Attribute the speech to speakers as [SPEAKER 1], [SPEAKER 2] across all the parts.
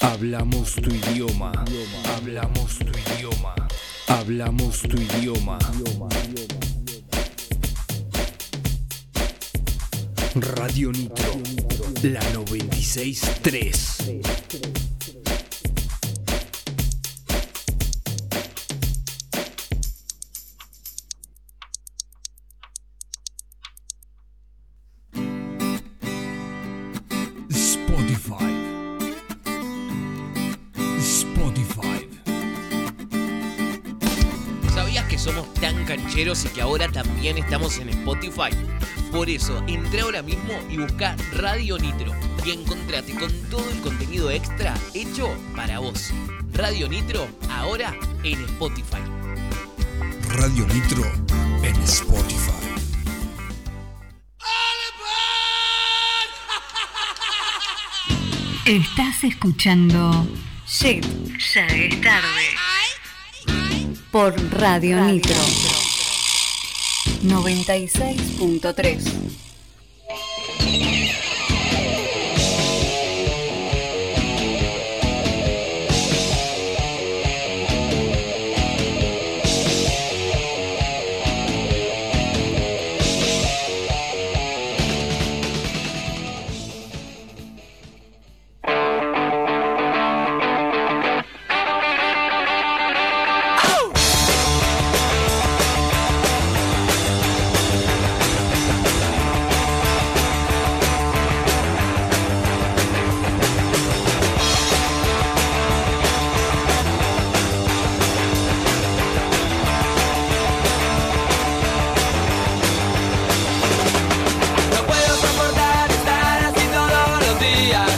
[SPEAKER 1] Hablamos tu idioma. Hablamos tu idioma. Hablamos tu idioma. Radio Nitro, la 96.3. Spotify. Spotify.
[SPEAKER 2] ¿Sabías que somos tan cancheros y que ahora también estamos en Spotify? Por eso, entra ahora mismo y busca Radio Nitro y encontrate con todo el contenido extra hecho para vos. Radio Nitro, ahora en Spotify.
[SPEAKER 1] Radio Nitro en Spotify.
[SPEAKER 3] Estás escuchando
[SPEAKER 4] Shit
[SPEAKER 3] Ya es tarde por Radio,
[SPEAKER 4] Radio
[SPEAKER 3] Nitro 96.3
[SPEAKER 5] No puedo soportar estar así todos los días.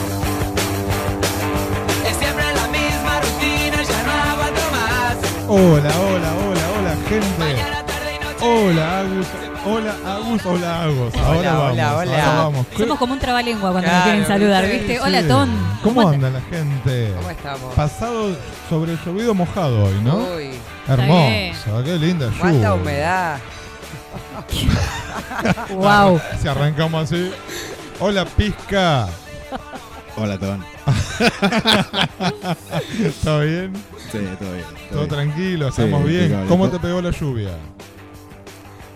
[SPEAKER 5] Es siempre la misma rutina, ya no aguanto más.
[SPEAKER 6] Hola, hola, hola, hola, gente.
[SPEAKER 5] Mañana, tarde y noche.
[SPEAKER 6] Hola, Agus. Hola, Agus. Hola, Agus. Ahora
[SPEAKER 7] Hola,
[SPEAKER 6] vamos.
[SPEAKER 7] hola, hola.
[SPEAKER 6] Ahora vamos.
[SPEAKER 8] Somos como un trabalengua cuando
[SPEAKER 7] Claro,
[SPEAKER 8] nos quieren saludar,
[SPEAKER 6] Sí,
[SPEAKER 8] ¿viste?
[SPEAKER 6] sí.
[SPEAKER 8] Hola, Ton.
[SPEAKER 6] ¿Cómo anda la gente?
[SPEAKER 7] ¿Cómo estamos?
[SPEAKER 6] Pasado sobre el llovido mojado hoy, ¿no?
[SPEAKER 7] Uy,
[SPEAKER 6] Hermoso, qué linda lluvia.
[SPEAKER 7] cuánta humedad.
[SPEAKER 8] Wow.
[SPEAKER 6] Si arrancamos así. Hola, pizca.
[SPEAKER 9] Hola, Tobán.
[SPEAKER 6] ¿Está bien?
[SPEAKER 9] Sí, todo bien.
[SPEAKER 6] Todo
[SPEAKER 9] todo bien.
[SPEAKER 6] tranquilo,
[SPEAKER 9] Sí,
[SPEAKER 6] estamos bien.
[SPEAKER 9] impecable.
[SPEAKER 6] ¿Cómo te pegó la lluvia?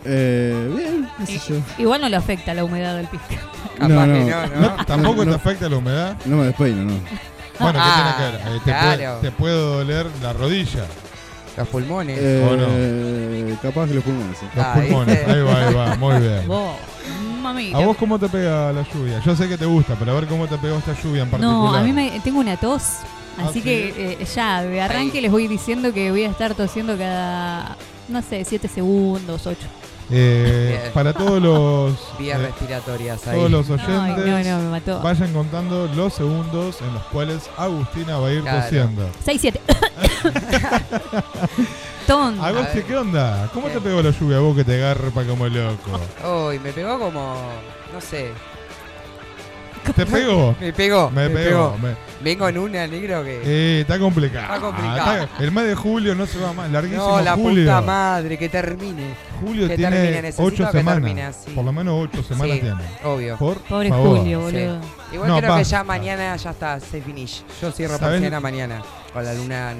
[SPEAKER 9] Eh, bien, qué sé yo.
[SPEAKER 8] Igual no lo afecta la humedad del pisca.
[SPEAKER 7] Capaz
[SPEAKER 9] No, no.
[SPEAKER 7] que no, ¿no?
[SPEAKER 6] No, tampoco
[SPEAKER 9] No,
[SPEAKER 6] te
[SPEAKER 9] no.
[SPEAKER 6] afecta la humedad.
[SPEAKER 9] No me despeino, no.
[SPEAKER 6] Bueno, ¿qué
[SPEAKER 7] Ah,
[SPEAKER 6] tiene que ver? Eh, te, puede-
[SPEAKER 7] claro.
[SPEAKER 6] te puedo doler la rodilla,
[SPEAKER 7] Los pulmones.
[SPEAKER 6] ¿O no?
[SPEAKER 9] Eh, Capaz que los pulmones. sí.
[SPEAKER 6] los
[SPEAKER 7] Ah,
[SPEAKER 6] pulmones.
[SPEAKER 7] ¿viste?
[SPEAKER 6] Ahí va, ahí va, muy bien.
[SPEAKER 8] Vos, mamita.
[SPEAKER 6] ¿A vos cómo te pega la lluvia? Yo sé que te gusta, pero a ver cómo te pegó esta lluvia en particular.
[SPEAKER 8] no, a mí me tengo una tos.
[SPEAKER 6] Ah,
[SPEAKER 8] Así
[SPEAKER 6] sí.
[SPEAKER 8] que eh, ya de arranque les voy diciendo que voy a estar tosiendo cada, no sé, 7 segundos, 8.
[SPEAKER 6] Eh,
[SPEAKER 7] Bien.
[SPEAKER 6] para todos los,
[SPEAKER 7] Vías
[SPEAKER 6] eh,
[SPEAKER 7] respiratorias ahí.
[SPEAKER 6] todos los
[SPEAKER 8] Ay,
[SPEAKER 6] oyentes,
[SPEAKER 8] no, no, me mató.
[SPEAKER 6] vayan contando los segundos en los cuales Agustina va a ir
[SPEAKER 7] Claro.
[SPEAKER 6] tosiendo.
[SPEAKER 8] 6, 7. Ton.
[SPEAKER 7] A
[SPEAKER 6] Agosti,
[SPEAKER 7] ver.
[SPEAKER 6] ¿qué onda? ¿Cómo te
[SPEAKER 7] Bien.
[SPEAKER 6] pegó la lluvia a vos que te garpa como loco?
[SPEAKER 7] Eh, Uy, me pegó como. No sé.
[SPEAKER 6] ¿Te pegó?
[SPEAKER 7] Me pegó.
[SPEAKER 6] Me pegó. me-
[SPEAKER 7] Vengo en una, negro, que.
[SPEAKER 6] Eh, está complicado.
[SPEAKER 7] Está complicado.
[SPEAKER 6] Está- el mes de julio no se va más. Larguísimo
[SPEAKER 7] no, la
[SPEAKER 6] julio.
[SPEAKER 7] puta madre, que termine.
[SPEAKER 6] Julio
[SPEAKER 7] que
[SPEAKER 6] tiene
[SPEAKER 7] termine, necesito
[SPEAKER 6] ocho
[SPEAKER 7] que
[SPEAKER 6] semanas.
[SPEAKER 7] termine así.
[SPEAKER 6] Por lo menos ocho semanas
[SPEAKER 7] Sí,
[SPEAKER 6] tiene.
[SPEAKER 7] Obvio.
[SPEAKER 6] Por
[SPEAKER 8] Pobre
[SPEAKER 6] favor.
[SPEAKER 8] Julio,
[SPEAKER 7] Sí.
[SPEAKER 8] boludo.
[SPEAKER 7] Igual
[SPEAKER 6] No,
[SPEAKER 7] creo que
[SPEAKER 6] basta.
[SPEAKER 7] ya mañana ya está, se finish. Yo cierro
[SPEAKER 6] ¿Sabes?
[SPEAKER 7] persiana mañana. Con la luna,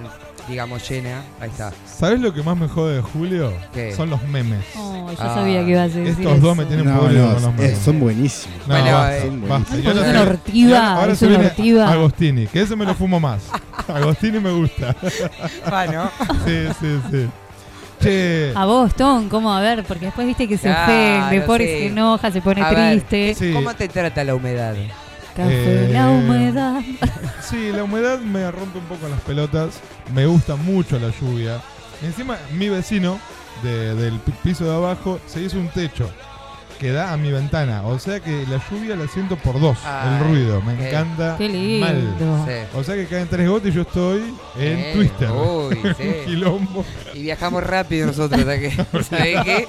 [SPEAKER 7] digamos, llena. Ahí está.
[SPEAKER 6] ¿Sabes lo que más me jode de Julio?
[SPEAKER 7] ¿Qué?
[SPEAKER 6] Son los memes.
[SPEAKER 8] Oh, yo
[SPEAKER 7] Ah.
[SPEAKER 8] sabía que ibas a decir
[SPEAKER 6] Estos dos
[SPEAKER 8] eso.
[SPEAKER 6] me tienen
[SPEAKER 9] No,
[SPEAKER 6] podrido
[SPEAKER 9] no,
[SPEAKER 6] con los
[SPEAKER 9] eh,
[SPEAKER 6] memes.
[SPEAKER 9] son buenísimos.
[SPEAKER 6] No,
[SPEAKER 7] Bueno,
[SPEAKER 6] basta,
[SPEAKER 9] eh,
[SPEAKER 6] basta.
[SPEAKER 9] Es
[SPEAKER 6] Y ahora
[SPEAKER 8] Es
[SPEAKER 6] se-
[SPEAKER 8] una
[SPEAKER 6] y
[SPEAKER 8] ortiva,
[SPEAKER 6] ahora
[SPEAKER 8] es
[SPEAKER 6] se
[SPEAKER 8] una
[SPEAKER 6] viene
[SPEAKER 8] ortiva.
[SPEAKER 6] Agostini, que ese me lo fumo más. Agostini me gusta.
[SPEAKER 7] Bueno.
[SPEAKER 6] Sí, sí, sí. Che,
[SPEAKER 8] A vos, Tom, ¿cómo? A ver, porque después viste que se
[SPEAKER 7] Claro,
[SPEAKER 8] ofende, pobre,
[SPEAKER 7] sí.
[SPEAKER 8] se enoja, se pone
[SPEAKER 7] Eh, A ver,
[SPEAKER 8] triste.
[SPEAKER 6] sí,
[SPEAKER 7] ¿Cómo te trata la humedad?
[SPEAKER 8] Café, la
[SPEAKER 6] Eh,
[SPEAKER 8] humedad.
[SPEAKER 6] sí, la humedad me rompe un poco las pelotas. Me gusta mucho la lluvia. Encima, mi vecino de- del pi- piso de abajo se hizo un techo que da a mi ventana. O sea que la lluvia la siento por dos.
[SPEAKER 7] Ay,
[SPEAKER 6] el ruido, me
[SPEAKER 7] qué-
[SPEAKER 6] encanta.
[SPEAKER 8] Qué
[SPEAKER 6] Mal.
[SPEAKER 8] lindo.
[SPEAKER 7] Sí.
[SPEAKER 6] O sea que caen tres gotas y yo estoy en
[SPEAKER 7] Eh,
[SPEAKER 6] Twitter.
[SPEAKER 7] Uy,
[SPEAKER 6] Un
[SPEAKER 7] sí.
[SPEAKER 6] quilombo.
[SPEAKER 7] Y viajamos rápido nosotros, ¿sabés qué? ¿Sabés qué?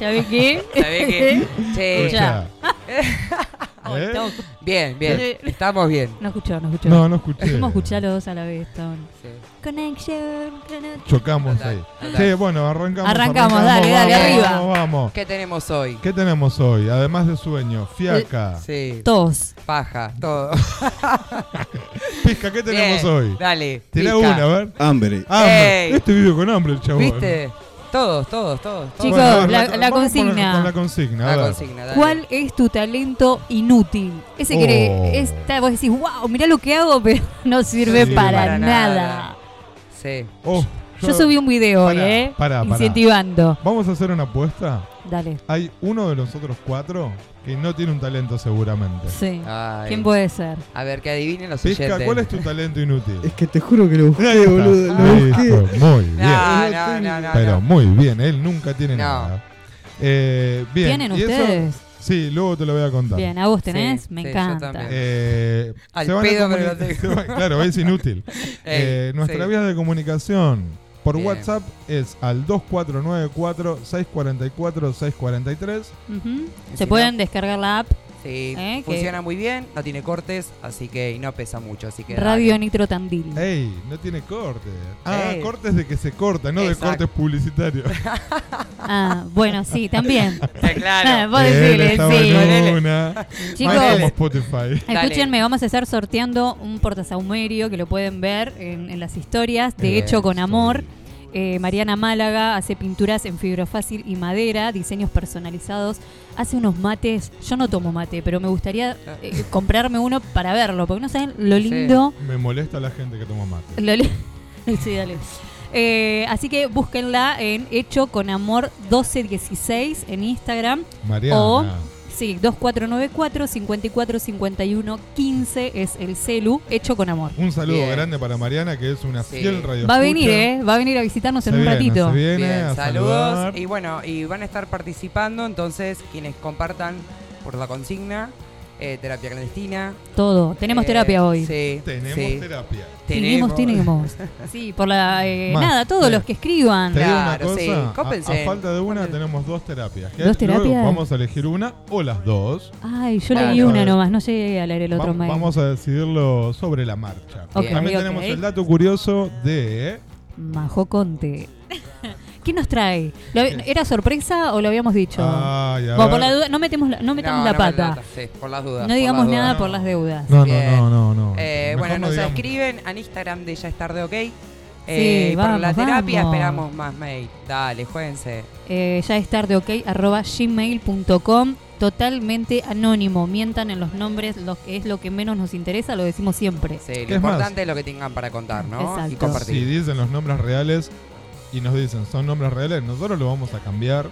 [SPEAKER 8] ¿Ya ve qué?
[SPEAKER 7] ¿Sabés qué? Che,
[SPEAKER 6] Escuchá.
[SPEAKER 8] Ay,
[SPEAKER 6] ¿Eh?
[SPEAKER 8] Tom,
[SPEAKER 7] bien, bien.
[SPEAKER 8] Sí.
[SPEAKER 7] Estamos bien.
[SPEAKER 8] No escuchó, no escuchó.
[SPEAKER 6] No, no escuché.
[SPEAKER 8] Pudimos escuchar los dos a la vez, Tom.
[SPEAKER 7] Sí.
[SPEAKER 8] Connection. connection.
[SPEAKER 6] Chocamos
[SPEAKER 7] Total,
[SPEAKER 6] ahí.
[SPEAKER 7] total.
[SPEAKER 6] Sí, bueno, arrancamos.
[SPEAKER 8] Arrancamos, dale, dale,
[SPEAKER 6] vamos,
[SPEAKER 8] arriba.
[SPEAKER 6] Vamos, vamos.
[SPEAKER 7] ¿Qué tenemos hoy?
[SPEAKER 6] ¿Qué tenemos hoy? Además de sueño, fiaca,
[SPEAKER 7] Sí,
[SPEAKER 8] Tos.
[SPEAKER 7] paja, todo.
[SPEAKER 6] pisca, ¿qué tenemos
[SPEAKER 7] Bien,
[SPEAKER 6] hoy?
[SPEAKER 7] Dale.
[SPEAKER 6] Tirá
[SPEAKER 7] pica.
[SPEAKER 6] una, a ver.
[SPEAKER 9] Hambre.
[SPEAKER 6] Hambre.
[SPEAKER 7] Ey.
[SPEAKER 6] Este vive con hambre el chabón.
[SPEAKER 7] ¿Viste? Todos, todos, todos. todos.
[SPEAKER 8] Chicos,
[SPEAKER 6] a ver,
[SPEAKER 8] la-
[SPEAKER 6] vamos
[SPEAKER 8] la
[SPEAKER 6] con-
[SPEAKER 8] consigna.
[SPEAKER 6] Con la consigna, a
[SPEAKER 7] La
[SPEAKER 6] ver.
[SPEAKER 7] consigna, dale.
[SPEAKER 8] ¿Cuál es tu talento inútil? Ese que le-
[SPEAKER 6] Oh.
[SPEAKER 8] está, vos decís, wow, mirá lo que hago, pero no sirve
[SPEAKER 6] sirve
[SPEAKER 8] para,
[SPEAKER 7] para
[SPEAKER 8] nada.
[SPEAKER 7] nada. Sí.
[SPEAKER 6] Oh,
[SPEAKER 8] Yo, subí un video hoy,
[SPEAKER 6] Pará,
[SPEAKER 8] ¿eh?
[SPEAKER 6] pará, pará.
[SPEAKER 8] Incentivando.
[SPEAKER 6] Vamos a hacer una apuesta.
[SPEAKER 8] Dale.
[SPEAKER 6] Hay uno de los otros cuatro que no tiene un talento seguramente.
[SPEAKER 8] Sí.
[SPEAKER 7] Ay.
[SPEAKER 8] ¿Quién puede ser?
[SPEAKER 7] A ver, que adivinen los
[SPEAKER 6] Pisca,
[SPEAKER 7] oyentes.
[SPEAKER 6] ¿cuál es tu talento inútil?
[SPEAKER 9] Es que te juro que lo busqué,
[SPEAKER 6] Está.
[SPEAKER 9] boludo. Lo
[SPEAKER 6] Listo,
[SPEAKER 9] busqué.
[SPEAKER 6] muy bien.
[SPEAKER 7] No, no, no, no.
[SPEAKER 6] Pero
[SPEAKER 7] no.
[SPEAKER 6] muy bien, él nunca tiene
[SPEAKER 7] No.
[SPEAKER 6] nada. Eh, bien.
[SPEAKER 8] ¿Tienen
[SPEAKER 6] y eso-
[SPEAKER 8] ustedes?
[SPEAKER 6] sí, luego te lo voy a contar.
[SPEAKER 8] Bien, a vos
[SPEAKER 7] Sí,
[SPEAKER 8] tenés, me
[SPEAKER 7] sí, yo
[SPEAKER 8] encanta.
[SPEAKER 7] también.
[SPEAKER 6] Eh,
[SPEAKER 7] Al
[SPEAKER 6] se van a
[SPEAKER 7] pedo, pero
[SPEAKER 6] comuni-
[SPEAKER 7] lo tengo.
[SPEAKER 6] se van- Claro, es inútil. Eh,
[SPEAKER 7] Ey,
[SPEAKER 6] nuestra
[SPEAKER 7] sí.
[SPEAKER 6] vía de comunicación por
[SPEAKER 7] Bien.
[SPEAKER 6] WhatsApp es al 2494-644-643.
[SPEAKER 8] Ujú.
[SPEAKER 7] Y
[SPEAKER 8] Se
[SPEAKER 7] si
[SPEAKER 8] pueden descargar la app
[SPEAKER 7] Sí,
[SPEAKER 8] Eh, que-
[SPEAKER 7] funciona muy bien, no tiene cortes, así que y no pesa mucho, así que
[SPEAKER 8] Radio Nitro Tandil.
[SPEAKER 6] ¡Ey! No tiene corte. Ah,
[SPEAKER 7] Ey.
[SPEAKER 6] cortes de que se corta, no
[SPEAKER 7] Exacto.
[SPEAKER 6] de cortes publicitarios.
[SPEAKER 8] Ah, bueno, sí, también.
[SPEAKER 7] dale.
[SPEAKER 8] Ah,
[SPEAKER 7] claro.
[SPEAKER 8] vos
[SPEAKER 6] Él
[SPEAKER 8] decirle,
[SPEAKER 6] estaba
[SPEAKER 8] sí.
[SPEAKER 6] en una.
[SPEAKER 8] Chicos,
[SPEAKER 6] Más como Spotify.
[SPEAKER 7] Dale.
[SPEAKER 8] Escúchenme, vamos a estar sorteando un portasaumerio que lo pueden ver en, en las historias, de
[SPEAKER 7] Bien,
[SPEAKER 8] hecho con amor. Eh, Mariana Málaga hace pinturas en fibrofácil y madera, diseños personalizados, hace unos mates, yo no tomo mate, pero me gustaría eh, comprarme uno para verlo, porque no saben lo
[SPEAKER 7] Sí.
[SPEAKER 8] lindo...
[SPEAKER 6] Me molesta la gente que toma mate.
[SPEAKER 8] lo li- Sí, dale. Eh, así que búsquenla en Hecho con Amor 1216 en Instagram.
[SPEAKER 6] Mariana.
[SPEAKER 8] O- Sí, 2494 5451 15 es el celu, hecho con amor.
[SPEAKER 6] Un saludo
[SPEAKER 7] Bien.
[SPEAKER 6] grande para Mariana, que es una
[SPEAKER 7] Sí.
[SPEAKER 6] fiel radio.
[SPEAKER 8] Va a venir, ¿eh? Va a venir a visitarnos en un ratito.
[SPEAKER 6] Se viene
[SPEAKER 7] Bien,
[SPEAKER 6] a
[SPEAKER 7] saludos.
[SPEAKER 6] saludar.
[SPEAKER 7] Y bueno, y van a estar participando, entonces, quienes compartan por la consigna, eh, terapia clandestina.
[SPEAKER 8] Todo. Tenemos
[SPEAKER 7] eh,
[SPEAKER 8] terapia hoy.
[SPEAKER 7] Sí,
[SPEAKER 6] Tenemos
[SPEAKER 7] sí.
[SPEAKER 6] terapia.
[SPEAKER 8] Tenemos, tenemos. Sí, por la. eh,
[SPEAKER 6] Más.
[SPEAKER 8] nada, todos
[SPEAKER 6] Bien.
[SPEAKER 8] los que escriban.
[SPEAKER 6] Te digo una
[SPEAKER 7] Claro,
[SPEAKER 6] cosa,
[SPEAKER 7] sí,
[SPEAKER 6] a-
[SPEAKER 7] cópense.
[SPEAKER 6] a, falta de una tenemos dos terapias. que
[SPEAKER 8] ¿Dos
[SPEAKER 6] luego
[SPEAKER 8] terapias?
[SPEAKER 6] Vamos a elegir una o las dos.
[SPEAKER 8] Ay, yo
[SPEAKER 7] Claro.
[SPEAKER 8] leí una nomás, no llegué a leer el otro
[SPEAKER 6] Va-
[SPEAKER 8] mail.
[SPEAKER 6] vamos a decidirlo sobre la marcha.
[SPEAKER 8] Ok,
[SPEAKER 6] También
[SPEAKER 8] ok.
[SPEAKER 6] tenemos el dato curioso de...
[SPEAKER 8] Majo Conte. ¿Qué nos trae? ¿Lo hab- ¿Era sorpresa o lo habíamos dicho?
[SPEAKER 6] Ay, a
[SPEAKER 8] Bueno, por
[SPEAKER 6] ver.
[SPEAKER 8] la duda, no metemos la, no metamos
[SPEAKER 7] No,
[SPEAKER 8] la
[SPEAKER 7] no,
[SPEAKER 8] pata.
[SPEAKER 7] no, sí, por las dudas.
[SPEAKER 8] No
[SPEAKER 7] por
[SPEAKER 8] digamos
[SPEAKER 7] las dudas.
[SPEAKER 8] nada
[SPEAKER 6] no.
[SPEAKER 8] por las deudas.
[SPEAKER 6] No, no,
[SPEAKER 7] Bien.
[SPEAKER 6] no, no, no.
[SPEAKER 7] Eh,
[SPEAKER 6] Mejor
[SPEAKER 7] bueno,
[SPEAKER 6] no
[SPEAKER 7] nos
[SPEAKER 6] digamos.
[SPEAKER 7] escriben al Instagram de Ya es tarde, ok.
[SPEAKER 8] Sí,
[SPEAKER 7] Eh, y por la
[SPEAKER 8] vamos,
[SPEAKER 7] terapia
[SPEAKER 8] vamos.
[SPEAKER 7] esperamos más mail. Dale, jueguense.
[SPEAKER 8] eh, ya es tarde ok arroba gmail.com totalmente anónimo mientan en los nombres lo, es lo que menos nos interesa lo decimos siempre
[SPEAKER 7] Sí,
[SPEAKER 6] ¿Qué
[SPEAKER 7] lo
[SPEAKER 6] es más?
[SPEAKER 7] importante es lo que tengan para contar, ¿no?
[SPEAKER 8] Exacto.
[SPEAKER 7] Ah, Y compartir.
[SPEAKER 6] Si dicen los nombres reales y nos dicen son nombres reales, nosotros lo vamos a cambiar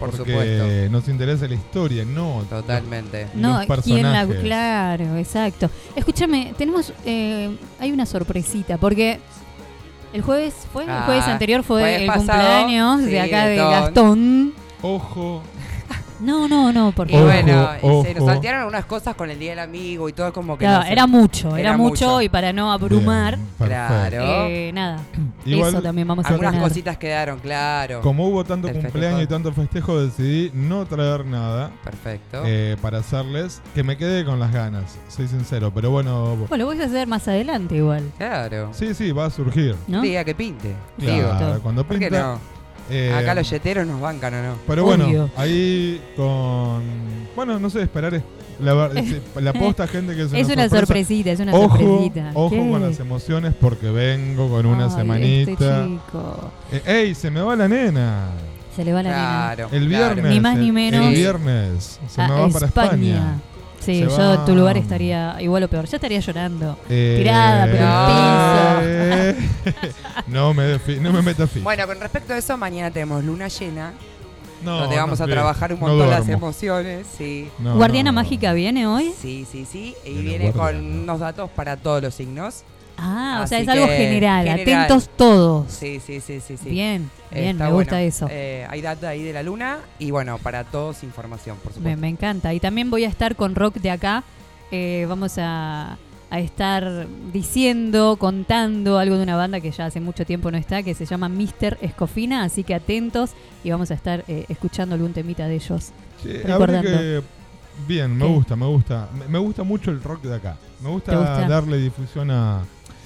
[SPEAKER 7] por
[SPEAKER 6] porque
[SPEAKER 7] supuesto.
[SPEAKER 6] nos interesa la historia, no
[SPEAKER 7] Totalmente.
[SPEAKER 8] no
[SPEAKER 6] los
[SPEAKER 8] quién la-
[SPEAKER 6] personajes.
[SPEAKER 8] claro exacto escúchame tenemos eh, hay una sorpresita porque el jueves fue el
[SPEAKER 7] Ah,
[SPEAKER 8] jueves anterior fue
[SPEAKER 7] jueves
[SPEAKER 8] el
[SPEAKER 7] pasado,
[SPEAKER 8] cumpleaños
[SPEAKER 7] sí,
[SPEAKER 8] de acá de
[SPEAKER 7] Don.
[SPEAKER 8] Gastón
[SPEAKER 6] Ojo,
[SPEAKER 8] no no no
[SPEAKER 7] Y
[SPEAKER 8] porque
[SPEAKER 6] Ojo,
[SPEAKER 7] bueno, eh, se
[SPEAKER 6] ojo.
[SPEAKER 7] nos saltearon unas cosas con el Día del Amigo y todo como que...
[SPEAKER 8] claro,
[SPEAKER 7] no sé.
[SPEAKER 8] era mucho era,
[SPEAKER 7] Era
[SPEAKER 8] mucho,
[SPEAKER 7] mucho.
[SPEAKER 8] y para no abrumar
[SPEAKER 6] Bien, perfecto.
[SPEAKER 7] Claro.
[SPEAKER 8] eh, nada
[SPEAKER 6] Igual,
[SPEAKER 8] eso también vamos a
[SPEAKER 7] Algunas
[SPEAKER 8] tener.
[SPEAKER 7] cositas quedaron, claro.
[SPEAKER 6] Como hubo tanto
[SPEAKER 7] El
[SPEAKER 6] cumpleaños y
[SPEAKER 7] festejo.
[SPEAKER 6] tanto festejo, decidí no traer nada
[SPEAKER 7] Perfecto.
[SPEAKER 6] eh, para hacerles que me quede con las ganas, soy sincero. Pero bueno,
[SPEAKER 8] Bueno, lo voy a hacer más adelante igual,
[SPEAKER 7] Claro.
[SPEAKER 6] sí, sí, va a surgir.
[SPEAKER 8] ¿no?
[SPEAKER 7] Diga que pinte. Digo.
[SPEAKER 6] Claro,
[SPEAKER 8] Digo.
[SPEAKER 6] cuando
[SPEAKER 7] ¿Por qué
[SPEAKER 6] pinta.
[SPEAKER 7] no?
[SPEAKER 6] eh,
[SPEAKER 7] Acá los yeteros nos bancan o no.
[SPEAKER 6] Pero
[SPEAKER 8] Obvio.
[SPEAKER 6] bueno, ahí con. Bueno, no sé, esperar es- la, ver- sí, la posta, gente que
[SPEAKER 8] Es una
[SPEAKER 6] sorpresa.
[SPEAKER 8] sorpresita, es una
[SPEAKER 6] Ojo,
[SPEAKER 8] sorpresita.
[SPEAKER 6] ojo
[SPEAKER 8] ¿Qué?
[SPEAKER 6] con las emociones porque vengo con una
[SPEAKER 8] Ay,
[SPEAKER 6] semanita.
[SPEAKER 8] Este chico.
[SPEAKER 6] Eh, ¡Ey! Se me va la nena.
[SPEAKER 8] Se le va la nena.
[SPEAKER 7] Claro.
[SPEAKER 6] El viernes.
[SPEAKER 7] claro.
[SPEAKER 8] Ni más ni
[SPEAKER 6] el-
[SPEAKER 8] menos. Ah,
[SPEAKER 6] El viernes. Se me
[SPEAKER 8] A
[SPEAKER 6] va para España.
[SPEAKER 8] Sí,
[SPEAKER 6] Se
[SPEAKER 8] yo
[SPEAKER 6] va.
[SPEAKER 8] en tu lugar estaría igual o peor. Ya estaría llorando.
[SPEAKER 6] Eh,
[SPEAKER 8] Tirada por el
[SPEAKER 6] eh, no me, defi- no me metas fin.
[SPEAKER 7] Bueno, con respecto a eso, mañana tenemos luna llena,
[SPEAKER 6] no,
[SPEAKER 7] donde vamos
[SPEAKER 6] no,
[SPEAKER 7] a
[SPEAKER 6] bien,
[SPEAKER 7] trabajar un
[SPEAKER 6] no
[SPEAKER 7] montón las
[SPEAKER 6] duermo.
[SPEAKER 7] emociones. Sí.
[SPEAKER 6] No,
[SPEAKER 8] ¿Guardiana
[SPEAKER 6] no, no.
[SPEAKER 8] Mágica viene hoy?
[SPEAKER 7] Sí, sí, sí. Y
[SPEAKER 6] Pero
[SPEAKER 7] viene con
[SPEAKER 6] guarda.
[SPEAKER 7] unos datos para todos los signos.
[SPEAKER 8] Ah, o sea, es
[SPEAKER 7] Así
[SPEAKER 8] algo
[SPEAKER 7] que,
[SPEAKER 8] general.
[SPEAKER 7] general.
[SPEAKER 8] Atentos todos.
[SPEAKER 7] Sí, sí, sí, sí. sí.
[SPEAKER 8] Bien,
[SPEAKER 7] Eh,
[SPEAKER 8] bien,
[SPEAKER 7] está
[SPEAKER 8] me gusta
[SPEAKER 7] bueno.
[SPEAKER 8] eso.
[SPEAKER 7] Eh, hay data ahí de la luna y bueno, para todos información, por
[SPEAKER 8] Me,
[SPEAKER 7] supuesto.
[SPEAKER 8] me encanta. Y también voy a estar con Rock de acá. Eh, vamos a, a estar diciendo, contando algo de una banda que ya hace mucho tiempo no está, que se llama Mr. Escofina. Así que atentos y vamos a estar eh, escuchando algún temita de ellos.
[SPEAKER 6] Sí,
[SPEAKER 8] Recordando.
[SPEAKER 6] habrá que- Bien, me
[SPEAKER 8] ¿Qué?
[SPEAKER 6] gusta, me gusta. Me, me gusta mucho el rock de acá. Me gusta,
[SPEAKER 8] ¿Te gusta?
[SPEAKER 6] darle difusión a,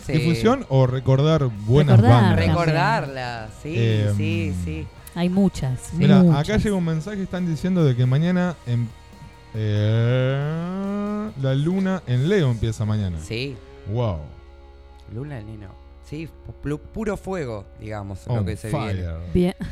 [SPEAKER 7] Sí.
[SPEAKER 6] Difusión o recordar buenas
[SPEAKER 5] Recordar.
[SPEAKER 6] bandas.
[SPEAKER 5] Recor-
[SPEAKER 7] Recordarla, sí,
[SPEAKER 6] Eh,
[SPEAKER 7] sí, sí.
[SPEAKER 5] Hay muchas.
[SPEAKER 6] Mira,
[SPEAKER 5] muchas.
[SPEAKER 6] acá llega un mensaje, están diciendo de que mañana em- eh, la luna en Leo empieza mañana.
[SPEAKER 7] Sí,
[SPEAKER 6] Wow.
[SPEAKER 7] Luna Lino. Sí, pu- pu- puro fuego, digamos, lo
[SPEAKER 6] On
[SPEAKER 7] que se
[SPEAKER 6] fire.
[SPEAKER 7] viene.
[SPEAKER 5] Bien.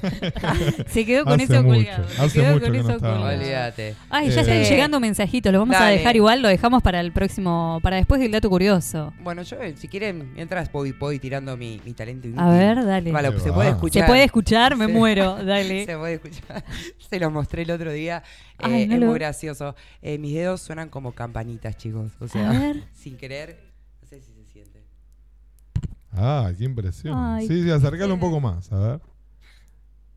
[SPEAKER 5] se quedó con
[SPEAKER 6] Hace
[SPEAKER 5] eso
[SPEAKER 6] mucho,
[SPEAKER 5] colgado. se
[SPEAKER 6] hace
[SPEAKER 5] quedó
[SPEAKER 6] mucho
[SPEAKER 5] con
[SPEAKER 6] que no
[SPEAKER 5] eso
[SPEAKER 6] estábamos.
[SPEAKER 5] colgado.
[SPEAKER 7] Olvídate.
[SPEAKER 5] Ay, ya
[SPEAKER 6] Eh,
[SPEAKER 5] están
[SPEAKER 7] Sí.
[SPEAKER 5] llegando mensajitos. Los vamos a
[SPEAKER 7] Dale.
[SPEAKER 5] dejar igual, lo dejamos para el próximo, para después del dato curioso.
[SPEAKER 7] Bueno, yo, eh, si quieren, mientras voy, voy tirando mi, mi talento.
[SPEAKER 5] A
[SPEAKER 7] inútil.
[SPEAKER 5] ver, dale.
[SPEAKER 7] Vale,
[SPEAKER 6] Ahí
[SPEAKER 7] se
[SPEAKER 6] va.
[SPEAKER 7] puede
[SPEAKER 6] Se
[SPEAKER 7] escuchar.
[SPEAKER 5] ¿Se puede escuchar? Me
[SPEAKER 7] Sí.
[SPEAKER 5] muero. Dale.
[SPEAKER 7] Se puede escuchar. Se lo mostré el otro día. Eh,
[SPEAKER 5] Ay, no
[SPEAKER 7] es
[SPEAKER 5] lo-
[SPEAKER 7] muy gracioso. Eh, mis dedos suenan como campanitas, chicos. O
[SPEAKER 5] a
[SPEAKER 7] sea,
[SPEAKER 5] ver.
[SPEAKER 7] sin querer. No sé si se siente.
[SPEAKER 6] Ah, qué impresión.
[SPEAKER 5] Ay.
[SPEAKER 6] Sí, sí, acercalo un poco más, a ver.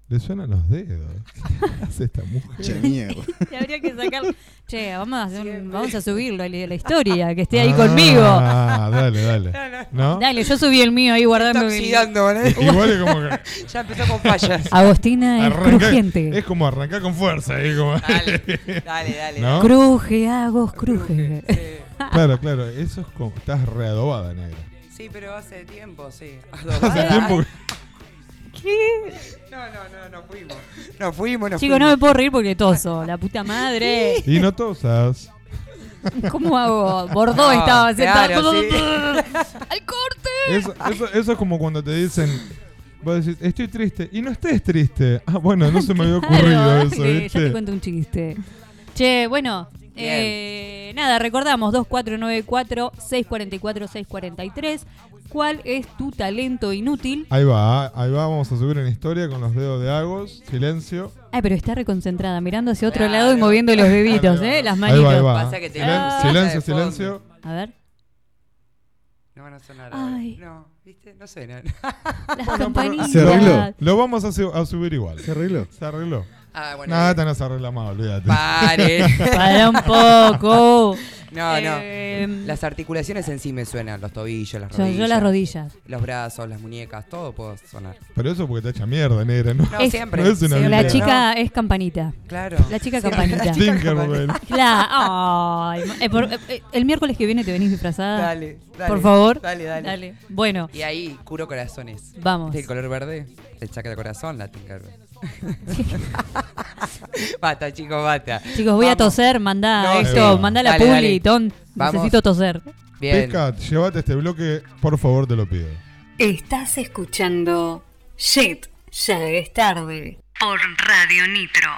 [SPEAKER 6] Le suenan los dedos. ¿Qué hace esta mujer?
[SPEAKER 9] Che, mierda.
[SPEAKER 5] Te habría que sacar. Che, vamos a, hacer un-
[SPEAKER 7] Siempre.
[SPEAKER 5] vamos a subirlo a la la historia, que esté ahí
[SPEAKER 6] Ah,
[SPEAKER 5] conmigo.
[SPEAKER 6] Ah, dale, dale. ¿No?
[SPEAKER 5] Dale, yo subí el mío ahí guardando. el-
[SPEAKER 7] Oxidando, ¿eh?
[SPEAKER 6] Igual es como que
[SPEAKER 7] ya empezó con fallas.
[SPEAKER 5] Agostina es
[SPEAKER 6] arranca-
[SPEAKER 5] crujiente.
[SPEAKER 6] es como arrancar con fuerza. es como-
[SPEAKER 7] Dale, dale, dale.
[SPEAKER 6] ¿No?
[SPEAKER 5] Cruje, Agos, cruje.
[SPEAKER 7] Sí.
[SPEAKER 6] Claro, claro. Eso es como. Estás readobada, negra.
[SPEAKER 7] Sí, pero hace tiempo, sí.
[SPEAKER 6] Hace tiempo que-
[SPEAKER 7] No, no, no, no fuimos. No fuimos, no
[SPEAKER 5] Chicos, no me
[SPEAKER 7] fuimos.
[SPEAKER 5] puedo reír porque toso. La puta madre.
[SPEAKER 6] Y no tosas.
[SPEAKER 5] ¿Cómo hago? Bordó
[SPEAKER 7] Ah,
[SPEAKER 5] estaba sentado.
[SPEAKER 7] claro, sí.
[SPEAKER 5] ¡Al corte!
[SPEAKER 6] Eso, eso, eso es como cuando te dicen. Vos decís, estoy triste. Y no estés triste. Ah, bueno, no se me había ocurrido
[SPEAKER 5] Claro,
[SPEAKER 6] eso,
[SPEAKER 5] dale, ya te
[SPEAKER 6] ¿viste?
[SPEAKER 5] cuento un chiste. Che, bueno, eh, nada, recordamos 2494-644-643. ¿Cuál es tu talento inútil?
[SPEAKER 6] Ahí va, ahí va, vamos a subir una historia con los dedos de Agos. Silencio.
[SPEAKER 5] Ay, pero está reconcentrada, mirando hacia otro
[SPEAKER 7] Claro.
[SPEAKER 5] lado y moviendo los deditos,
[SPEAKER 6] Ahí va,
[SPEAKER 5] ¿eh? Las
[SPEAKER 6] Ahí
[SPEAKER 5] manitos.
[SPEAKER 6] va, ahí va.
[SPEAKER 7] Pasa que te-
[SPEAKER 6] Silen-
[SPEAKER 5] Ah.
[SPEAKER 6] silencio,
[SPEAKER 7] de fondo.
[SPEAKER 6] silencio.
[SPEAKER 5] A ver,
[SPEAKER 7] No van a sonar ahora.
[SPEAKER 5] Ay.
[SPEAKER 7] No, ¿viste? No suenan.
[SPEAKER 5] las
[SPEAKER 9] ¿Se
[SPEAKER 5] campanillas.
[SPEAKER 9] arregló?
[SPEAKER 6] Lo vamos a, su- a subir igual.
[SPEAKER 9] ¿Se arregló?
[SPEAKER 6] Se arregló.
[SPEAKER 7] Ah, bueno.
[SPEAKER 6] Nada, esta no se arregla más, olvídate.
[SPEAKER 7] Pare.
[SPEAKER 5] Para un poco.
[SPEAKER 7] No, no.
[SPEAKER 5] Em,
[SPEAKER 7] Las articulaciones en sí me suenan, los tobillos, las
[SPEAKER 5] yo,
[SPEAKER 7] rodillas.
[SPEAKER 5] yo las rodillas.
[SPEAKER 7] Los brazos, las muñecas, todo puedo sonar.
[SPEAKER 6] Pero eso porque te echa mierda, negra, ¿no?
[SPEAKER 7] No,
[SPEAKER 5] Es-
[SPEAKER 7] siempre.
[SPEAKER 6] no es una
[SPEAKER 7] siempre.
[SPEAKER 5] La
[SPEAKER 6] habilidad.
[SPEAKER 5] chica es campanita.
[SPEAKER 7] No, claro.
[SPEAKER 5] La chica
[SPEAKER 7] Siempre.
[SPEAKER 5] campanita.
[SPEAKER 7] La chica
[SPEAKER 6] Tinkerbell.
[SPEAKER 7] campanita.
[SPEAKER 5] Claro. Ay, eh, por- eh, eh, el miércoles que viene te venís disfrazada.
[SPEAKER 7] Dale, dale.
[SPEAKER 5] Por favor.
[SPEAKER 7] Dale, dale.
[SPEAKER 5] Dale. Bueno,
[SPEAKER 7] Y ahí curo corazones.
[SPEAKER 5] vamos.
[SPEAKER 7] Del color verde, el chakra de corazón, la Tinkerbell. bata, chicos, bata.
[SPEAKER 5] Chicos, voy a
[SPEAKER 7] Vamos.
[SPEAKER 5] toser, mandá
[SPEAKER 7] No,
[SPEAKER 5] esto,
[SPEAKER 6] sí.
[SPEAKER 5] mandá la
[SPEAKER 7] Dale,
[SPEAKER 5] publi,
[SPEAKER 7] dale.
[SPEAKER 5] Ton.
[SPEAKER 7] Vamos.
[SPEAKER 5] Necesito toser.
[SPEAKER 7] Bien.
[SPEAKER 6] Pesca, llévate este bloque, por favor, te lo pido.
[SPEAKER 8] Estás escuchando Shit, ya es tarde. Por Radio Nitro.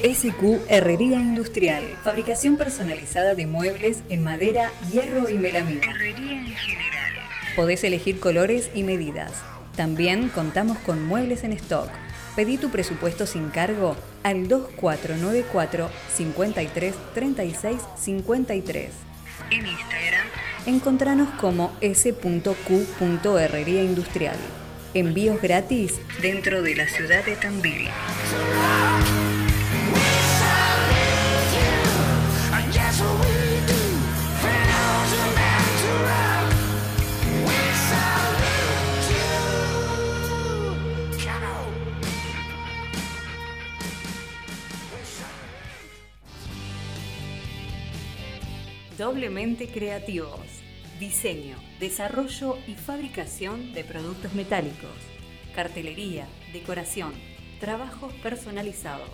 [SPEAKER 8] SQ Herrería Industrial. Fabricación personalizada de muebles en madera, hierro y melamina. Herrería en general. Podés elegir colores y medidas. También contamos con muebles en stock. Pedí tu presupuesto sin cargo al 2494 53 36 53. En Instagram encontranos como s.q.herrería industrial. Envíos gratis dentro de la ciudad de Tambivi. Doblemente creativos. Diseño, desarrollo y fabricación de productos metálicos. Cartelería, decoración, trabajos personalizados.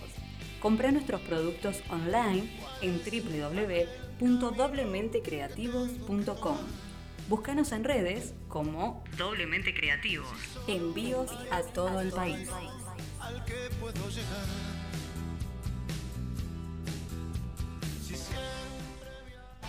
[SPEAKER 8] Compra nuestros productos online en www.doblementecreativos.com. Búscanos en redes como Doblemente Creativos. Envíos a todo el país.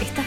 [SPEAKER 8] ¿Estás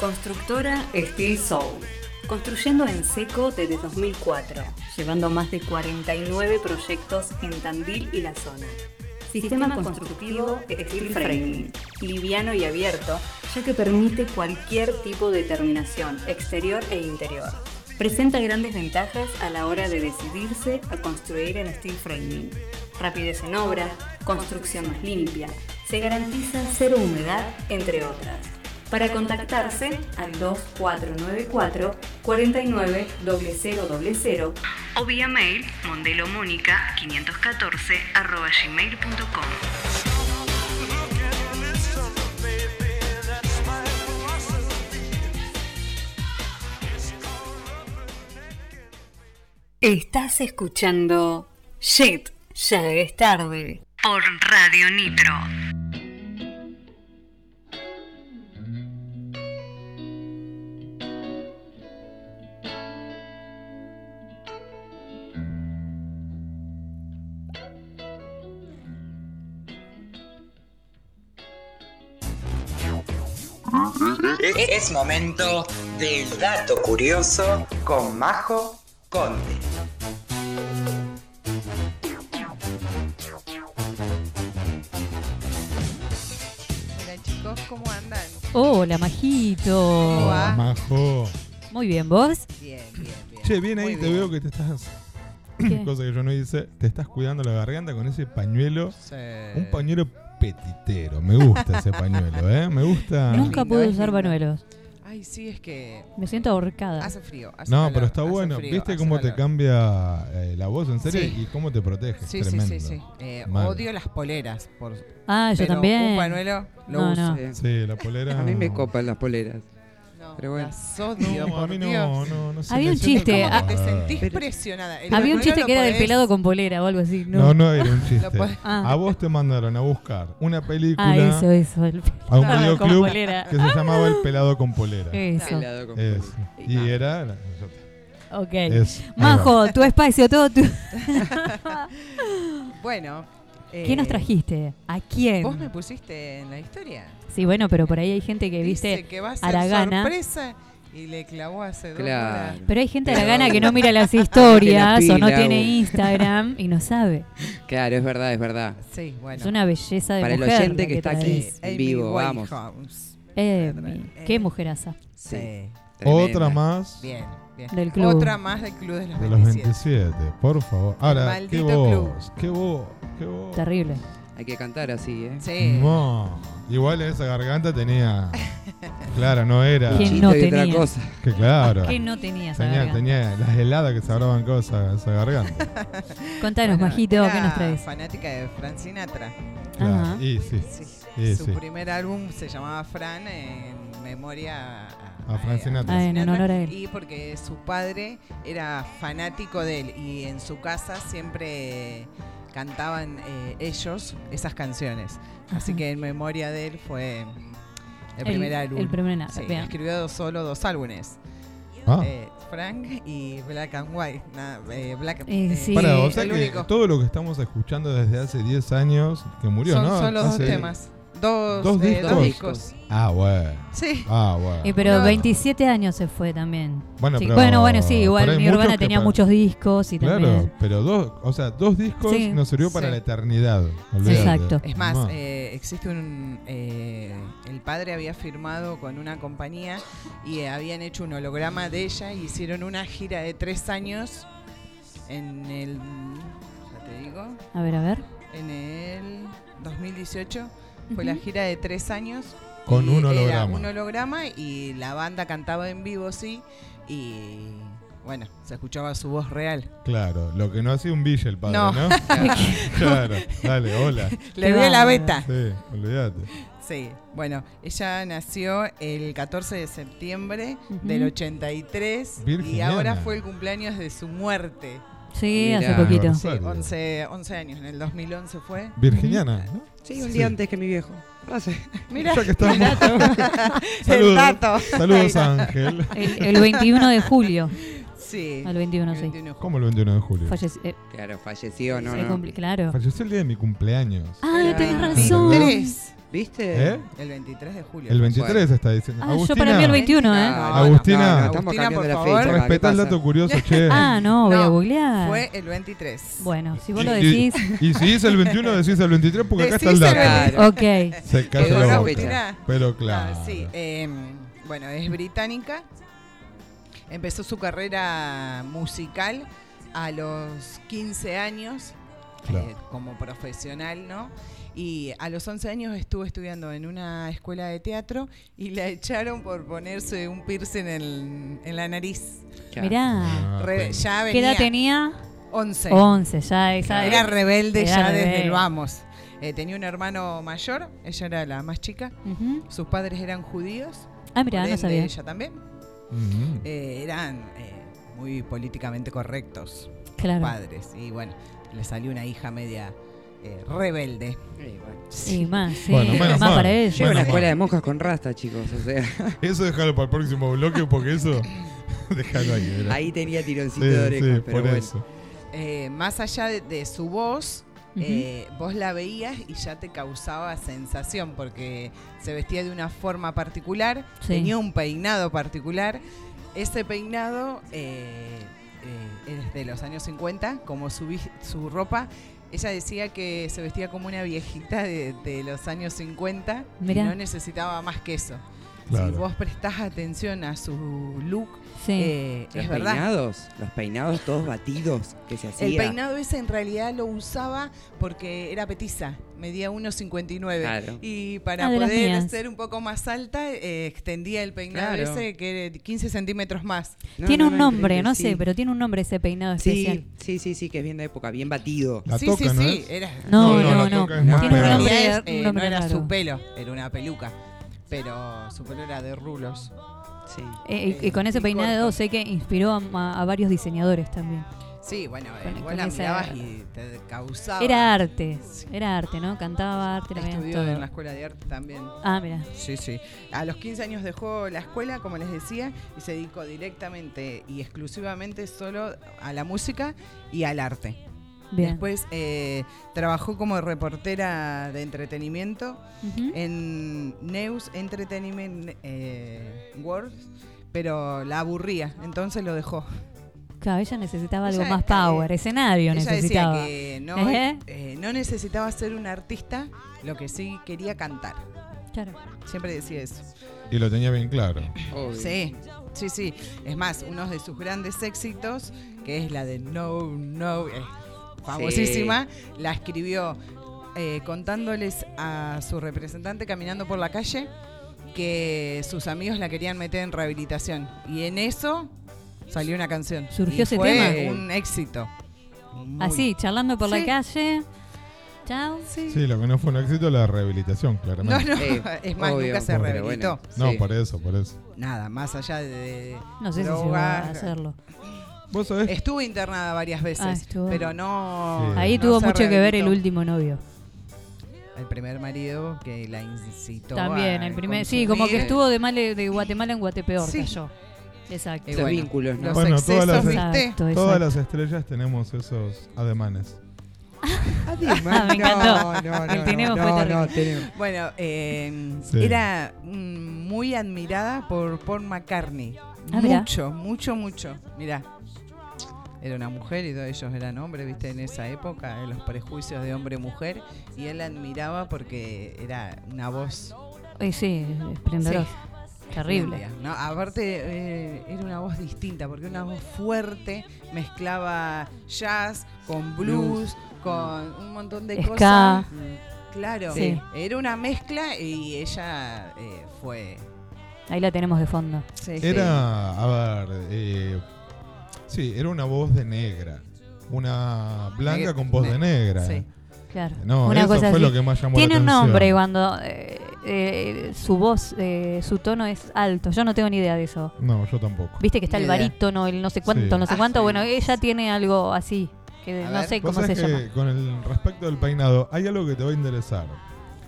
[SPEAKER 3] Constructora Steel Soul. Construyendo en seco desde 2004, llevando más de 49 proyectos en Tandil y la zona. Sistema constructivo Steel Framing. Liviano y abierto, ya que permite cualquier tipo de terminación, exterior e interior. Presenta grandes ventajas a la hora de decidirse a construir en steel framing. Rapidez en obra, construcción más limpia, se garantiza cero humedad, entre otras. Para contactarse al 2494 49 000 o vía mail mondelomónica 514 arroba gmail.com. Estás escuchando Shit, ya es tarde. Por Radio Nitro.
[SPEAKER 4] Es momento del dato curioso con Majo Conde.
[SPEAKER 10] Hola chicos, ¿cómo andan?
[SPEAKER 8] Hola, Majito. Ah,
[SPEAKER 10] va?
[SPEAKER 6] Oh, Majo.
[SPEAKER 8] Muy bien, ¿vos?
[SPEAKER 10] Bien, bien, bien.
[SPEAKER 6] Che, bien
[SPEAKER 10] Muy
[SPEAKER 6] ahí te veo que te estás.
[SPEAKER 8] ¿Qué?
[SPEAKER 6] Cosa que yo no hice. Te estás cuidando la garganta con ese pañuelo.
[SPEAKER 10] Sí.
[SPEAKER 6] Un pañuelo petitero. Me gusta ese pañuelo, ¿eh? Me gusta.
[SPEAKER 10] No,
[SPEAKER 8] Nunca
[SPEAKER 10] lindo,
[SPEAKER 8] pude
[SPEAKER 10] Ah, es
[SPEAKER 8] usar
[SPEAKER 10] lindo.
[SPEAKER 8] panuelos.
[SPEAKER 10] Ay, sí, es que
[SPEAKER 8] Me siento ahorcada.
[SPEAKER 10] hace frío. hace
[SPEAKER 6] No,
[SPEAKER 10] calor,
[SPEAKER 6] pero está
[SPEAKER 10] hace
[SPEAKER 6] bueno.
[SPEAKER 10] frío,
[SPEAKER 6] ¿Viste
[SPEAKER 10] hace
[SPEAKER 6] cómo te
[SPEAKER 10] calor.
[SPEAKER 6] cambia eh, la voz en serio
[SPEAKER 10] Sí.
[SPEAKER 6] y cómo te protege?
[SPEAKER 10] Sí, sí,
[SPEAKER 6] Tremendo.
[SPEAKER 10] sí, sí. Eh,
[SPEAKER 6] Mal.
[SPEAKER 10] odio las poleras. Por,
[SPEAKER 8] Ah, yo
[SPEAKER 10] pero Un
[SPEAKER 8] también.
[SPEAKER 10] panuelo lo
[SPEAKER 8] No,
[SPEAKER 10] uso.
[SPEAKER 8] no.
[SPEAKER 10] Eh,
[SPEAKER 6] Sí, la polera.
[SPEAKER 7] A mí me copan las poleras.
[SPEAKER 10] No,
[SPEAKER 7] Pero bueno.
[SPEAKER 10] las odio,
[SPEAKER 6] No, a
[SPEAKER 10] por
[SPEAKER 6] mí
[SPEAKER 10] Dios.
[SPEAKER 6] no, no, no sé.
[SPEAKER 8] Había
[SPEAKER 6] me
[SPEAKER 8] un
[SPEAKER 6] siento
[SPEAKER 8] chiste,
[SPEAKER 6] como-
[SPEAKER 8] ah,
[SPEAKER 10] Te sentís
[SPEAKER 7] Pero-
[SPEAKER 10] presionada. El
[SPEAKER 8] Había un
[SPEAKER 10] panuelo
[SPEAKER 8] chiste
[SPEAKER 10] lo
[SPEAKER 8] que era del
[SPEAKER 10] podés-
[SPEAKER 8] pelado con polera o algo así. No,
[SPEAKER 6] No, no era un
[SPEAKER 10] Lo
[SPEAKER 6] chiste.
[SPEAKER 10] podés-
[SPEAKER 8] Ah,
[SPEAKER 6] A vos te mandaron a buscar una película
[SPEAKER 8] ah, eso, eso. El
[SPEAKER 6] a un
[SPEAKER 8] pelado con
[SPEAKER 6] videoclub
[SPEAKER 8] polera.
[SPEAKER 6] que se llamaba El Pelado con Polera.
[SPEAKER 8] Eso.
[SPEAKER 7] Helado con
[SPEAKER 6] Eso.
[SPEAKER 7] polera.
[SPEAKER 6] Y
[SPEAKER 10] Ah.
[SPEAKER 6] era. la-
[SPEAKER 8] Ok.
[SPEAKER 6] eso. Ah, Ahí va.
[SPEAKER 8] Majo, tu espacio, todo tu...
[SPEAKER 10] Bueno. eh,
[SPEAKER 8] ¿Quién nos trajiste? ¿A quién?
[SPEAKER 10] Vos me pusiste en la historia.
[SPEAKER 8] Sí, bueno, pero por ahí hay gente que
[SPEAKER 10] Dice
[SPEAKER 8] viste.
[SPEAKER 10] que va a ser
[SPEAKER 8] Aragana.
[SPEAKER 10] sorpresa y le clavó hace dos
[SPEAKER 7] Claro.
[SPEAKER 10] horas.
[SPEAKER 8] Pero hay gente a la
[SPEAKER 7] Pero-
[SPEAKER 8] gana que no mira las historias
[SPEAKER 7] Que la
[SPEAKER 8] o no
[SPEAKER 7] pila,
[SPEAKER 8] tiene
[SPEAKER 7] uh.
[SPEAKER 8] Instagram y no sabe.
[SPEAKER 7] Claro, es verdad, es verdad.
[SPEAKER 10] Sí, bueno.
[SPEAKER 8] Es una belleza de
[SPEAKER 7] Para el
[SPEAKER 8] mujer.
[SPEAKER 7] oyente
[SPEAKER 8] la
[SPEAKER 7] que está
[SPEAKER 8] traes.
[SPEAKER 7] aquí. en vivo, vamos.
[SPEAKER 10] Winehouse.
[SPEAKER 8] Emi, qué
[SPEAKER 10] Eh,
[SPEAKER 8] mujeraza.
[SPEAKER 7] Sí.
[SPEAKER 10] Sí.
[SPEAKER 6] Otra
[SPEAKER 7] Tremenda.
[SPEAKER 6] más
[SPEAKER 10] Bien, bien.
[SPEAKER 8] Del club.
[SPEAKER 10] Otra más del club de los
[SPEAKER 6] de los
[SPEAKER 10] 27.
[SPEAKER 6] 27, por favor. Ahora, qué
[SPEAKER 10] Maldito
[SPEAKER 6] voz, qué voz, qué voz.
[SPEAKER 8] Terrible.
[SPEAKER 7] Hay que cantar así, ¿eh?
[SPEAKER 10] Sí.
[SPEAKER 6] No, igual esa garganta tenía. Claro, no era.
[SPEAKER 8] ¿Quién?
[SPEAKER 7] Chito
[SPEAKER 8] no
[SPEAKER 7] y otra
[SPEAKER 8] tenía.
[SPEAKER 7] cosa.
[SPEAKER 6] Que claro.
[SPEAKER 8] ¿Qué no tenías
[SPEAKER 6] Tenía, tenía las heladas que se abraban cosas esa garganta.
[SPEAKER 8] Contanos,
[SPEAKER 10] Bueno,
[SPEAKER 8] Majito,
[SPEAKER 10] era
[SPEAKER 8] ¿qué nos traes?
[SPEAKER 10] fanática de Fran Sinatra.
[SPEAKER 6] Claro,
[SPEAKER 8] Ajá.
[SPEAKER 6] Y sí.
[SPEAKER 10] Sí.
[SPEAKER 6] Sí,
[SPEAKER 10] Su
[SPEAKER 6] sí.
[SPEAKER 10] primer álbum se llamaba Fran en memoria a,
[SPEAKER 6] A Frank Sinatra.
[SPEAKER 8] Ah, en honor a él.
[SPEAKER 10] Y porque su padre era fanático de él y en su casa siempre cantaban eh, ellos esas canciones. Así
[SPEAKER 8] Ajá.
[SPEAKER 10] que en memoria de él fue el
[SPEAKER 8] El-
[SPEAKER 10] primer álbum.
[SPEAKER 8] el primer álbum,
[SPEAKER 10] Sí,
[SPEAKER 8] bien.
[SPEAKER 10] escribió solo dos álbumes.
[SPEAKER 6] Ah,
[SPEAKER 10] eh, Frank y Black and White. na- eh, Black,
[SPEAKER 8] Eh, sí.
[SPEAKER 6] pará, o
[SPEAKER 8] eh,
[SPEAKER 6] sea
[SPEAKER 10] el
[SPEAKER 6] que
[SPEAKER 10] único.
[SPEAKER 6] todo lo que estamos escuchando desde hace 10 años que murió,
[SPEAKER 10] son
[SPEAKER 6] ¿no?
[SPEAKER 10] solo dos
[SPEAKER 6] Hace-
[SPEAKER 10] temas. Dos,
[SPEAKER 6] Dos
[SPEAKER 10] eh, dos
[SPEAKER 7] discos.
[SPEAKER 10] discos.
[SPEAKER 6] Ah, bueno.
[SPEAKER 10] Sí.
[SPEAKER 6] Ah, bueno.
[SPEAKER 8] Eh, pero
[SPEAKER 10] No.
[SPEAKER 8] 27 años se fue también.
[SPEAKER 6] Bueno,
[SPEAKER 8] Sí.
[SPEAKER 6] pero-
[SPEAKER 8] bueno, bueno, sí,
[SPEAKER 6] pero
[SPEAKER 8] igual
[SPEAKER 6] hay
[SPEAKER 8] mi
[SPEAKER 6] muchos
[SPEAKER 8] Urbana
[SPEAKER 6] que
[SPEAKER 8] tenía
[SPEAKER 6] pa-
[SPEAKER 8] muchos discos y
[SPEAKER 6] Claro,
[SPEAKER 8] también.
[SPEAKER 6] pero dos, o sea, dos discos
[SPEAKER 8] Sí.
[SPEAKER 6] nos sirvió para
[SPEAKER 10] Sí.
[SPEAKER 6] la eternidad. olvídate.
[SPEAKER 8] Exacto.
[SPEAKER 10] Es más,
[SPEAKER 6] No.
[SPEAKER 10] eh, existe un... eh, el padre había firmado con una compañía y eh, habían hecho un holograma de ella y hicieron una gira de tres años en el... Ya te digo.
[SPEAKER 8] A ver, a ver.
[SPEAKER 10] En el 2018. Fue la gira de tres años.
[SPEAKER 6] Con
[SPEAKER 10] y
[SPEAKER 6] un
[SPEAKER 10] era
[SPEAKER 6] holograma.
[SPEAKER 10] un holograma y la banda cantaba en vivo, sí. Y bueno, se escuchaba su voz real.
[SPEAKER 6] Claro, lo que no hacía un Villa el padre,
[SPEAKER 10] No.
[SPEAKER 6] ¿no? claro, dale, hola.
[SPEAKER 10] Le dio la beta.
[SPEAKER 6] Sí, olvídate.
[SPEAKER 10] Sí, bueno, ella nació el 14 de septiembre del 83 y
[SPEAKER 6] Virginiana.
[SPEAKER 10] ahora fue el cumpleaños de su muerte.
[SPEAKER 8] Sí, hace
[SPEAKER 6] Mirá,
[SPEAKER 8] poquito.
[SPEAKER 10] Sí,
[SPEAKER 6] Claro.
[SPEAKER 10] 11, 11 años, en el 2011 fue.
[SPEAKER 6] Virginiana, ¿no?
[SPEAKER 7] Sí, un día antes que mi viejo. Ah, No sé.
[SPEAKER 10] Mira,
[SPEAKER 6] Ya que estamos.
[SPEAKER 10] el
[SPEAKER 6] Saludos.
[SPEAKER 10] dato.
[SPEAKER 6] Saludos, Ángel.
[SPEAKER 8] El, el 21 de julio.
[SPEAKER 10] Sí.
[SPEAKER 8] Al 21, sí.
[SPEAKER 6] ¿Cómo el 21 de julio?
[SPEAKER 8] Fallece- eh,
[SPEAKER 7] Claro, falleció, no,
[SPEAKER 8] se
[SPEAKER 7] no.
[SPEAKER 8] cumpli- claro.
[SPEAKER 6] Falleció el día de mi cumpleaños.
[SPEAKER 8] Ah,
[SPEAKER 7] Claro.
[SPEAKER 8] tenés razón.
[SPEAKER 7] ¿Viste?
[SPEAKER 6] ¿Eh?
[SPEAKER 10] El 23 de julio.
[SPEAKER 6] El 23 está diciendo.
[SPEAKER 8] Ah, yo
[SPEAKER 6] Agustina,
[SPEAKER 8] para mí el 21, ¿eh?
[SPEAKER 7] No,
[SPEAKER 6] Agustina.
[SPEAKER 7] estamos
[SPEAKER 10] Agustina,
[SPEAKER 7] cambiando
[SPEAKER 10] por
[SPEAKER 7] la
[SPEAKER 10] favor.
[SPEAKER 7] fecha. acá, ¿qué
[SPEAKER 6] Respetá el
[SPEAKER 7] pasa?
[SPEAKER 6] dato curioso, che.
[SPEAKER 8] Ah, no, voy a
[SPEAKER 10] No,
[SPEAKER 8] googlear.
[SPEAKER 10] Fue el 23.
[SPEAKER 8] Bueno, si vos lo
[SPEAKER 6] Y- y-
[SPEAKER 8] decís.
[SPEAKER 6] Y, si dice el 21, decís el 23 porque acá está el
[SPEAKER 10] Decís el
[SPEAKER 6] dato.
[SPEAKER 10] 23.
[SPEAKER 8] Ok.
[SPEAKER 6] Se
[SPEAKER 7] Quedó
[SPEAKER 6] calla la
[SPEAKER 7] la
[SPEAKER 6] boca.
[SPEAKER 10] fecha.
[SPEAKER 6] Pero
[SPEAKER 10] Ah,
[SPEAKER 6] claro.
[SPEAKER 10] sí, eh, bueno, es británica. Empezó su carrera musical a los 15 años
[SPEAKER 6] Claro.
[SPEAKER 10] eh, como profesional, ¿no? Y a los 11 años estuvo estudiando en una escuela de teatro y la echaron por ponerse un piercing en, en la nariz.
[SPEAKER 7] Claro.
[SPEAKER 8] Mirá.
[SPEAKER 6] Ah,
[SPEAKER 10] Re-
[SPEAKER 6] sí.
[SPEAKER 10] ya
[SPEAKER 8] ¿Qué
[SPEAKER 10] venía
[SPEAKER 8] edad tenía?
[SPEAKER 10] 11.
[SPEAKER 8] 11, ya esa.
[SPEAKER 10] Era rebelde
[SPEAKER 8] Era
[SPEAKER 10] ya desde
[SPEAKER 8] rebelde.
[SPEAKER 10] el vamos. Eh, tenía un hermano mayor, ella era la más chica.
[SPEAKER 8] Ujú.
[SPEAKER 10] Sus padres eran judíos.
[SPEAKER 8] Ah, mirá,
[SPEAKER 10] por
[SPEAKER 8] no
[SPEAKER 10] ende,
[SPEAKER 8] sabía.
[SPEAKER 10] Ella también.
[SPEAKER 6] Ujú.
[SPEAKER 10] Eh, eran eh, muy políticamente correctos los
[SPEAKER 8] Claro.
[SPEAKER 10] padres. Y bueno, le salió una hija media eh, rebelde.
[SPEAKER 7] Eh, bueno.
[SPEAKER 8] Y más, sí.
[SPEAKER 6] Bueno, menos
[SPEAKER 8] más
[SPEAKER 6] mal.
[SPEAKER 8] para ella.
[SPEAKER 7] Llevo
[SPEAKER 6] Bueno,
[SPEAKER 7] la escuela
[SPEAKER 6] bueno.
[SPEAKER 7] de monjas con rasta, chicos. O sea,
[SPEAKER 6] Eso déjalo para el próximo bloque porque eso. déjalo ahí. verá.
[SPEAKER 7] ahí tenía
[SPEAKER 6] Sí,
[SPEAKER 7] tironcito de orejas,
[SPEAKER 6] sí,
[SPEAKER 7] pero
[SPEAKER 6] por
[SPEAKER 7] bueno.
[SPEAKER 6] eso.
[SPEAKER 10] Eh, más allá de, de su voz,
[SPEAKER 8] Ujú.
[SPEAKER 10] eh, vos la veías y ya te causaba sensación porque se vestía de una forma particular,
[SPEAKER 8] Sí.
[SPEAKER 10] tenía un peinado particular. Ese peinado eh, eh, es de los años 50, como su, vi- su ropa. Ella decía que se vestía como una viejita de, de los años 50
[SPEAKER 8] Mirá.
[SPEAKER 10] y no necesitaba más que eso.
[SPEAKER 6] Claro.
[SPEAKER 10] Si vos prestás atención a su look,
[SPEAKER 8] Sí.
[SPEAKER 10] eh,
[SPEAKER 7] Los
[SPEAKER 10] es verdad.
[SPEAKER 7] peinados, los peinados todos batidos que se hacía.
[SPEAKER 10] El peinado ese en realidad lo usaba porque era petiza, medía 1,59.
[SPEAKER 7] Claro.
[SPEAKER 10] Y para
[SPEAKER 8] Ah, de las mías.
[SPEAKER 10] poder ser un poco más alta, eh, extendía el peinado
[SPEAKER 7] Claro.
[SPEAKER 10] ese que era 15 centímetros más.
[SPEAKER 7] No,
[SPEAKER 8] tiene
[SPEAKER 7] no,
[SPEAKER 8] un
[SPEAKER 7] no,
[SPEAKER 8] nombre,
[SPEAKER 7] increíble,
[SPEAKER 8] no
[SPEAKER 7] sí.
[SPEAKER 8] sé, pero tiene un nombre ese peinado Ah, especial.
[SPEAKER 7] Sí, sí, sí, sí, que es bien de época, bien batido.
[SPEAKER 6] La
[SPEAKER 10] sí,
[SPEAKER 6] toca,
[SPEAKER 10] sí,
[SPEAKER 6] ¿no
[SPEAKER 10] sí.
[SPEAKER 6] es?
[SPEAKER 10] Era,
[SPEAKER 8] No,
[SPEAKER 6] No, no,
[SPEAKER 8] no,
[SPEAKER 6] la
[SPEAKER 8] no.
[SPEAKER 6] toca es más
[SPEAKER 8] Tiene un
[SPEAKER 6] peor.
[SPEAKER 10] En
[SPEAKER 8] nombre,
[SPEAKER 10] realidad,
[SPEAKER 8] un
[SPEAKER 10] eh, no
[SPEAKER 8] nombre
[SPEAKER 10] era
[SPEAKER 8] raro.
[SPEAKER 10] su pelo, era una peluca. Pero su pelo era de rulos.
[SPEAKER 7] Sí.
[SPEAKER 8] Eh, y, y con ese
[SPEAKER 10] Y
[SPEAKER 8] peinado
[SPEAKER 10] corto.
[SPEAKER 8] sé que inspiró a, a- a varios diseñadores también.
[SPEAKER 10] Sí, bueno, eh,
[SPEAKER 8] Con-
[SPEAKER 10] vos
[SPEAKER 8] con
[SPEAKER 10] la
[SPEAKER 8] esa-
[SPEAKER 10] mirabas y te causaba.
[SPEAKER 8] Era arte, era arte, ¿no? Cantaba arte, la veías
[SPEAKER 10] Estudió
[SPEAKER 8] todo.
[SPEAKER 10] en la escuela de arte también.
[SPEAKER 8] Ah, mira.
[SPEAKER 10] Sí, sí. A los 15 años dejó la escuela, como les decía, y se dedicó directamente y exclusivamente solo a la música y al arte.
[SPEAKER 8] Bien.
[SPEAKER 10] Después eh, trabajó como reportera de entretenimiento
[SPEAKER 8] Ujú.
[SPEAKER 10] en News Entertainment eh, World, pero la aburría, entonces lo dejó.
[SPEAKER 8] Claro, ella necesitaba algo
[SPEAKER 10] Ella,
[SPEAKER 8] más
[SPEAKER 10] eh,
[SPEAKER 8] power, escenario
[SPEAKER 10] Ella
[SPEAKER 8] necesitaba.
[SPEAKER 10] decía que no,
[SPEAKER 8] Ejé.
[SPEAKER 10] eh, no necesitaba ser un artista, lo que sí quería cantar.
[SPEAKER 8] Claro.
[SPEAKER 10] Siempre decía eso.
[SPEAKER 6] Y lo tenía bien claro.
[SPEAKER 7] Obvio.
[SPEAKER 10] Sí, sí, sí. Es más, uno de sus grandes éxitos, que es la de No, No, eh, famosísima, la escribió eh, contándoles a su representante caminando por la calle que sus amigos la querían meter en rehabilitación. Y en eso salió una canción.
[SPEAKER 8] Surgió
[SPEAKER 10] Y
[SPEAKER 8] ese
[SPEAKER 10] fue
[SPEAKER 7] tema.
[SPEAKER 10] un éxito. Muy-
[SPEAKER 8] Así, charlando por la
[SPEAKER 10] Sí.
[SPEAKER 8] calle. Chao.
[SPEAKER 10] Sí.
[SPEAKER 6] Sí, lo que no fue un éxito la rehabilitación,
[SPEAKER 10] No,
[SPEAKER 6] claramente.
[SPEAKER 10] no,
[SPEAKER 7] Eh,
[SPEAKER 10] es más,
[SPEAKER 7] obvio,
[SPEAKER 10] nunca se
[SPEAKER 7] pero
[SPEAKER 10] rehabilitó.
[SPEAKER 7] bueno,
[SPEAKER 6] No,
[SPEAKER 7] sí.
[SPEAKER 6] por eso, por eso.
[SPEAKER 10] Nada, más allá de
[SPEAKER 8] No sé si se va a
[SPEAKER 10] drogas,
[SPEAKER 8] hacerlo.
[SPEAKER 6] Vos sabés
[SPEAKER 10] Estuvo internada varias veces,
[SPEAKER 8] Ah, estuvo.
[SPEAKER 10] pero no.
[SPEAKER 6] Sí.
[SPEAKER 8] Ahí
[SPEAKER 10] no
[SPEAKER 8] tuvo
[SPEAKER 10] se
[SPEAKER 8] mucho que ver el
[SPEAKER 10] rehabilitó.
[SPEAKER 8] último novio.
[SPEAKER 10] El primer marido que la incitó.
[SPEAKER 8] También,
[SPEAKER 10] a
[SPEAKER 8] el primer. Sí, como
[SPEAKER 10] consumir.
[SPEAKER 8] que estuvo de, mal, de Guatemala en Guatepeor,
[SPEAKER 10] Sí.
[SPEAKER 8] cayó. Exacto.
[SPEAKER 10] Eh,
[SPEAKER 7] Los
[SPEAKER 10] bueno,
[SPEAKER 7] vínculos, ¿no?
[SPEAKER 10] Los
[SPEAKER 6] Bueno, todas
[SPEAKER 10] excesos,
[SPEAKER 6] las-
[SPEAKER 10] ¿viste?
[SPEAKER 8] Exacto,
[SPEAKER 6] Todas
[SPEAKER 8] exacto.
[SPEAKER 6] las estrellas tenemos esos ademanes.
[SPEAKER 8] Ah, me encantó.
[SPEAKER 7] No, no, no,
[SPEAKER 8] El tenemos
[SPEAKER 7] no,
[SPEAKER 8] fue
[SPEAKER 7] no,
[SPEAKER 8] terrible.
[SPEAKER 7] tenemos.
[SPEAKER 10] Bueno, eh,
[SPEAKER 6] Sí.
[SPEAKER 10] era mm, muy admirada por Paul McCartney.
[SPEAKER 8] Ah, mirá.
[SPEAKER 10] mucho, mucho, mucho. Mirá. Era una mujer y todos ellos eran hombres, viste, en esa época, eh, los prejuicios de hombre-mujer. Y él la admiraba porque era una voz
[SPEAKER 8] Eh, sí, esplendorosa. Terrible.
[SPEAKER 10] Espléndida, ¿no? Aparte, eh, era una voz distinta, porque una voz fuerte mezclaba jazz con blues, con un montón de
[SPEAKER 8] Ska.
[SPEAKER 10] cosas. Claro,
[SPEAKER 8] Sí.
[SPEAKER 10] era una mezcla y ella eh, fue.
[SPEAKER 8] Ahí la tenemos de fondo.
[SPEAKER 10] sí, sí.
[SPEAKER 6] Era, a ver, eh, Sí, era una voz de negra. Una blanca
[SPEAKER 8] Negra-
[SPEAKER 6] con voz de
[SPEAKER 8] ne-
[SPEAKER 6] negra. eh.
[SPEAKER 8] sí. Claro.
[SPEAKER 6] No,
[SPEAKER 8] Una
[SPEAKER 6] eso
[SPEAKER 8] cosa
[SPEAKER 6] fue
[SPEAKER 8] así.
[SPEAKER 6] lo que más llamó la
[SPEAKER 8] Tiene un
[SPEAKER 6] atención.
[SPEAKER 8] nombre cuando eh, eh, su voz, eh, su tono es alto. Yo no tengo ni idea de eso.
[SPEAKER 6] No, yo tampoco.
[SPEAKER 8] Viste que está
[SPEAKER 6] Ni
[SPEAKER 8] el
[SPEAKER 6] idea.
[SPEAKER 8] barítono, el no sé cuánto,
[SPEAKER 6] Sí.
[SPEAKER 8] no sé
[SPEAKER 6] Ah,
[SPEAKER 8] cuánto. Bueno, ella tiene algo así, que
[SPEAKER 6] A
[SPEAKER 8] no
[SPEAKER 6] ver.
[SPEAKER 8] sé
[SPEAKER 6] Vos
[SPEAKER 8] cómo se
[SPEAKER 6] sabés que
[SPEAKER 8] llama.
[SPEAKER 6] Con el respecto del peinado, hay algo que te va a interesar.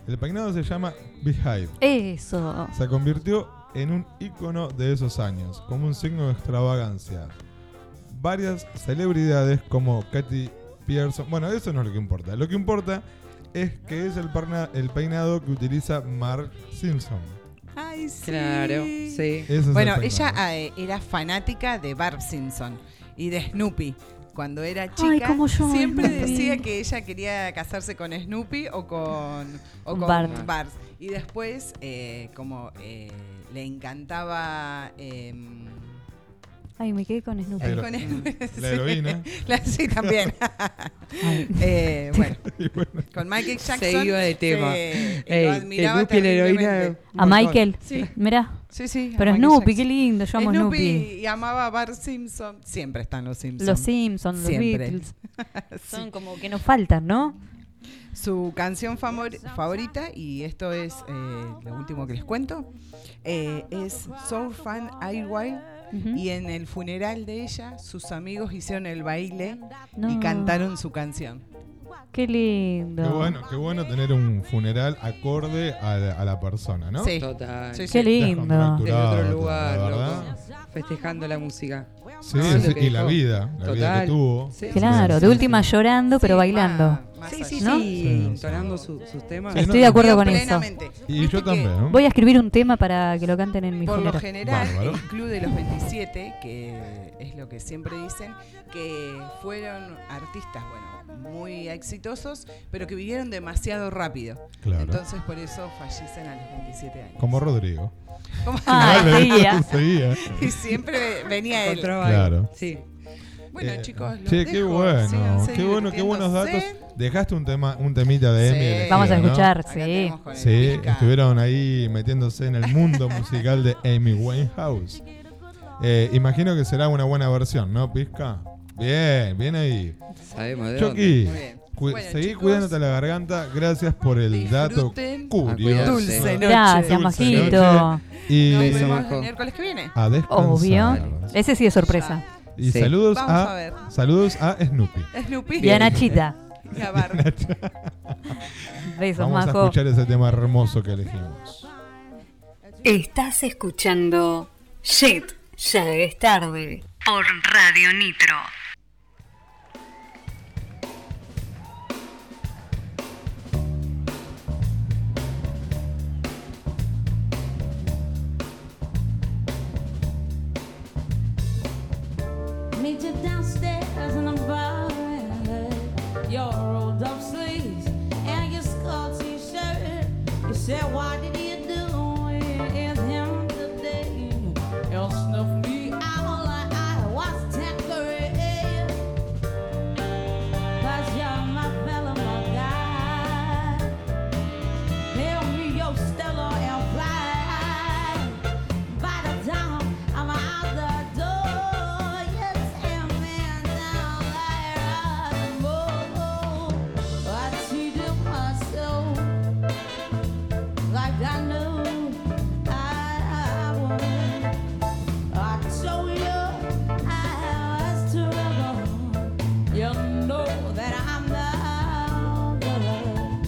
[SPEAKER 6] El peinado se llama Beehive.
[SPEAKER 8] Eso.
[SPEAKER 6] Se convirtió en un ícono de esos años, como un signo de extravagancia. Varias celebridades como Katy Pearson, bueno, eso no es lo que importa. Lo que importa es que es el, perna- el peinado que utiliza Mark Simpson.
[SPEAKER 10] Ay, sí.
[SPEAKER 7] Claro, sí.
[SPEAKER 6] Ese es el
[SPEAKER 10] bueno,
[SPEAKER 6] peinado.
[SPEAKER 10] ella eh, era fanática de Barb Simpson y de Snoopy. Cuando era chica,
[SPEAKER 8] Ay, cómo yo amo
[SPEAKER 10] siempre
[SPEAKER 8] Snoopy.
[SPEAKER 10] decía que ella quería casarse con Snoopy o con, o
[SPEAKER 8] Con
[SPEAKER 10] con
[SPEAKER 8] Bart.
[SPEAKER 10] Bart. Y después, eh, como eh, le encantaba... em,
[SPEAKER 8] Ay, me quedé con Snoopy.
[SPEAKER 10] Ay, con él. Sí.
[SPEAKER 6] La heroína.
[SPEAKER 10] La- sí, también.
[SPEAKER 8] Ay.
[SPEAKER 10] Eh, bueno,
[SPEAKER 6] Y bueno.
[SPEAKER 10] con Michael Jackson.
[SPEAKER 7] Se iba de tema.
[SPEAKER 10] se-
[SPEAKER 7] Ey,
[SPEAKER 10] lo admiraba
[SPEAKER 7] el Lupi y la heroína,
[SPEAKER 10] terriblemente.
[SPEAKER 7] un
[SPEAKER 8] A
[SPEAKER 7] montón.
[SPEAKER 8] Michael.
[SPEAKER 10] Sí.
[SPEAKER 8] Mirá.
[SPEAKER 10] Sí, sí. a
[SPEAKER 8] Pero
[SPEAKER 10] Michael
[SPEAKER 8] Snoopy,
[SPEAKER 10] Jackson.
[SPEAKER 8] qué lindo. Yo amo
[SPEAKER 10] Snoopy
[SPEAKER 8] Snoopy.
[SPEAKER 10] y amaba a Bart Simpson. Siempre están los Simpsons.
[SPEAKER 8] Los Simpsons, los
[SPEAKER 10] Siempre.
[SPEAKER 8] Beatles. Son
[SPEAKER 10] Sí.
[SPEAKER 8] como que nos faltan, ¿no?
[SPEAKER 10] Su canción favor- favorita, y esto es eh, lo último que les cuento, eh, es Soul Fan Airwild.
[SPEAKER 8] Ujú.
[SPEAKER 10] Y en el funeral de ella, sus amigos hicieron el baile
[SPEAKER 8] No.
[SPEAKER 10] y cantaron su canción.
[SPEAKER 8] Qué lindo.
[SPEAKER 6] Qué bueno, qué bueno tener un funeral acorde a la, a la persona, ¿no?
[SPEAKER 10] Sí.
[SPEAKER 7] Total.
[SPEAKER 10] Sí,
[SPEAKER 8] Qué
[SPEAKER 10] sí.
[SPEAKER 8] lindo.
[SPEAKER 7] En
[SPEAKER 6] Claro,
[SPEAKER 7] otro
[SPEAKER 6] la
[SPEAKER 7] lugar,
[SPEAKER 6] verdad.
[SPEAKER 7] loco. Festejando la música.
[SPEAKER 6] Sí,
[SPEAKER 7] Eso es lo
[SPEAKER 6] sí,
[SPEAKER 7] que
[SPEAKER 6] y la
[SPEAKER 7] dejó.
[SPEAKER 6] vida, la vida que
[SPEAKER 7] Total.
[SPEAKER 6] tuvo.
[SPEAKER 7] Sí.
[SPEAKER 8] Claro,
[SPEAKER 6] Sí,
[SPEAKER 8] de última llorando, pero
[SPEAKER 10] Sí,
[SPEAKER 8] bailando.
[SPEAKER 10] más- más
[SPEAKER 7] Sí,
[SPEAKER 10] allá.
[SPEAKER 7] sí,
[SPEAKER 8] ¿No?
[SPEAKER 7] sí.
[SPEAKER 6] Sí,
[SPEAKER 7] Entonando su- sus temas.
[SPEAKER 6] Sí,
[SPEAKER 8] Estoy de acuerdo con eso.
[SPEAKER 10] Plenamente.
[SPEAKER 6] Y
[SPEAKER 10] Viste
[SPEAKER 6] yo
[SPEAKER 10] que
[SPEAKER 6] también. ¿no?
[SPEAKER 8] Voy a escribir un tema para que lo canten en mi
[SPEAKER 10] Por lo
[SPEAKER 8] funeral.
[SPEAKER 10] general,
[SPEAKER 6] Bárbaro.
[SPEAKER 10] el Club de los 27, que es lo que siempre dicen, que fueron artistas, bueno, muy exitosos, pero que vivieron demasiado rápido.
[SPEAKER 6] Claro.
[SPEAKER 10] Entonces por eso fallecen a los 27 años.
[SPEAKER 6] Como Rodrigo.
[SPEAKER 10] Como-
[SPEAKER 8] Ah,
[SPEAKER 6] Vale,
[SPEAKER 8] seguía.
[SPEAKER 6] seguía.
[SPEAKER 10] y siempre venía él.
[SPEAKER 7] Encontraba
[SPEAKER 6] Claro.
[SPEAKER 7] algo. Sí.
[SPEAKER 10] Bueno,
[SPEAKER 6] Eh,
[SPEAKER 10] chicos, los
[SPEAKER 6] che, qué
[SPEAKER 10] dejo,
[SPEAKER 6] bueno,
[SPEAKER 10] síganse
[SPEAKER 6] qué bueno, qué buenos datos.
[SPEAKER 10] divirtiéndose.
[SPEAKER 6] Dejaste un tema, un temita de
[SPEAKER 10] Sí.
[SPEAKER 6] Emi elegido,
[SPEAKER 8] Vamos a
[SPEAKER 6] ¿no?
[SPEAKER 8] escuchar,
[SPEAKER 10] Acá
[SPEAKER 8] sí.
[SPEAKER 10] tenemos con el
[SPEAKER 6] Sí,
[SPEAKER 10] Pica.
[SPEAKER 6] estuvieron ahí metiéndose en el mundo musical de Amy Winehouse. Eh, imagino que será una buena versión, ¿no, Pizca? Bien, bien ahí.
[SPEAKER 7] Sabemos de dónde.
[SPEAKER 6] Chucky,
[SPEAKER 10] Muy bien.
[SPEAKER 6] cu-
[SPEAKER 10] Bueno,
[SPEAKER 6] seguí
[SPEAKER 10] chicos,
[SPEAKER 6] cuidándote la garganta. Gracias por el dato
[SPEAKER 10] disfruten.
[SPEAKER 6] curioso.
[SPEAKER 10] Dulce noche.
[SPEAKER 8] Gracias,
[SPEAKER 6] Dulce
[SPEAKER 8] Majito.
[SPEAKER 6] Y
[SPEAKER 10] Nos
[SPEAKER 7] Beso,
[SPEAKER 10] vemos
[SPEAKER 7] Majo.
[SPEAKER 10] el miércoles que viene.
[SPEAKER 6] a descansar.
[SPEAKER 8] Obvio. Ese sí es sorpresa.
[SPEAKER 6] Y
[SPEAKER 7] Sí.
[SPEAKER 6] saludos
[SPEAKER 10] Vamos a ver.
[SPEAKER 6] a, saludos a Snoopy.
[SPEAKER 10] Snoopy
[SPEAKER 8] Y a Nachita.
[SPEAKER 10] y a Barbie.
[SPEAKER 8] Besos,
[SPEAKER 6] Vamos a
[SPEAKER 8] Majo.
[SPEAKER 6] escuchar ese tema hermoso que elegimos.
[SPEAKER 3] Estás escuchando Shit, ya es tarde. Por Radio Nitro.
[SPEAKER 11] Meet you downstairs in the bar and your rolled up sleeves and your skull t-shirt. You said, What did you do with him today? He'll snuff me out like I was temporary. Cause you're my fella, my guy. Hail me your Stella and fly. By the time I'm out the door, yes, and man down like oh, I cheated myself like I knew I, would. I told you I was terrible. You know that I'm not the one.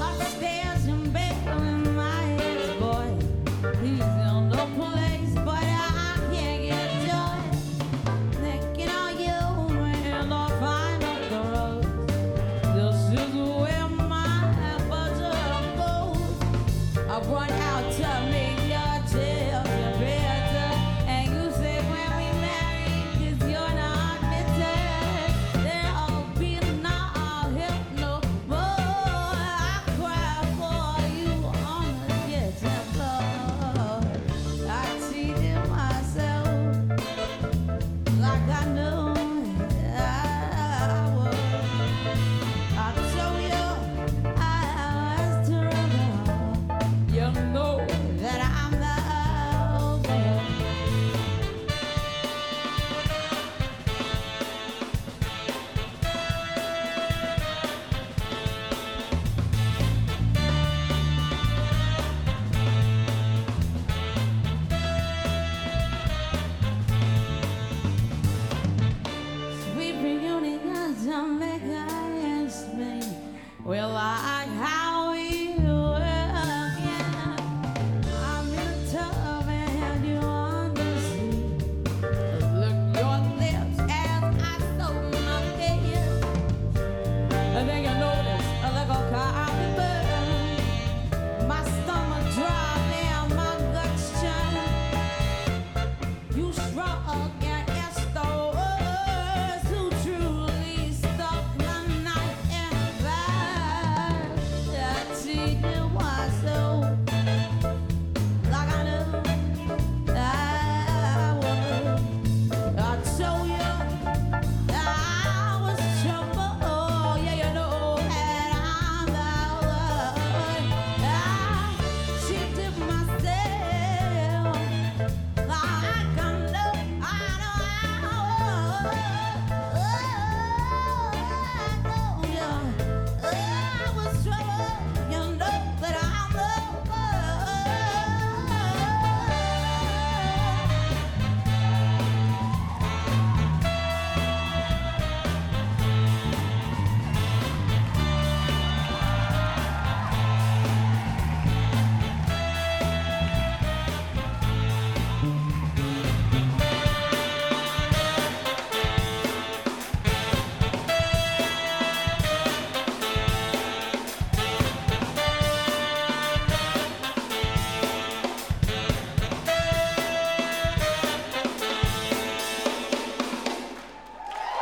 [SPEAKER 11] upstairs in bed with my ex boy. He's in no place, but I can't get joy. Thinking of you and I'll find out the road. This is where my butter goes. I run out to make your children better. And you say when we marry, cause you're not bitter. Then I'll be not I'll help no more. I cry for you on the kitchen floor. I cheated myself like I knew I would. I show you I was terrible. You know that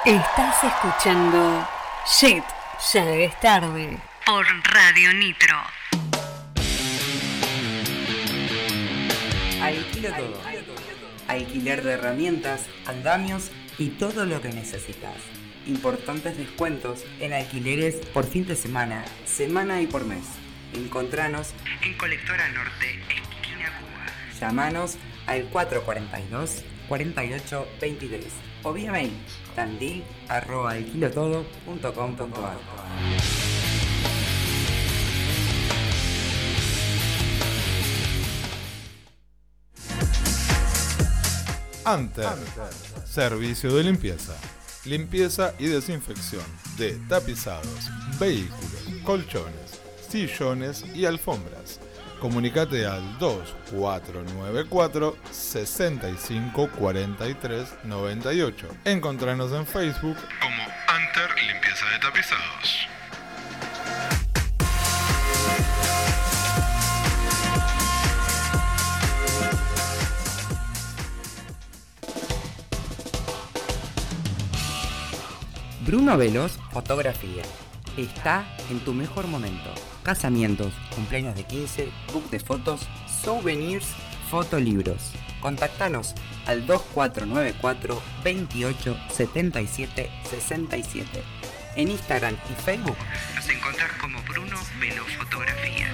[SPEAKER 3] Estás escuchando Shit, ya es tarde. Por Radio Nitro.
[SPEAKER 7] Alquilo todo. Alquiler de herramientas, andamios y todo lo que necesitas. Importantes descuentos en alquileres por fin de semana, semana y por mes. Encontranos en Colectora Norte, esquina Cuba. Llamanos al 442 4823 o vía mail tandil arroba alquilotodo.com.ar.
[SPEAKER 6] Anter. Servicio de limpieza. Limpieza y desinfección de tapizados, vehículos, colchones, sillones y alfombras. Comunicate al 2494 6543 98. Encontranos en Facebook como Anter Limpieza de Tapizados.
[SPEAKER 7] Bruno Velos, fotografía. Está en tu mejor momento. Casamientos, cumpleaños de 15, book de fotos, souvenirs, fotolibros. Contactanos al 2494 28 77 67. En Instagram y Facebook nos encontrás como Bruno Velos Fotografía.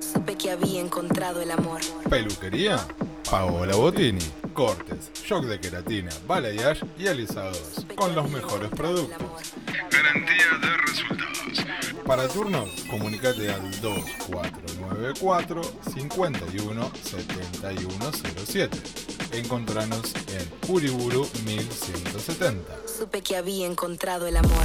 [SPEAKER 12] Supe que había encontrado el amor.
[SPEAKER 6] Peluquería, Paola Botini. Cortes, shock de queratina, balayage y alisados. Con los mejores productos. Garantía de resultados. Para turnos, comunícate al 2494 51 7107. Encontranos en Uriburu 1170.
[SPEAKER 12] Supe que había encontrado el amor.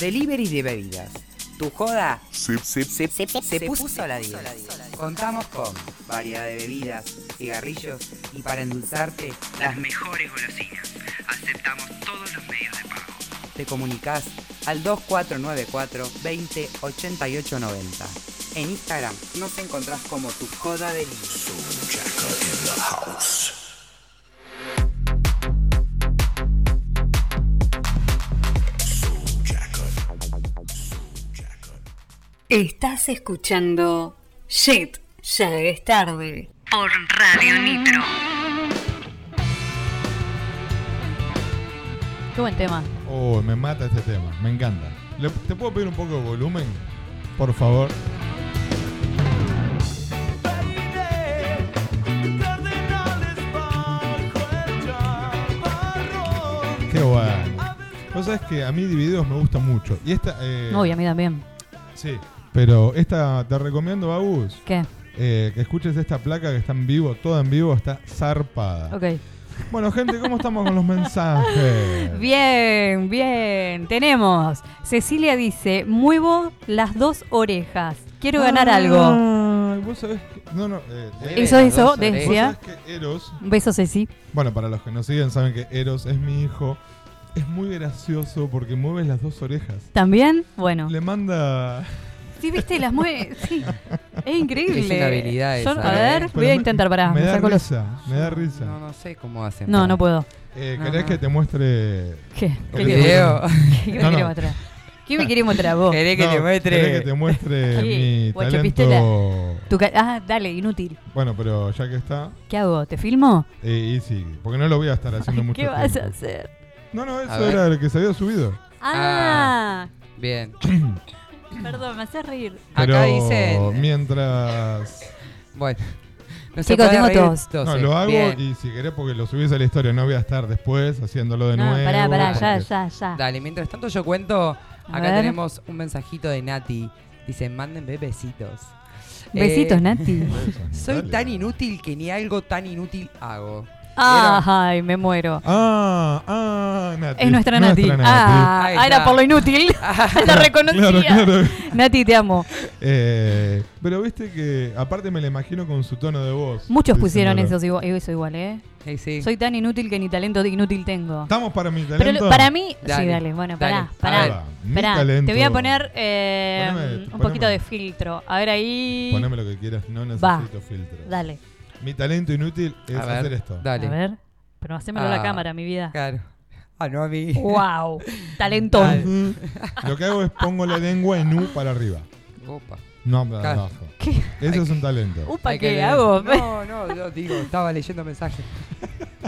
[SPEAKER 7] Delivery de bebidas. Tu joda se, puso, a la 10. Contamos con variedad de bebidas, cigarrillos y para endulzarte las mejores golosinas. Aceptamos todos los medios de pago. Te comunicas al 2494 20 88 90. En Instagram nos encontrás como tu joda delivery.
[SPEAKER 3] Estás escuchando Shit, ya es tarde.
[SPEAKER 5] Por Radio Nitro.
[SPEAKER 8] Qué buen tema.
[SPEAKER 6] Oh, me mata este tema, me encanta. ¿Le- ¿Te puedo pedir un poco de volumen? Por favor. Qué bueno. Vos sabés que a mí Divididos me gusta mucho. Y esta. eh,
[SPEAKER 8] Uy, a mí también.
[SPEAKER 6] Sí. Pero esta te recomiendo, Agus.
[SPEAKER 8] ¿Qué?
[SPEAKER 6] eh, que escuches esta placa que está en vivo, toda en vivo, está zarpada.
[SPEAKER 8] Ok.
[SPEAKER 6] Bueno, gente, ¿cómo estamos con los mensajes?
[SPEAKER 8] Bien, bien. Tenemos. Cecilia dice, muevo las dos orejas. Quiero
[SPEAKER 6] Ah.
[SPEAKER 8] ganar algo.
[SPEAKER 6] Ay, vos sabés que. No, no. eh,
[SPEAKER 8] Eso,
[SPEAKER 6] Eros.
[SPEAKER 8] eso,
[SPEAKER 6] Vos
[SPEAKER 8] decía.
[SPEAKER 6] sabés que Eros.
[SPEAKER 8] Un beso, Ceci.
[SPEAKER 6] Bueno, para los que nos siguen, saben que Eros es mi hijo. Es muy gracioso porque mueves las dos orejas.
[SPEAKER 8] ¿También? Bueno.
[SPEAKER 6] Le manda.
[SPEAKER 8] Sí, viste, las mueve. Sí. Es increíble.
[SPEAKER 13] Es una habilidad
[SPEAKER 8] Yo-
[SPEAKER 13] esa,
[SPEAKER 8] a
[SPEAKER 13] ¿eh?
[SPEAKER 8] ver,
[SPEAKER 13] Pero
[SPEAKER 8] voy a
[SPEAKER 13] me-
[SPEAKER 8] intentar parar.
[SPEAKER 6] me
[SPEAKER 8] Me,
[SPEAKER 6] da
[SPEAKER 8] saco los-
[SPEAKER 6] risa, me da risa.
[SPEAKER 13] No, no sé cómo hacen.
[SPEAKER 8] No, no puedo.
[SPEAKER 6] Eh,
[SPEAKER 13] No,
[SPEAKER 6] ¿Querés
[SPEAKER 13] no.
[SPEAKER 6] que te muestre.
[SPEAKER 8] ¿Qué?
[SPEAKER 6] o
[SPEAKER 13] ¿Qué
[SPEAKER 6] que te
[SPEAKER 13] video?
[SPEAKER 6] muestre-
[SPEAKER 8] ¿Qué me
[SPEAKER 6] No,
[SPEAKER 8] quiere
[SPEAKER 6] no.
[SPEAKER 8] mostrar? ¿Qué me quiere mostrar vos?
[SPEAKER 13] ¿Querés que
[SPEAKER 6] No,
[SPEAKER 13] te muestre?
[SPEAKER 6] ¿Querés que te muestre mi
[SPEAKER 8] Sí, guachapistela.
[SPEAKER 6] talento?
[SPEAKER 8] Tu ca- ah, dale, inútil.
[SPEAKER 6] Bueno, pero ya que está.
[SPEAKER 8] ¿Qué hago? ¿Te filmo?
[SPEAKER 6] eh, y sí, porque no lo voy a estar haciendo mucho
[SPEAKER 8] ¿Qué vas a
[SPEAKER 6] tiempo.
[SPEAKER 8] hacer?
[SPEAKER 6] No, no,
[SPEAKER 13] A
[SPEAKER 6] Eso
[SPEAKER 13] ver. Ah.
[SPEAKER 6] era lo que se había subido.
[SPEAKER 8] Ah,
[SPEAKER 13] Bien.
[SPEAKER 8] Perdón, me hace reír.
[SPEAKER 6] Pero
[SPEAKER 7] Acá dicen-
[SPEAKER 6] mientras.
[SPEAKER 7] Bueno. No se
[SPEAKER 8] Chicos,
[SPEAKER 7] puede
[SPEAKER 8] tengo
[SPEAKER 7] reír
[SPEAKER 8] tos.
[SPEAKER 7] doce.
[SPEAKER 6] No, lo hago
[SPEAKER 7] Bien.
[SPEAKER 6] y si querés, porque lo subís a la historia, no voy a estar después haciéndolo de
[SPEAKER 8] No,
[SPEAKER 6] nuevo.
[SPEAKER 8] pará, pará, ya,
[SPEAKER 6] porque-
[SPEAKER 8] ya, ya.
[SPEAKER 7] Dale, mientras tanto yo cuento.
[SPEAKER 8] A
[SPEAKER 7] acá
[SPEAKER 8] ver.
[SPEAKER 7] tenemos un mensajito de Nati. Dice, mándenme besitos.
[SPEAKER 8] Besitos, Nati.
[SPEAKER 7] Soy
[SPEAKER 8] Dale.
[SPEAKER 7] tan inútil que ni algo tan inútil hago.
[SPEAKER 8] Ah, Ay, me muero.
[SPEAKER 6] Ah, ah, Nati.
[SPEAKER 8] Es nuestra Nati. Ah,
[SPEAKER 7] Ahí
[SPEAKER 8] ah, era
[SPEAKER 7] está. Ah.
[SPEAKER 8] por lo inútil. La reconocía.
[SPEAKER 6] claro, claro.
[SPEAKER 8] Nati, te amo.
[SPEAKER 6] Eh, pero viste que, aparte me la imagino con su tono de voz.
[SPEAKER 8] Muchos pusieron
[SPEAKER 6] diciéndolo.
[SPEAKER 8] eso igual, eso igual, ¿eh?
[SPEAKER 7] sí.
[SPEAKER 8] Soy tan inútil que ni talento inútil tengo.
[SPEAKER 6] Estamos para mi
[SPEAKER 8] Pero
[SPEAKER 6] talento.
[SPEAKER 8] para mí, sí,
[SPEAKER 6] Dale,
[SPEAKER 8] dale, bueno,
[SPEAKER 6] dale.
[SPEAKER 8] pará, pará.
[SPEAKER 6] Ahí va, mi
[SPEAKER 8] Pará,
[SPEAKER 6] talento.
[SPEAKER 8] te voy a poner eh,
[SPEAKER 6] Poneme,
[SPEAKER 8] un
[SPEAKER 6] poneme.
[SPEAKER 8] poquito de filtro. A ver ahí.
[SPEAKER 6] Poneme lo que quieras, no necesito
[SPEAKER 8] Va.
[SPEAKER 6] filtro.
[SPEAKER 8] Dale.
[SPEAKER 6] Mi talento inútil es
[SPEAKER 7] A ver,
[SPEAKER 6] hacer esto.
[SPEAKER 7] dale.
[SPEAKER 8] A ver. Pero hacémelo a la
[SPEAKER 7] Ah,
[SPEAKER 8] cámara, mi vida.
[SPEAKER 7] Claro. Ah, no a mí.
[SPEAKER 8] Wow, talentón.
[SPEAKER 6] Lo que hago es pongo la lengua en U para arriba.
[SPEAKER 7] Opa.
[SPEAKER 6] No, para
[SPEAKER 7] Claro.
[SPEAKER 6] abajo. Eso es un talento.
[SPEAKER 8] Upa,
[SPEAKER 7] Hay
[SPEAKER 8] ¿qué
[SPEAKER 7] leer.
[SPEAKER 8] hago?
[SPEAKER 7] No, no, yo digo, estaba leyendo mensajes.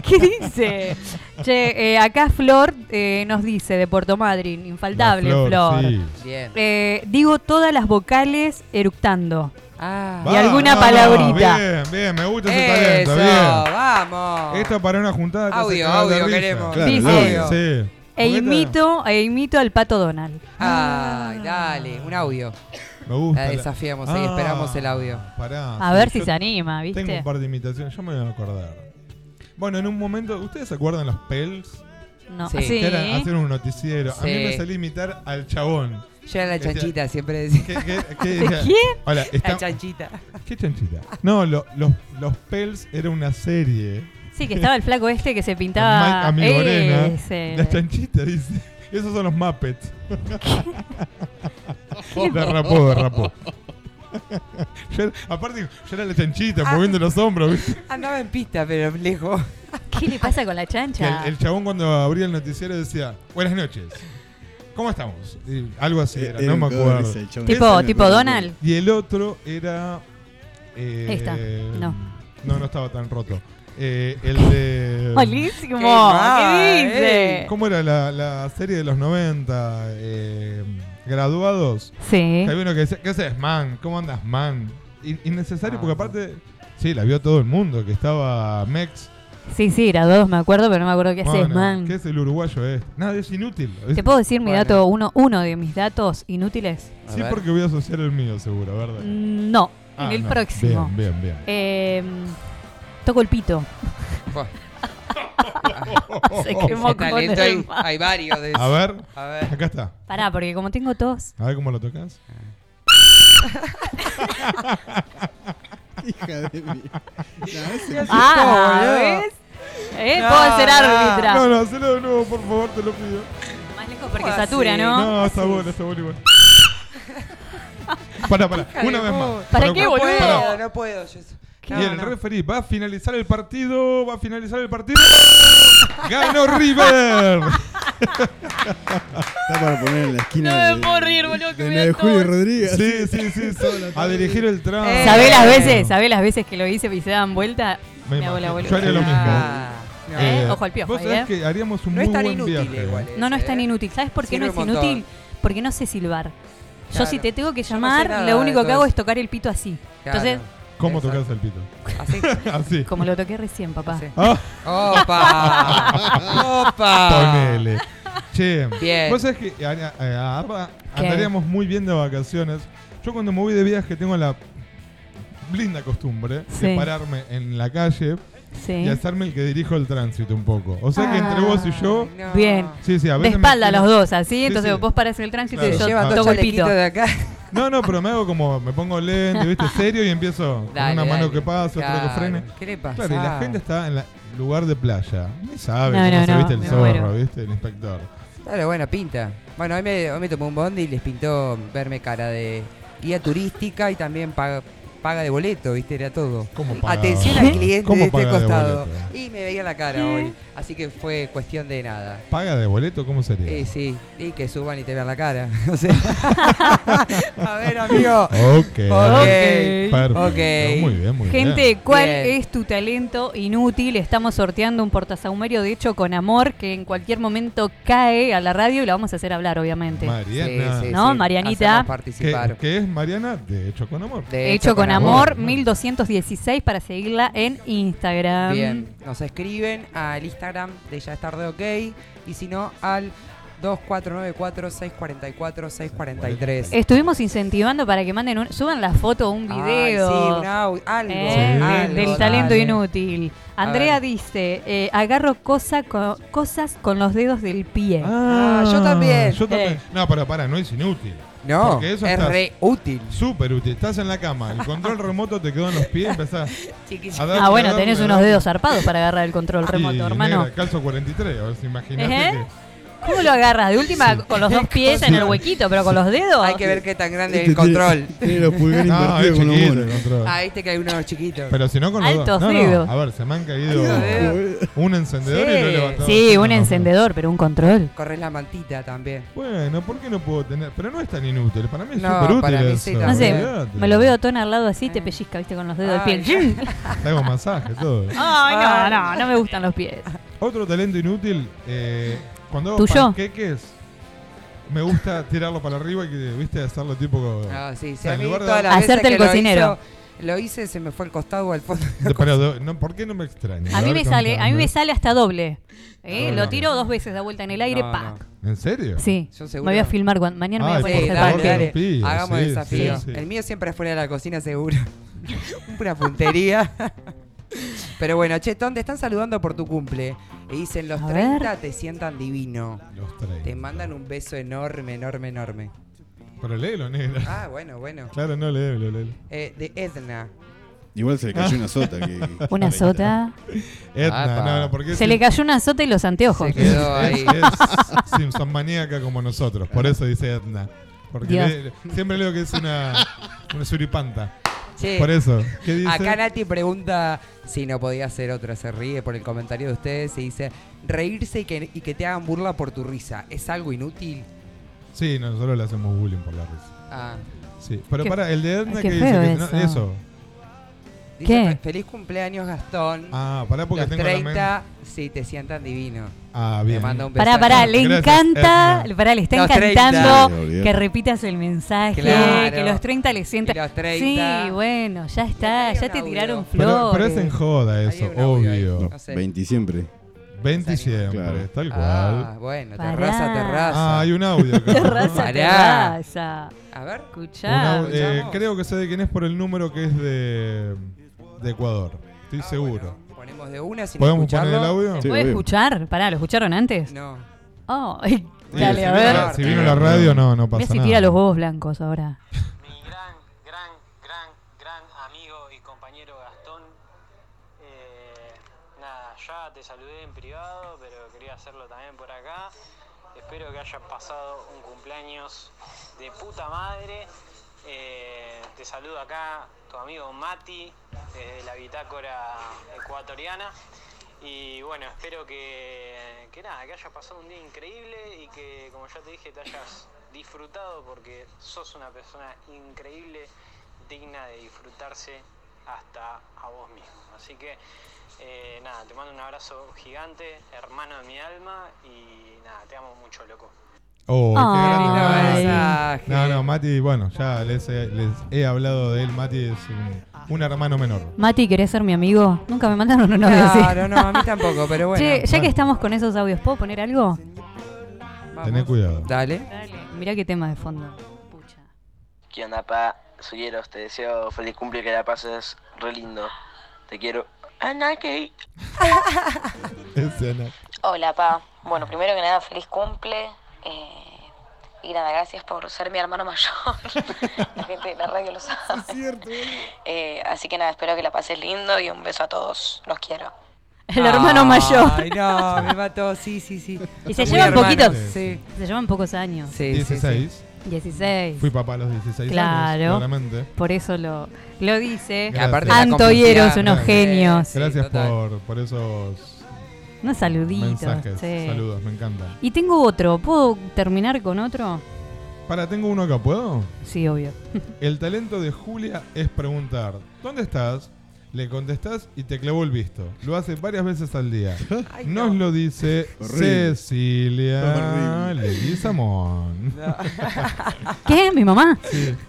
[SPEAKER 8] ¿Qué dice? Che, eh, acá Flor eh, nos dice de Puerto Madryn, infaltable
[SPEAKER 6] La
[SPEAKER 8] Flor.
[SPEAKER 6] Flor, sí.
[SPEAKER 7] Bien.
[SPEAKER 8] Eh, digo todas las vocales eructando.
[SPEAKER 7] Ah.
[SPEAKER 8] Y alguna palabrita.
[SPEAKER 6] Bien, bien, me gusta ese
[SPEAKER 7] Eso,
[SPEAKER 6] talento. Bien.
[SPEAKER 7] vamos.
[SPEAKER 6] Esto para una juntada que
[SPEAKER 7] Audio,
[SPEAKER 6] se caga de
[SPEAKER 7] audio
[SPEAKER 6] risa.
[SPEAKER 7] queremos.
[SPEAKER 6] Claro,
[SPEAKER 8] Dice-
[SPEAKER 6] audio,
[SPEAKER 8] Audio.
[SPEAKER 6] sí.
[SPEAKER 8] E
[SPEAKER 6] Porque esta-
[SPEAKER 8] imito, e imito al pato Donald.
[SPEAKER 7] Ah. Ay,
[SPEAKER 8] Ah.
[SPEAKER 7] dale, un audio.
[SPEAKER 6] Me gusta.
[SPEAKER 7] La
[SPEAKER 6] la- Ah,
[SPEAKER 7] desafiamos, ahí esperamos el audio.
[SPEAKER 6] Pará.
[SPEAKER 8] A
[SPEAKER 6] sí,
[SPEAKER 8] ver si
[SPEAKER 6] yo
[SPEAKER 8] se anima, ¿viste?
[SPEAKER 6] Tengo un par de imitaciones, yo me voy a acordar. Bueno, en un momento, ¿ustedes se acuerdan los Pels?
[SPEAKER 8] No.
[SPEAKER 7] Sí.
[SPEAKER 6] Que eran hacer un noticiero. A mí
[SPEAKER 7] Sí.
[SPEAKER 6] me salía imitar al chabón.
[SPEAKER 7] Yo era la
[SPEAKER 6] Decía,
[SPEAKER 7] chanchita, siempre decía.
[SPEAKER 6] Este, ¿Qué, qué, qué
[SPEAKER 7] ¿De
[SPEAKER 6] decía?
[SPEAKER 7] quién?
[SPEAKER 6] Hola, está-
[SPEAKER 7] La chanchita.
[SPEAKER 6] ¿Qué chanchita? No, lo- los, los Pels era una serie.
[SPEAKER 8] Sí, que estaba el flaco este que se pintaba.
[SPEAKER 6] Mike Amigorena.
[SPEAKER 8] Ese.
[SPEAKER 6] La chanchita, dice. Esos son los Muppets. derrapó, derrapó. Yo era- aparte, yo era la chanchita, moviendo los hombros. ¿viste?
[SPEAKER 7] Ah. Andaba en pista, pero lejos.
[SPEAKER 8] ¿Qué le pasa con la
[SPEAKER 6] Que
[SPEAKER 8] chancha?
[SPEAKER 6] el, el chabón cuando abría el noticiero decía, buenas noches. ¿Cómo estamos? Y algo así era,
[SPEAKER 9] Era
[SPEAKER 6] no
[SPEAKER 9] un
[SPEAKER 6] me
[SPEAKER 9] cover
[SPEAKER 6] acuerdo.
[SPEAKER 9] ese, el chabón.
[SPEAKER 8] Tipo-
[SPEAKER 6] Ese-
[SPEAKER 8] tipo Donald.
[SPEAKER 6] Y el otro era... eh,
[SPEAKER 8] Esta, no.
[SPEAKER 6] No, no estaba tan roto. Eh, el de...
[SPEAKER 8] Malísimo. Ah,
[SPEAKER 7] Qué
[SPEAKER 8] ¿Qué,
[SPEAKER 7] mal,
[SPEAKER 8] dice?
[SPEAKER 6] ¿Cómo era la, la serie de los 90? eh, graduados.
[SPEAKER 8] Sí.
[SPEAKER 6] Que había uno que decía, ¿qué haces, man? ¿Cómo andas, man? In- innecesario,
[SPEAKER 7] Ah,
[SPEAKER 6] porque aparte, sí, la vio todo el mundo, que estaba Mex.
[SPEAKER 8] Sí, sí, era dos, me acuerdo, pero no me acuerdo qué haces,
[SPEAKER 6] Bueno,
[SPEAKER 8] man.
[SPEAKER 6] ¿Qué es el uruguayo este? Nada, es inútil.
[SPEAKER 8] ¿Te puedo decir mi
[SPEAKER 7] Bueno.
[SPEAKER 8] dato, uno, uno de mis datos inútiles?
[SPEAKER 7] A
[SPEAKER 6] Sí,
[SPEAKER 7] ver.
[SPEAKER 6] porque voy a asociar el mío, seguro, ¿verdad?
[SPEAKER 8] Mm, No, en
[SPEAKER 6] Ah,
[SPEAKER 8] el
[SPEAKER 6] no.
[SPEAKER 8] próximo.
[SPEAKER 6] Bien, bien, bien.
[SPEAKER 8] Eh, toco el pito.
[SPEAKER 7] Buah.
[SPEAKER 8] Se quemó con
[SPEAKER 7] Ese talento
[SPEAKER 8] el
[SPEAKER 7] hay,
[SPEAKER 8] ma-
[SPEAKER 7] hay varios de esos.
[SPEAKER 6] A ver,
[SPEAKER 7] A ver.
[SPEAKER 6] acá está.
[SPEAKER 8] Pará, porque como tengo tos.
[SPEAKER 6] A ver cómo lo tocas.
[SPEAKER 9] Hija de mí. No, ese-
[SPEAKER 8] Ah,
[SPEAKER 7] boludo.
[SPEAKER 8] ¿ves? ¿Eh?
[SPEAKER 7] No,
[SPEAKER 8] Puedo ser
[SPEAKER 7] no.
[SPEAKER 8] árbitra.
[SPEAKER 6] No, no, hacelo de nuevo, por favor, te lo pido.
[SPEAKER 8] Más lejos porque
[SPEAKER 7] ¿Cómo
[SPEAKER 8] satura,
[SPEAKER 7] así?
[SPEAKER 8] ¿no?
[SPEAKER 6] No, está bueno, está bueno igual. Pará, pará,
[SPEAKER 7] Hija
[SPEAKER 6] una
[SPEAKER 7] de
[SPEAKER 6] vez
[SPEAKER 7] puta.
[SPEAKER 6] más.
[SPEAKER 8] ¿Para
[SPEAKER 6] Pero-
[SPEAKER 8] qué,
[SPEAKER 7] No
[SPEAKER 8] boludo?
[SPEAKER 6] pará.
[SPEAKER 7] puedo, no puedo. yo eso.
[SPEAKER 6] Y
[SPEAKER 7] No,
[SPEAKER 6] el
[SPEAKER 7] no.
[SPEAKER 6] referee va a finalizar el partido, va a finalizar el partido. ¡Ganó River!
[SPEAKER 9] Está para poner en la esquina
[SPEAKER 8] No
[SPEAKER 9] de,
[SPEAKER 8] me puedo reír, boludo, que
[SPEAKER 9] de
[SPEAKER 8] me
[SPEAKER 9] la
[SPEAKER 8] da
[SPEAKER 9] de Julio
[SPEAKER 8] todo.
[SPEAKER 9] Rodríguez.
[SPEAKER 6] Sí, sí, sí, sí. A dirigir el tramo.
[SPEAKER 7] Eh.
[SPEAKER 8] ¿Sabés las
[SPEAKER 7] Bueno.
[SPEAKER 8] veces? ¿Sabés las veces que lo hice y se dan vuelta?
[SPEAKER 6] Me
[SPEAKER 8] Me hago la
[SPEAKER 6] imagino.
[SPEAKER 8] boluda.
[SPEAKER 6] Yo haría lo mismo.
[SPEAKER 7] Ah, no.
[SPEAKER 8] Eh, ojo al piojo
[SPEAKER 6] Vos
[SPEAKER 8] ahí,
[SPEAKER 6] sabés
[SPEAKER 8] eh.
[SPEAKER 6] que haríamos un
[SPEAKER 7] No
[SPEAKER 6] muy
[SPEAKER 7] es tan
[SPEAKER 6] buen
[SPEAKER 7] inútil
[SPEAKER 6] viaje.
[SPEAKER 7] igual. ese,
[SPEAKER 8] No, no es tan
[SPEAKER 7] eh.
[SPEAKER 8] inútil. ¿Sabes por qué
[SPEAKER 7] Sirve
[SPEAKER 8] no es
[SPEAKER 7] un montón.
[SPEAKER 8] inútil? Porque no sé silbar. Yo
[SPEAKER 7] Claro.
[SPEAKER 8] si te tengo que
[SPEAKER 7] Yo no sé
[SPEAKER 8] llamar,
[SPEAKER 7] nada
[SPEAKER 8] lo único
[SPEAKER 7] de
[SPEAKER 8] que
[SPEAKER 7] todo
[SPEAKER 8] hago
[SPEAKER 7] eso.
[SPEAKER 8] es tocar el pito así.
[SPEAKER 7] Claro.
[SPEAKER 8] Entonces,
[SPEAKER 6] ¿Cómo
[SPEAKER 7] Exacto.
[SPEAKER 6] tocás el pito?
[SPEAKER 7] Así.
[SPEAKER 6] Así.
[SPEAKER 8] como lo toqué recién, papá.
[SPEAKER 7] así.
[SPEAKER 6] Ah,
[SPEAKER 7] Opa. Opa.
[SPEAKER 6] ponele. Che,
[SPEAKER 7] Bien.
[SPEAKER 6] vos sabés que haría- eh, arba-
[SPEAKER 8] ¿Qué?
[SPEAKER 6] andaríamos muy bien de vacaciones. Yo cuando me voy de viaje tengo la linda costumbre de
[SPEAKER 8] Sí.
[SPEAKER 6] pararme en la calle
[SPEAKER 8] Sí.
[SPEAKER 6] y hacerme el que dirijo el tránsito un poco. O sea que entre
[SPEAKER 8] Ah.
[SPEAKER 6] vos y yo...
[SPEAKER 7] Ay, no.
[SPEAKER 8] Bien.
[SPEAKER 6] Sí, sí, a
[SPEAKER 8] De
[SPEAKER 6] veces me
[SPEAKER 8] espalda
[SPEAKER 6] tiro-
[SPEAKER 8] los dos, así.
[SPEAKER 6] Sí,
[SPEAKER 8] Entonces
[SPEAKER 6] sí.
[SPEAKER 8] vos parás en el tránsito
[SPEAKER 6] Claro.
[SPEAKER 8] y yo
[SPEAKER 7] Llevan dos
[SPEAKER 8] toco el pito.
[SPEAKER 7] chalequitos de acá.
[SPEAKER 6] No, no, pero me hago como, me pongo lente, ¿viste? Serio y empiezo
[SPEAKER 7] Dale,
[SPEAKER 6] con una mano
[SPEAKER 7] dale.
[SPEAKER 6] que pasa, otra que
[SPEAKER 7] Claro.
[SPEAKER 6] frene.
[SPEAKER 7] ¿Qué le pasa?
[SPEAKER 6] Claro, y la gente está en la- lugar de playa. Ni sabe
[SPEAKER 8] No,
[SPEAKER 6] cómo
[SPEAKER 8] no,
[SPEAKER 6] se
[SPEAKER 8] no,
[SPEAKER 6] viste el
[SPEAKER 8] me
[SPEAKER 6] zorro,
[SPEAKER 8] muero.
[SPEAKER 6] ¿viste? El inspector.
[SPEAKER 7] Claro, bueno, pinta. Bueno, hoy me, hoy me tomó un bondi y les pintó verme cara de guía turística y también paga- paga de boleto, ¿viste? Era todo.
[SPEAKER 6] paga?
[SPEAKER 7] Atención al cliente
[SPEAKER 6] ¿Cómo
[SPEAKER 7] de este
[SPEAKER 6] paga de
[SPEAKER 7] costado.
[SPEAKER 6] boleto?
[SPEAKER 7] y me veía la cara hoy. Así que fue cuestión de nada.
[SPEAKER 6] ¿Paga de boleto? ¿Cómo sería?
[SPEAKER 7] Y sí, y que suban y te vean la cara. O sea, a ver, amigo.
[SPEAKER 6] Ok.
[SPEAKER 7] Ok.
[SPEAKER 6] Perfecto.
[SPEAKER 7] ok.
[SPEAKER 6] Muy bien, muy
[SPEAKER 8] Gente, ¿cuál
[SPEAKER 7] Bien.
[SPEAKER 8] es tu talento inútil? Estamos sorteando un portasaumerio, de hecho, con amor, que en cualquier momento cae a la radio y la vamos a hacer hablar, obviamente.
[SPEAKER 6] Mariana.
[SPEAKER 8] ¿No? Marianita.
[SPEAKER 6] ¿Qué, qué es Mariana? De hecho con amor.
[SPEAKER 8] Hecho con amor, 1216 para seguirla en Instagram.
[SPEAKER 7] Bien, nos escriben al Instagram de Ya es tarde ok y si no al 2494-644-643.
[SPEAKER 8] Estuvimos incentivando para que manden un- suban la foto o un
[SPEAKER 7] Ay,
[SPEAKER 8] video
[SPEAKER 7] sí, un au- algo,
[SPEAKER 8] ¿eh?
[SPEAKER 7] Sí.
[SPEAKER 8] de-
[SPEAKER 7] algo,
[SPEAKER 8] del talento
[SPEAKER 7] dale.
[SPEAKER 8] inútil.
[SPEAKER 7] A
[SPEAKER 8] Andrea
[SPEAKER 7] ver.
[SPEAKER 8] dice, eh, agarro cosa co- cosas con los dedos del pie.
[SPEAKER 7] Ah, Eh,
[SPEAKER 6] Yo también. No, pero para, no es inútil.
[SPEAKER 7] No,
[SPEAKER 6] Porque
[SPEAKER 7] es
[SPEAKER 6] estás-
[SPEAKER 7] re útil.
[SPEAKER 6] Súper útil. Estás en la cama, el control remoto te quedó en los pies y empezás a darle,
[SPEAKER 8] ah, bueno,
[SPEAKER 6] a darle,
[SPEAKER 8] tenés
[SPEAKER 6] a
[SPEAKER 8] unos
[SPEAKER 6] darle.
[SPEAKER 8] dedos zarpados para agarrar el control
[SPEAKER 6] Sí,
[SPEAKER 8] remoto, hermano.
[SPEAKER 6] negra, calzo 43, a ver si imaginate
[SPEAKER 8] Ejé.
[SPEAKER 6] que-
[SPEAKER 8] ¿Cómo lo agarras? De última con los dos pies en el huequito, pero con los dedos.
[SPEAKER 7] Hay que ver qué tan grande es
[SPEAKER 6] Este
[SPEAKER 7] el
[SPEAKER 6] tiene-
[SPEAKER 7] control.
[SPEAKER 6] tiene los pulgares No, invertidos Ah, es con los chiquito monos. el control.
[SPEAKER 7] Ah, viste que hay uno chiquito.
[SPEAKER 6] Pero si no con los
[SPEAKER 8] Altos
[SPEAKER 6] dos. No, no,
[SPEAKER 8] dedos.
[SPEAKER 6] A ver, se me han caído
[SPEAKER 7] Altos dedos.
[SPEAKER 6] un encendedor y lo
[SPEAKER 7] Sí.
[SPEAKER 6] he levantado.
[SPEAKER 8] Sí, un
[SPEAKER 6] así con los dedos.
[SPEAKER 8] encendedor, pero un control.
[SPEAKER 7] Corres la mantita también.
[SPEAKER 6] Bueno, ¿por qué no puedo tener? Pero no es tan inútil. Para mí es
[SPEAKER 7] No,
[SPEAKER 6] súper útil.
[SPEAKER 7] para mí sí
[SPEAKER 6] eso.
[SPEAKER 8] No sé,
[SPEAKER 6] Olvídate.
[SPEAKER 8] me lo veo todo al lado así, te pellizca, viste, con los dedos del pie.
[SPEAKER 6] Te hago masaje, todo.
[SPEAKER 8] Ay, no, no, no me gustan los pies.
[SPEAKER 6] Otro talento inútil, eh, cuando hago
[SPEAKER 8] ¿Tuyo?
[SPEAKER 6] panqueques, me gusta tirarlo para arriba y que, viste, hacerlo tipo.
[SPEAKER 7] Ah, sí,
[SPEAKER 6] o
[SPEAKER 7] sí,
[SPEAKER 6] sea,
[SPEAKER 7] a
[SPEAKER 6] en
[SPEAKER 7] mí
[SPEAKER 6] lugar de-
[SPEAKER 7] todas las veces
[SPEAKER 8] Hacerte el
[SPEAKER 7] que lo
[SPEAKER 8] cocinero.
[SPEAKER 7] hizo- Lo hice, se me fue al costado o al fondo.
[SPEAKER 6] De- pero de- no, ¿por qué no me extraña?
[SPEAKER 8] A mí
[SPEAKER 6] ver,
[SPEAKER 8] me
[SPEAKER 6] contame.
[SPEAKER 8] sale, a mí me sale hasta doble. ¿eh?
[SPEAKER 6] No,
[SPEAKER 8] lo
[SPEAKER 6] no.
[SPEAKER 8] tiro dos veces, da vuelta en el aire,
[SPEAKER 6] No,
[SPEAKER 8] pa.
[SPEAKER 6] ¿En serio?
[SPEAKER 8] Sí.
[SPEAKER 7] Yo
[SPEAKER 8] Me
[SPEAKER 7] seguro-
[SPEAKER 8] voy a filmar cuando- mañana me voy a
[SPEAKER 6] Ay,
[SPEAKER 8] poner a
[SPEAKER 6] sí,
[SPEAKER 8] hacer
[SPEAKER 6] dale,
[SPEAKER 8] panqueques.
[SPEAKER 6] dale. Pido,
[SPEAKER 7] Hagamos
[SPEAKER 6] sí,
[SPEAKER 7] el desafío.
[SPEAKER 6] sí, sí.
[SPEAKER 7] El mío siempre afuera de la cocina, seguro. Una puntería. Pero bueno, Chetón, te están saludando por tu cumple. Y dicen, los
[SPEAKER 8] A
[SPEAKER 7] 30 te sientan divino.
[SPEAKER 6] Los 30.
[SPEAKER 7] Te mandan un beso enorme, enorme, enorme.
[SPEAKER 6] Pero léelo, negra.
[SPEAKER 7] Ah, bueno, bueno.
[SPEAKER 6] Claro, no, léelo, léelo.
[SPEAKER 7] Eh, de Edna.
[SPEAKER 9] Igual se le cayó una sota. que- que-
[SPEAKER 8] Una sota.
[SPEAKER 6] Edna,
[SPEAKER 7] Apa.
[SPEAKER 6] no, no, porque
[SPEAKER 8] Se le cayó una sota y los anteojos.
[SPEAKER 7] Se quedó ahí.
[SPEAKER 6] Es Simpson maníaca como nosotros, por eso dice Edna. Porque
[SPEAKER 8] Dios.
[SPEAKER 6] le- siempre leo que es una, una suripanta.
[SPEAKER 7] Che,
[SPEAKER 6] Por eso, ¿qué dice?
[SPEAKER 7] Acá Nati pregunta si no podía ser otra. Se ríe por el comentario de ustedes y dice, reírse y que, y que te hagan burla por tu risa. ¿Es algo inútil?
[SPEAKER 6] Sí, nosotros le hacemos bullying por la risa.
[SPEAKER 7] Ah.
[SPEAKER 6] Sí, pero
[SPEAKER 7] Qué-
[SPEAKER 6] para, el de
[SPEAKER 7] ay,
[SPEAKER 6] Edna
[SPEAKER 7] qué
[SPEAKER 6] que dice
[SPEAKER 7] feo
[SPEAKER 6] que- no,
[SPEAKER 7] eso.
[SPEAKER 6] eso.
[SPEAKER 7] Dice,
[SPEAKER 6] ¿Qué?
[SPEAKER 7] "Fe- Feliz cumpleaños, Gastón.
[SPEAKER 6] Ah, pará porque
[SPEAKER 7] Los
[SPEAKER 6] tengo la
[SPEAKER 7] 30, si te sientan divino.
[SPEAKER 6] Ah, bien.
[SPEAKER 7] Te manda un beso.
[SPEAKER 8] Pará, pará,
[SPEAKER 7] enorme.
[SPEAKER 8] le encanta, pará, le está
[SPEAKER 7] Los 30.
[SPEAKER 8] encantando
[SPEAKER 7] Sí, obvio.
[SPEAKER 8] que repitas el mensaje,
[SPEAKER 7] Claro.
[SPEAKER 8] que los 30 le sientan.
[SPEAKER 7] Y los 30.
[SPEAKER 8] Sí, bueno, ya está, ya te tiraron
[SPEAKER 6] Pero,
[SPEAKER 8] flores.
[SPEAKER 6] pero es en joda eso, obvio.
[SPEAKER 9] No, 20 siempre.
[SPEAKER 6] 20 siempre,
[SPEAKER 9] Claro.
[SPEAKER 6] tal cual.
[SPEAKER 7] Ah, bueno,
[SPEAKER 8] Pará.
[SPEAKER 7] terraza, terraza.
[SPEAKER 6] Ah, hay un audio acá.
[SPEAKER 8] Terraza,
[SPEAKER 7] Pará.
[SPEAKER 8] terraza.
[SPEAKER 7] A ver.
[SPEAKER 8] Escuchá.
[SPEAKER 6] Un au- eh, creo que sé de quién es por el número que es de, de Ecuador. Estoy
[SPEAKER 7] Ah,
[SPEAKER 6] seguro.
[SPEAKER 7] Ponemos de una sin
[SPEAKER 6] ¿Podemos
[SPEAKER 7] escucharlo.
[SPEAKER 6] poner el audio?
[SPEAKER 8] ¿Se puede escuchar? Pará, ¿lo escucharon antes?
[SPEAKER 7] No.
[SPEAKER 8] Ay, dale,
[SPEAKER 6] si
[SPEAKER 8] a
[SPEAKER 6] vino
[SPEAKER 8] ver.
[SPEAKER 6] la- si vino la radio, no, no pasa
[SPEAKER 8] Mira si
[SPEAKER 6] nada.
[SPEAKER 8] tira los huevos blancos ahora.
[SPEAKER 14] Eh, Nada, ya te saludé en privado, pero quería hacerlo también por acá. Espero que hayas pasado un cumpleaños de puta madre. Eh, te saludo acá tu amigo Mati, desde la bitácora ecuatoriana. Y bueno, espero que, que nada, que hayas pasado un día increíble y que, como ya te dije, te hayas disfrutado porque sos una persona increíble, digna de disfrutarse hasta a vos mismo. Así que eh, nada, te mando un abrazo gigante, hermano de mi alma y nada, te amo mucho, loco.
[SPEAKER 6] Oh,
[SPEAKER 8] Ah,
[SPEAKER 7] Ay.
[SPEAKER 6] qué grande
[SPEAKER 7] Mensaje.
[SPEAKER 6] Mati. No, no, Mati, bueno, ya les he, les he hablado de él. Mati es un, un hermano menor.
[SPEAKER 8] Mati, ¿querés ser mi amigo? Nunca me mandaron un audio así.
[SPEAKER 7] Claro, no, a mí tampoco, pero bueno.
[SPEAKER 8] Che, ya
[SPEAKER 7] Bueno.
[SPEAKER 8] que estamos con esos audios, ¿puedo poner algo?
[SPEAKER 6] Tené cuidado.
[SPEAKER 7] Dale.
[SPEAKER 8] Mirá qué tema de fondo.
[SPEAKER 15] ¿Qué onda, pa? Suyeros, te deseo feliz cumple, que la pases re lindo. Te quiero.
[SPEAKER 16] Anaki.
[SPEAKER 6] Escena.
[SPEAKER 16] Hola, pa. Bueno, primero que nada, feliz cumple. Eh, y nada, gracias por ser mi hermano mayor. la gente de la radio lo sabe. Eh, así que nada, espero que la pases lindo y un beso a todos. Los quiero.
[SPEAKER 8] El hermano mayor.
[SPEAKER 7] Ay, no, me mató, sí, sí, sí.
[SPEAKER 8] Y se
[SPEAKER 7] Muy
[SPEAKER 8] llevan
[SPEAKER 7] hermano.
[SPEAKER 8] poquitos.
[SPEAKER 7] Sí.
[SPEAKER 8] Se llevan pocos años.
[SPEAKER 7] Sí, sí, sí.
[SPEAKER 6] 16.
[SPEAKER 8] 16.
[SPEAKER 6] Fui papá a los 16
[SPEAKER 8] Claro.
[SPEAKER 6] años, claramente.
[SPEAKER 8] Por eso lo, lo dice.
[SPEAKER 6] Gracias.
[SPEAKER 8] Anto y Eros, unos genios.
[SPEAKER 6] Gracias por, por esos
[SPEAKER 8] Unos saluditos.
[SPEAKER 6] mensajes,
[SPEAKER 8] sí.
[SPEAKER 6] saludos, me encantan.
[SPEAKER 8] Y tengo otro. ¿Puedo terminar con otro?
[SPEAKER 6] Para, tengo uno acá, ¿puedo?
[SPEAKER 8] Sí, obvio.
[SPEAKER 6] El talento de Julia es preguntar, ¿dónde estás? Le contestás y te clavó el visto. Lo hace varias veces al día. Nos lo dice
[SPEAKER 9] Horrible.
[SPEAKER 6] Cecilia
[SPEAKER 9] Horrible.
[SPEAKER 6] Leguizamón.
[SPEAKER 8] ¿Qué? ¿Mi mamá?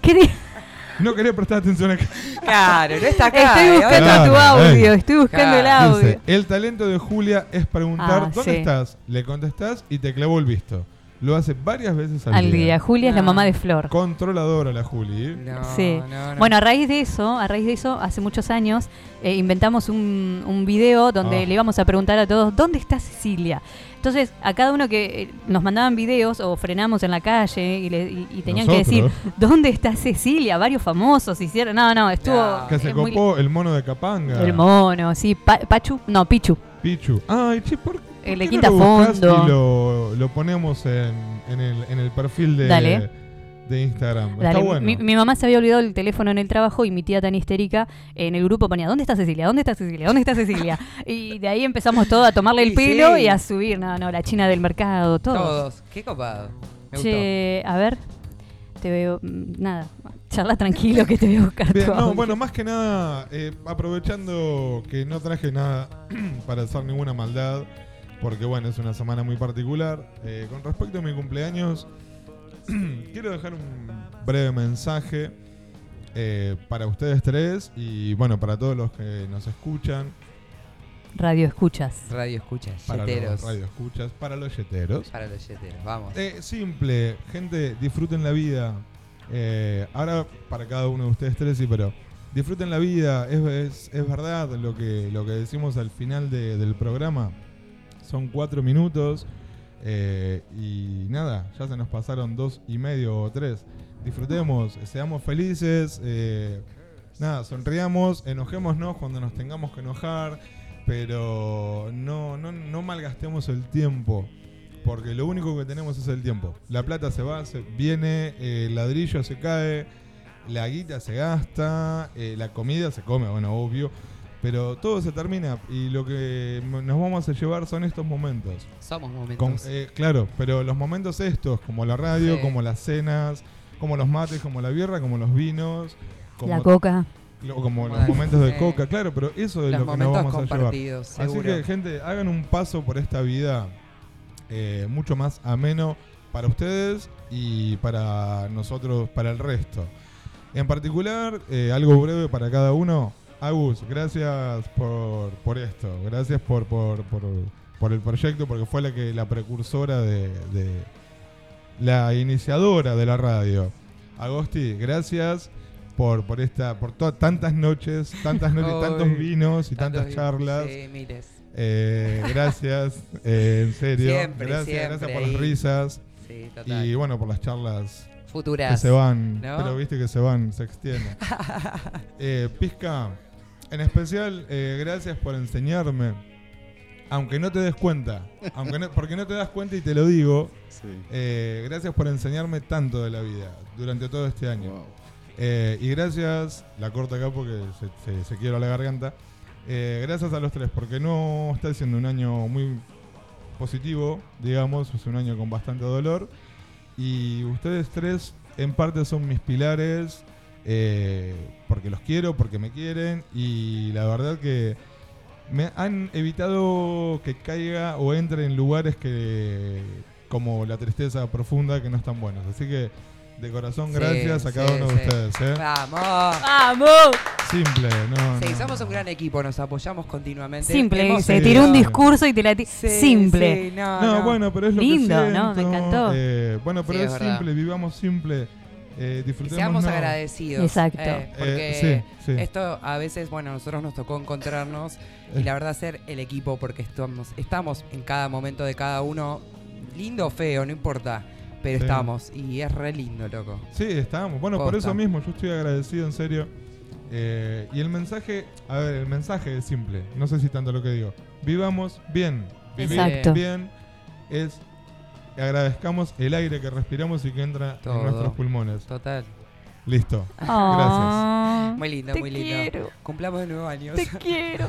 [SPEAKER 8] ¿Qué di-
[SPEAKER 6] No quería prestar atención acá.
[SPEAKER 7] Claro, no está acá. eh,
[SPEAKER 8] Estoy buscando
[SPEAKER 6] Claro,
[SPEAKER 8] tu audio,
[SPEAKER 6] eh.
[SPEAKER 8] estoy buscando el
[SPEAKER 6] Claro.
[SPEAKER 8] audio.
[SPEAKER 6] Dice, el talento de Julia es preguntar
[SPEAKER 8] Ah,
[SPEAKER 6] dónde
[SPEAKER 8] sí.
[SPEAKER 6] estás, le contestás y te clavó el visto. Lo hace varias veces al,
[SPEAKER 8] Al día. Julia
[SPEAKER 7] Ah.
[SPEAKER 8] es la mamá de Flor.
[SPEAKER 6] Controladora la Juli.
[SPEAKER 8] Sí. Bueno, a raíz de eso, a raíz de eso, hace muchos años eh, inventamos un, un video donde
[SPEAKER 6] Ah.
[SPEAKER 8] le íbamos a preguntar a todos dónde está Cecilia. Entonces, a cada uno que eh, nos mandaban videos o frenamos en la calle y, le- y- y tenían que decir
[SPEAKER 6] Nosotros.
[SPEAKER 8] dónde está Cecilia. Varios famosos hicieron. No, no, estuvo
[SPEAKER 6] que se
[SPEAKER 8] es muy-
[SPEAKER 6] copó el mono de Capanga.
[SPEAKER 8] el mono, sí, Pa- Pachu, no Pichu,
[SPEAKER 6] Pichu. Ay, che, ¿por qué?
[SPEAKER 8] el de
[SPEAKER 6] ¿Por qué
[SPEAKER 8] Quinta
[SPEAKER 6] no lo buscás
[SPEAKER 8] Fondo.
[SPEAKER 6] Y lo, lo ponemos en, en el, en el perfil de,
[SPEAKER 8] Dale.
[SPEAKER 6] de Instagram.
[SPEAKER 8] Dale,
[SPEAKER 6] Está bueno.
[SPEAKER 8] mi, mi mamá se había olvidado el teléfono en el trabajo y mi tía tan histérica en el grupo ponía, ¿dónde está Cecilia? ¿Dónde está Cecilia? ¿Dónde está Cecilia? y de ahí empezamos todo a tomarle el
[SPEAKER 7] Y
[SPEAKER 8] pelo
[SPEAKER 7] sí.
[SPEAKER 8] y a subir, no, no, la China del mercado, todo.
[SPEAKER 7] Todos. Qué copado. Me
[SPEAKER 8] Che, a ver, te veo, mm, nada, charla tranquilo que te voy a buscar
[SPEAKER 6] Bien,
[SPEAKER 8] tu
[SPEAKER 6] no,
[SPEAKER 8] audio.
[SPEAKER 6] bueno, más que nada, eh, aprovechando que no traje nada para hacer ninguna maldad, porque bueno, es una semana muy particular. eh, con respecto a mi cumpleaños, quiero dejar un breve mensaje eh, para ustedes tres y bueno, para todos los que nos escuchan,
[SPEAKER 8] Radio escuchas.
[SPEAKER 7] gustó. Radio escuchas,
[SPEAKER 6] para
[SPEAKER 7] yeteros.
[SPEAKER 6] los radioescuchas, para los yeteros.
[SPEAKER 7] Para los yeteros, vamos.
[SPEAKER 6] Eh, simple, gente, disfruten la vida. Eh, ahora para cada uno de ustedes tres, sí, pero disfruten la vida. Es, es- es verdad lo que, lo que decimos al final de- del programa. Son cuatro minutos eh, y nada, ya se nos pasaron dos y medio o tres. Disfrutemos, seamos felices. eh, nada, sonriamos, enojémonos cuando nos tengamos que enojar, pero no, no, no malgastemos el tiempo. Porque lo único que tenemos es el tiempo. La plata se va, se viene, eh, el ladrillo se cae, la guita se gasta, eh, la comida se come, bueno, obvio. Pero todo se termina y lo que m- nos vamos a llevar son estos momentos.
[SPEAKER 7] Somos momentos.
[SPEAKER 6] Con- eh, claro, pero los momentos estos, como la radio,
[SPEAKER 7] Sí.
[SPEAKER 6] como las cenas, como los mates, como la birra, como los vinos. Como
[SPEAKER 8] La coca.
[SPEAKER 6] lo- como
[SPEAKER 7] Como
[SPEAKER 6] los
[SPEAKER 7] la-
[SPEAKER 6] momentos de
[SPEAKER 7] sí.
[SPEAKER 6] coca, claro, pero eso
[SPEAKER 7] Los
[SPEAKER 6] es lo que nos
[SPEAKER 7] momentos
[SPEAKER 6] vamos a llevar.
[SPEAKER 7] compartidos,
[SPEAKER 6] Así
[SPEAKER 7] seguro.
[SPEAKER 6] que, gente, hagan un paso por esta vida eh, mucho más ameno para ustedes y para nosotros, para el resto. En particular, eh, algo breve para cada uno. Agus, gracias por, por esto, gracias por, por, por, por el proyecto, porque fue la que la precursora de- de, la iniciadora de la radio. Agosti, gracias por, por esta, por to- tantas noches, tantas noches,
[SPEAKER 7] Ay,
[SPEAKER 6] tantos vinos y
[SPEAKER 7] tantos
[SPEAKER 6] tantas
[SPEAKER 7] vinos,
[SPEAKER 6] charlas.
[SPEAKER 7] sí, miles.
[SPEAKER 6] Eh, gracias, eh, en serio.
[SPEAKER 7] Siempre,
[SPEAKER 6] gracias,
[SPEAKER 7] siempre
[SPEAKER 6] gracias por las
[SPEAKER 7] ahí.
[SPEAKER 6] risas.
[SPEAKER 7] Sí, total.
[SPEAKER 6] Y bueno, por las charlas
[SPEAKER 7] Futuras,
[SPEAKER 6] Que se van,
[SPEAKER 7] ¿no?
[SPEAKER 6] pero viste que se van, se extienden. eh, Pizca, en especial, eh, gracias por enseñarme. Aunque no te des cuenta, aunque no- porque no te das cuenta y te lo digo, eh, gracias por enseñarme tanto de la vida durante todo este año. Eh, y gracias, la corta acá porque se, se, se quiebra la garganta. Eh, gracias a los tres, porque no está siendo un año muy positivo, digamos, es un año con bastante dolor. Y ustedes tres, en parte, son mis pilares, eh, porque los quiero, porque me quieren, y la verdad que me han evitado que caiga o entre en lugares que como la tristeza profunda que no están buenos. Así que de corazón
[SPEAKER 7] Sí,
[SPEAKER 6] gracias a cada
[SPEAKER 7] sí,
[SPEAKER 6] uno
[SPEAKER 7] sí.
[SPEAKER 6] de ustedes. ¿eh?
[SPEAKER 7] Vamos.
[SPEAKER 8] ¡Vamos!
[SPEAKER 6] Simple, no.
[SPEAKER 7] Sí,
[SPEAKER 6] no.
[SPEAKER 7] somos un gran equipo, nos apoyamos continuamente.
[SPEAKER 8] Simple,
[SPEAKER 7] Hemos-
[SPEAKER 8] se
[SPEAKER 6] sí,
[SPEAKER 8] tiró un
[SPEAKER 6] claro.
[SPEAKER 8] discurso y te la ti- Simple.
[SPEAKER 7] sí, no,
[SPEAKER 6] No, bueno, pero es lo
[SPEAKER 8] Lindo,
[SPEAKER 6] que
[SPEAKER 8] ¿no? Me
[SPEAKER 6] siento.
[SPEAKER 8] encantó.
[SPEAKER 6] Eh, bueno, pero
[SPEAKER 7] Sí,
[SPEAKER 6] es,
[SPEAKER 7] es verdad.
[SPEAKER 6] simple, vivamos simple. Eh, disfrutemos.
[SPEAKER 7] Seamos
[SPEAKER 6] ¿no?
[SPEAKER 7] agradecidos. eh, porque
[SPEAKER 6] Eh, sí, sí.
[SPEAKER 7] esto a veces, bueno, a nosotros nos tocó encontrarnos y
[SPEAKER 6] Eh.
[SPEAKER 7] la verdad ser el equipo porque estamos, estamos en cada momento de cada uno, lindo o feo, no importa, pero
[SPEAKER 6] Sí.
[SPEAKER 7] estamos y es re lindo, loco.
[SPEAKER 6] Sí, estábamos. Bueno, por
[SPEAKER 7] Posta.
[SPEAKER 6] eso mismo, yo estoy agradecido, en serio. Eh, y el mensaje, a ver, el mensaje es simple. No sé si tanto lo que digo. Vivamos bien. Vivir
[SPEAKER 8] Exacto.
[SPEAKER 6] bien es agradezcamos el aire que respiramos y que entra
[SPEAKER 7] Todo.
[SPEAKER 6] en nuestros pulmones.
[SPEAKER 7] Total.
[SPEAKER 6] Listo. Gracias.
[SPEAKER 7] Muy lindo,
[SPEAKER 8] Ah. te
[SPEAKER 7] muy lindo.
[SPEAKER 8] quiero.
[SPEAKER 7] Cumplamos de nuevo años.
[SPEAKER 8] Te quiero.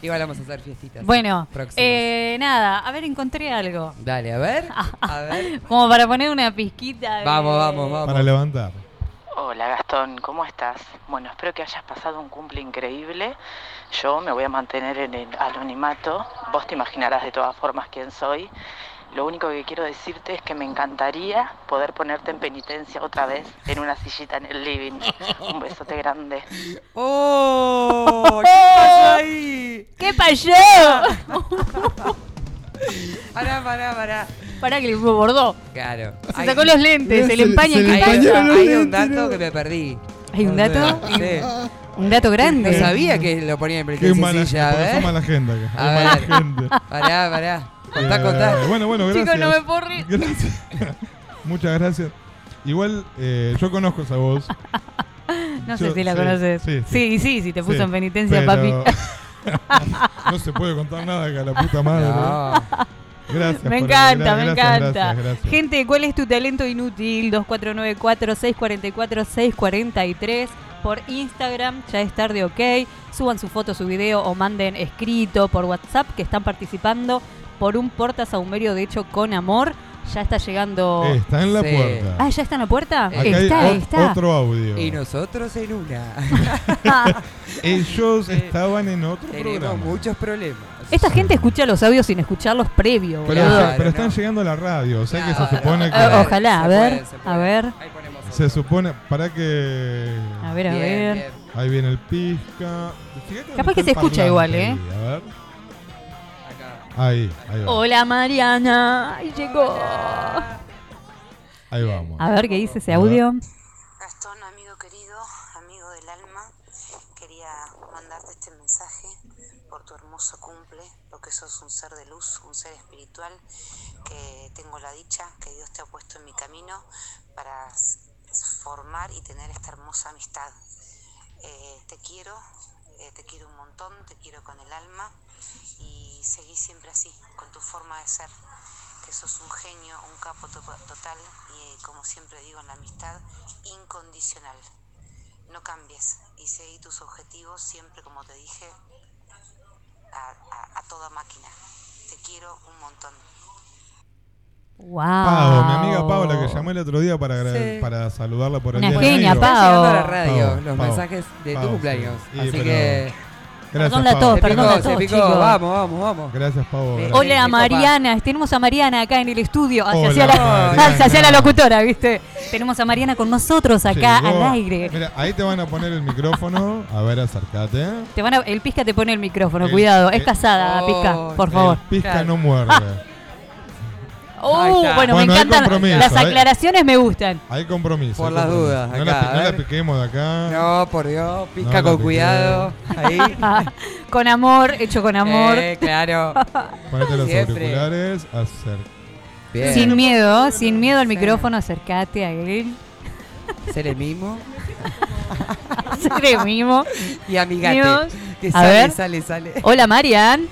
[SPEAKER 7] Igual vamos a hacer fiestitas.
[SPEAKER 8] Bueno,
[SPEAKER 7] Próximas.
[SPEAKER 8] eh, nada, a ver, encontré algo.
[SPEAKER 7] Dale, a ver. A ver.
[SPEAKER 8] Como para poner una pizquita. de-
[SPEAKER 7] Vamos, vamos, vamos.
[SPEAKER 6] Para levantar.
[SPEAKER 17] Hola Gastón, ¿cómo estás? Bueno, espero que hayas pasado un cumple increíble. Yo me voy a mantener en el anonimato. Vos te imaginarás de todas formas quién soy. Lo único que quiero decirte es que me encantaría poder ponerte en penitencia otra vez en una sillita en el living. Un besote grande.
[SPEAKER 7] ¡Oh! ¿Qué pasó ahí?
[SPEAKER 8] ¿Qué pasó?
[SPEAKER 7] Pará, pará, pará.
[SPEAKER 8] Pará que le bordó.
[SPEAKER 7] Claro.
[SPEAKER 8] Se sacó los lentes, se le empaña
[SPEAKER 7] Hay,
[SPEAKER 8] el
[SPEAKER 7] hay
[SPEAKER 8] cristal.
[SPEAKER 7] un dato que me perdí.
[SPEAKER 8] ¿Hay un
[SPEAKER 7] No sé,
[SPEAKER 8] dato?
[SPEAKER 7] sí.
[SPEAKER 8] Un dato grande.
[SPEAKER 7] No sabía que lo ponía en
[SPEAKER 6] Qué
[SPEAKER 7] penitencia.
[SPEAKER 6] mala,
[SPEAKER 7] sí, ya, a
[SPEAKER 6] gente,
[SPEAKER 7] ver.
[SPEAKER 6] mala gente. acá.
[SPEAKER 7] ¿eh? A
[SPEAKER 6] Qué mala
[SPEAKER 7] ver.
[SPEAKER 6] gente.
[SPEAKER 7] Pará, pará. Contá,
[SPEAKER 6] Eh,
[SPEAKER 7] contá.
[SPEAKER 6] Bueno, bueno,
[SPEAKER 8] Chicos,
[SPEAKER 6] gracias.
[SPEAKER 8] no me puedo reír.
[SPEAKER 6] Gracias. Muchas gracias. Igual eh, yo conozco esa voz.
[SPEAKER 8] No
[SPEAKER 6] Yo-
[SPEAKER 8] sé si la
[SPEAKER 6] sí,
[SPEAKER 8] conoces.
[SPEAKER 6] sí,
[SPEAKER 8] Sí,
[SPEAKER 6] sí.
[SPEAKER 8] sí, sí, te puso
[SPEAKER 6] Sí,
[SPEAKER 8] en penitencia,
[SPEAKER 6] pero-
[SPEAKER 8] papi.
[SPEAKER 6] no se puede contar nada que a la puta madre. Gracias.
[SPEAKER 8] Me
[SPEAKER 6] por-
[SPEAKER 8] encanta, me
[SPEAKER 6] gracias,
[SPEAKER 8] encanta.
[SPEAKER 6] Gracias, gracias.
[SPEAKER 8] Gente, ¿cuál es tu talento inútil? 2494-644-643 por Instagram, ya es tarde, ok. Suban su foto, su video o manden escrito por WhatsApp que están participando por un portasaumerio de hecho con amor. Ya está llegando.
[SPEAKER 6] Está en la
[SPEAKER 7] Sí.
[SPEAKER 6] puerta.
[SPEAKER 8] Ah, ya está en la puerta.
[SPEAKER 6] Acá hay
[SPEAKER 8] está,
[SPEAKER 6] o-
[SPEAKER 8] está.
[SPEAKER 6] otro audio.
[SPEAKER 7] Y nosotros en una.
[SPEAKER 8] Ah,
[SPEAKER 7] Eh,
[SPEAKER 6] Ellos estaban en otro
[SPEAKER 7] Tenemos
[SPEAKER 6] programa.
[SPEAKER 7] muchos problemas.
[SPEAKER 8] Esta gente escucha los audios sin escucharlos previo,
[SPEAKER 6] Pero,
[SPEAKER 8] boludo.
[SPEAKER 6] pero están llegando a la radio, o sea que se supone que.
[SPEAKER 8] Eh, ojalá, a ver, a ver.
[SPEAKER 6] Se supone. Para que.
[SPEAKER 8] A ver, a Bien, ver. bien.
[SPEAKER 6] Ahí viene el pizca. Fíjate dónde
[SPEAKER 8] Capaz
[SPEAKER 6] está
[SPEAKER 8] que
[SPEAKER 6] el
[SPEAKER 8] se escucha
[SPEAKER 6] parlante
[SPEAKER 8] igual, ¿eh?
[SPEAKER 6] ahí, a ver. Ahí, ahí, va,
[SPEAKER 8] Hola Mariana, Ay, llegó.
[SPEAKER 6] ahí vamos.
[SPEAKER 8] A ver qué dice ese audio.
[SPEAKER 17] Gastón, amigo querido, amigo del alma, quería mandarte este mensaje por tu hermoso cumple, lo que sos un ser de luz, un ser espiritual, que tengo la dicha que Dios te ha puesto en mi camino para s- formar y tener esta hermosa amistad. Eh, te quiero, eh, te quiero un montón, te quiero con el alma y seguí siempre así, con tu forma de ser, que sos un genio, un capo to- total y eh, como siempre digo en la amistad, incondicional. No cambies y seguí tus objetivos siempre, como te dije, a, a- a toda máquina. Te quiero un montón.
[SPEAKER 8] Wow.
[SPEAKER 6] Pau, mi amiga Paula que llamé el otro día para, agra-
[SPEAKER 7] Sí.
[SPEAKER 6] para saludarla por el
[SPEAKER 8] Una
[SPEAKER 6] día del
[SPEAKER 8] genia,
[SPEAKER 6] amigo.
[SPEAKER 8] Pau.
[SPEAKER 7] Está llegando a la radio
[SPEAKER 6] Pau,
[SPEAKER 7] los
[SPEAKER 6] Pau,
[SPEAKER 7] mensajes de
[SPEAKER 6] Pau,
[SPEAKER 7] tu cumpleaños.
[SPEAKER 6] sí. Y
[SPEAKER 7] Así
[SPEAKER 6] pero-
[SPEAKER 7] que.
[SPEAKER 6] Eh, Gracias,
[SPEAKER 8] Perdón la
[SPEAKER 6] Pau.
[SPEAKER 8] tos,
[SPEAKER 7] Eh, Se
[SPEAKER 8] perdón
[SPEAKER 7] picó,
[SPEAKER 8] la
[SPEAKER 7] se
[SPEAKER 8] tos,
[SPEAKER 7] picó.
[SPEAKER 8] chicos.
[SPEAKER 7] Vamos, vamos, vamos.
[SPEAKER 6] Gracias, Pau.
[SPEAKER 7] Sí.
[SPEAKER 6] gracias.
[SPEAKER 8] Hola
[SPEAKER 7] Copa.
[SPEAKER 8] Mariana, tenemos a Mariana acá en el estudio, hacia,
[SPEAKER 6] Hola,
[SPEAKER 8] hacia la,
[SPEAKER 6] Mariana.
[SPEAKER 8] hacia- hacia la locutora, ¿viste? Tenemos a Mariana con nosotros acá
[SPEAKER 6] Llegó.
[SPEAKER 8] al aire.
[SPEAKER 6] Mira, ahí te van a poner el micrófono. A ver, acércate.
[SPEAKER 8] Te van a- el pizca te pone el micrófono,
[SPEAKER 6] El-
[SPEAKER 8] cuidado. Es
[SPEAKER 6] eh,
[SPEAKER 8] casada,
[SPEAKER 7] Oh,
[SPEAKER 8] pizca, por favor.
[SPEAKER 6] El pizca
[SPEAKER 7] Claro.
[SPEAKER 6] no muerde.
[SPEAKER 8] Oh,
[SPEAKER 7] está.
[SPEAKER 8] bueno, me
[SPEAKER 6] Bueno, hay
[SPEAKER 8] encantan.
[SPEAKER 6] compromiso, ¿eh?
[SPEAKER 8] Las
[SPEAKER 6] hay-
[SPEAKER 8] aclaraciones me gustan.
[SPEAKER 6] Hay compromiso.
[SPEAKER 7] Por
[SPEAKER 6] hay
[SPEAKER 7] las
[SPEAKER 6] compromiso.
[SPEAKER 7] dudas,
[SPEAKER 6] No, la,
[SPEAKER 7] acá,
[SPEAKER 6] pi- no
[SPEAKER 7] a
[SPEAKER 6] la
[SPEAKER 7] ver.
[SPEAKER 6] piquemos de acá.
[SPEAKER 7] No, por Dios,
[SPEAKER 6] No,
[SPEAKER 7] pizca
[SPEAKER 6] la
[SPEAKER 7] con
[SPEAKER 6] piqué.
[SPEAKER 7] cuidado. Ahí.
[SPEAKER 8] con amor, hecho con amor.
[SPEAKER 7] Eh, claro.
[SPEAKER 6] Ponete los
[SPEAKER 7] Siempre.
[SPEAKER 6] auriculares. Acer-
[SPEAKER 7] Bien.
[SPEAKER 8] Sin miedo, sin miedo al micrófono, acercate a él.
[SPEAKER 7] Ser el mismo
[SPEAKER 8] Seré mimo.
[SPEAKER 7] y amigate.
[SPEAKER 8] Dios.
[SPEAKER 7] Que
[SPEAKER 8] A
[SPEAKER 7] sale,
[SPEAKER 8] ver.
[SPEAKER 7] sale, sale.
[SPEAKER 8] Hola, Marian.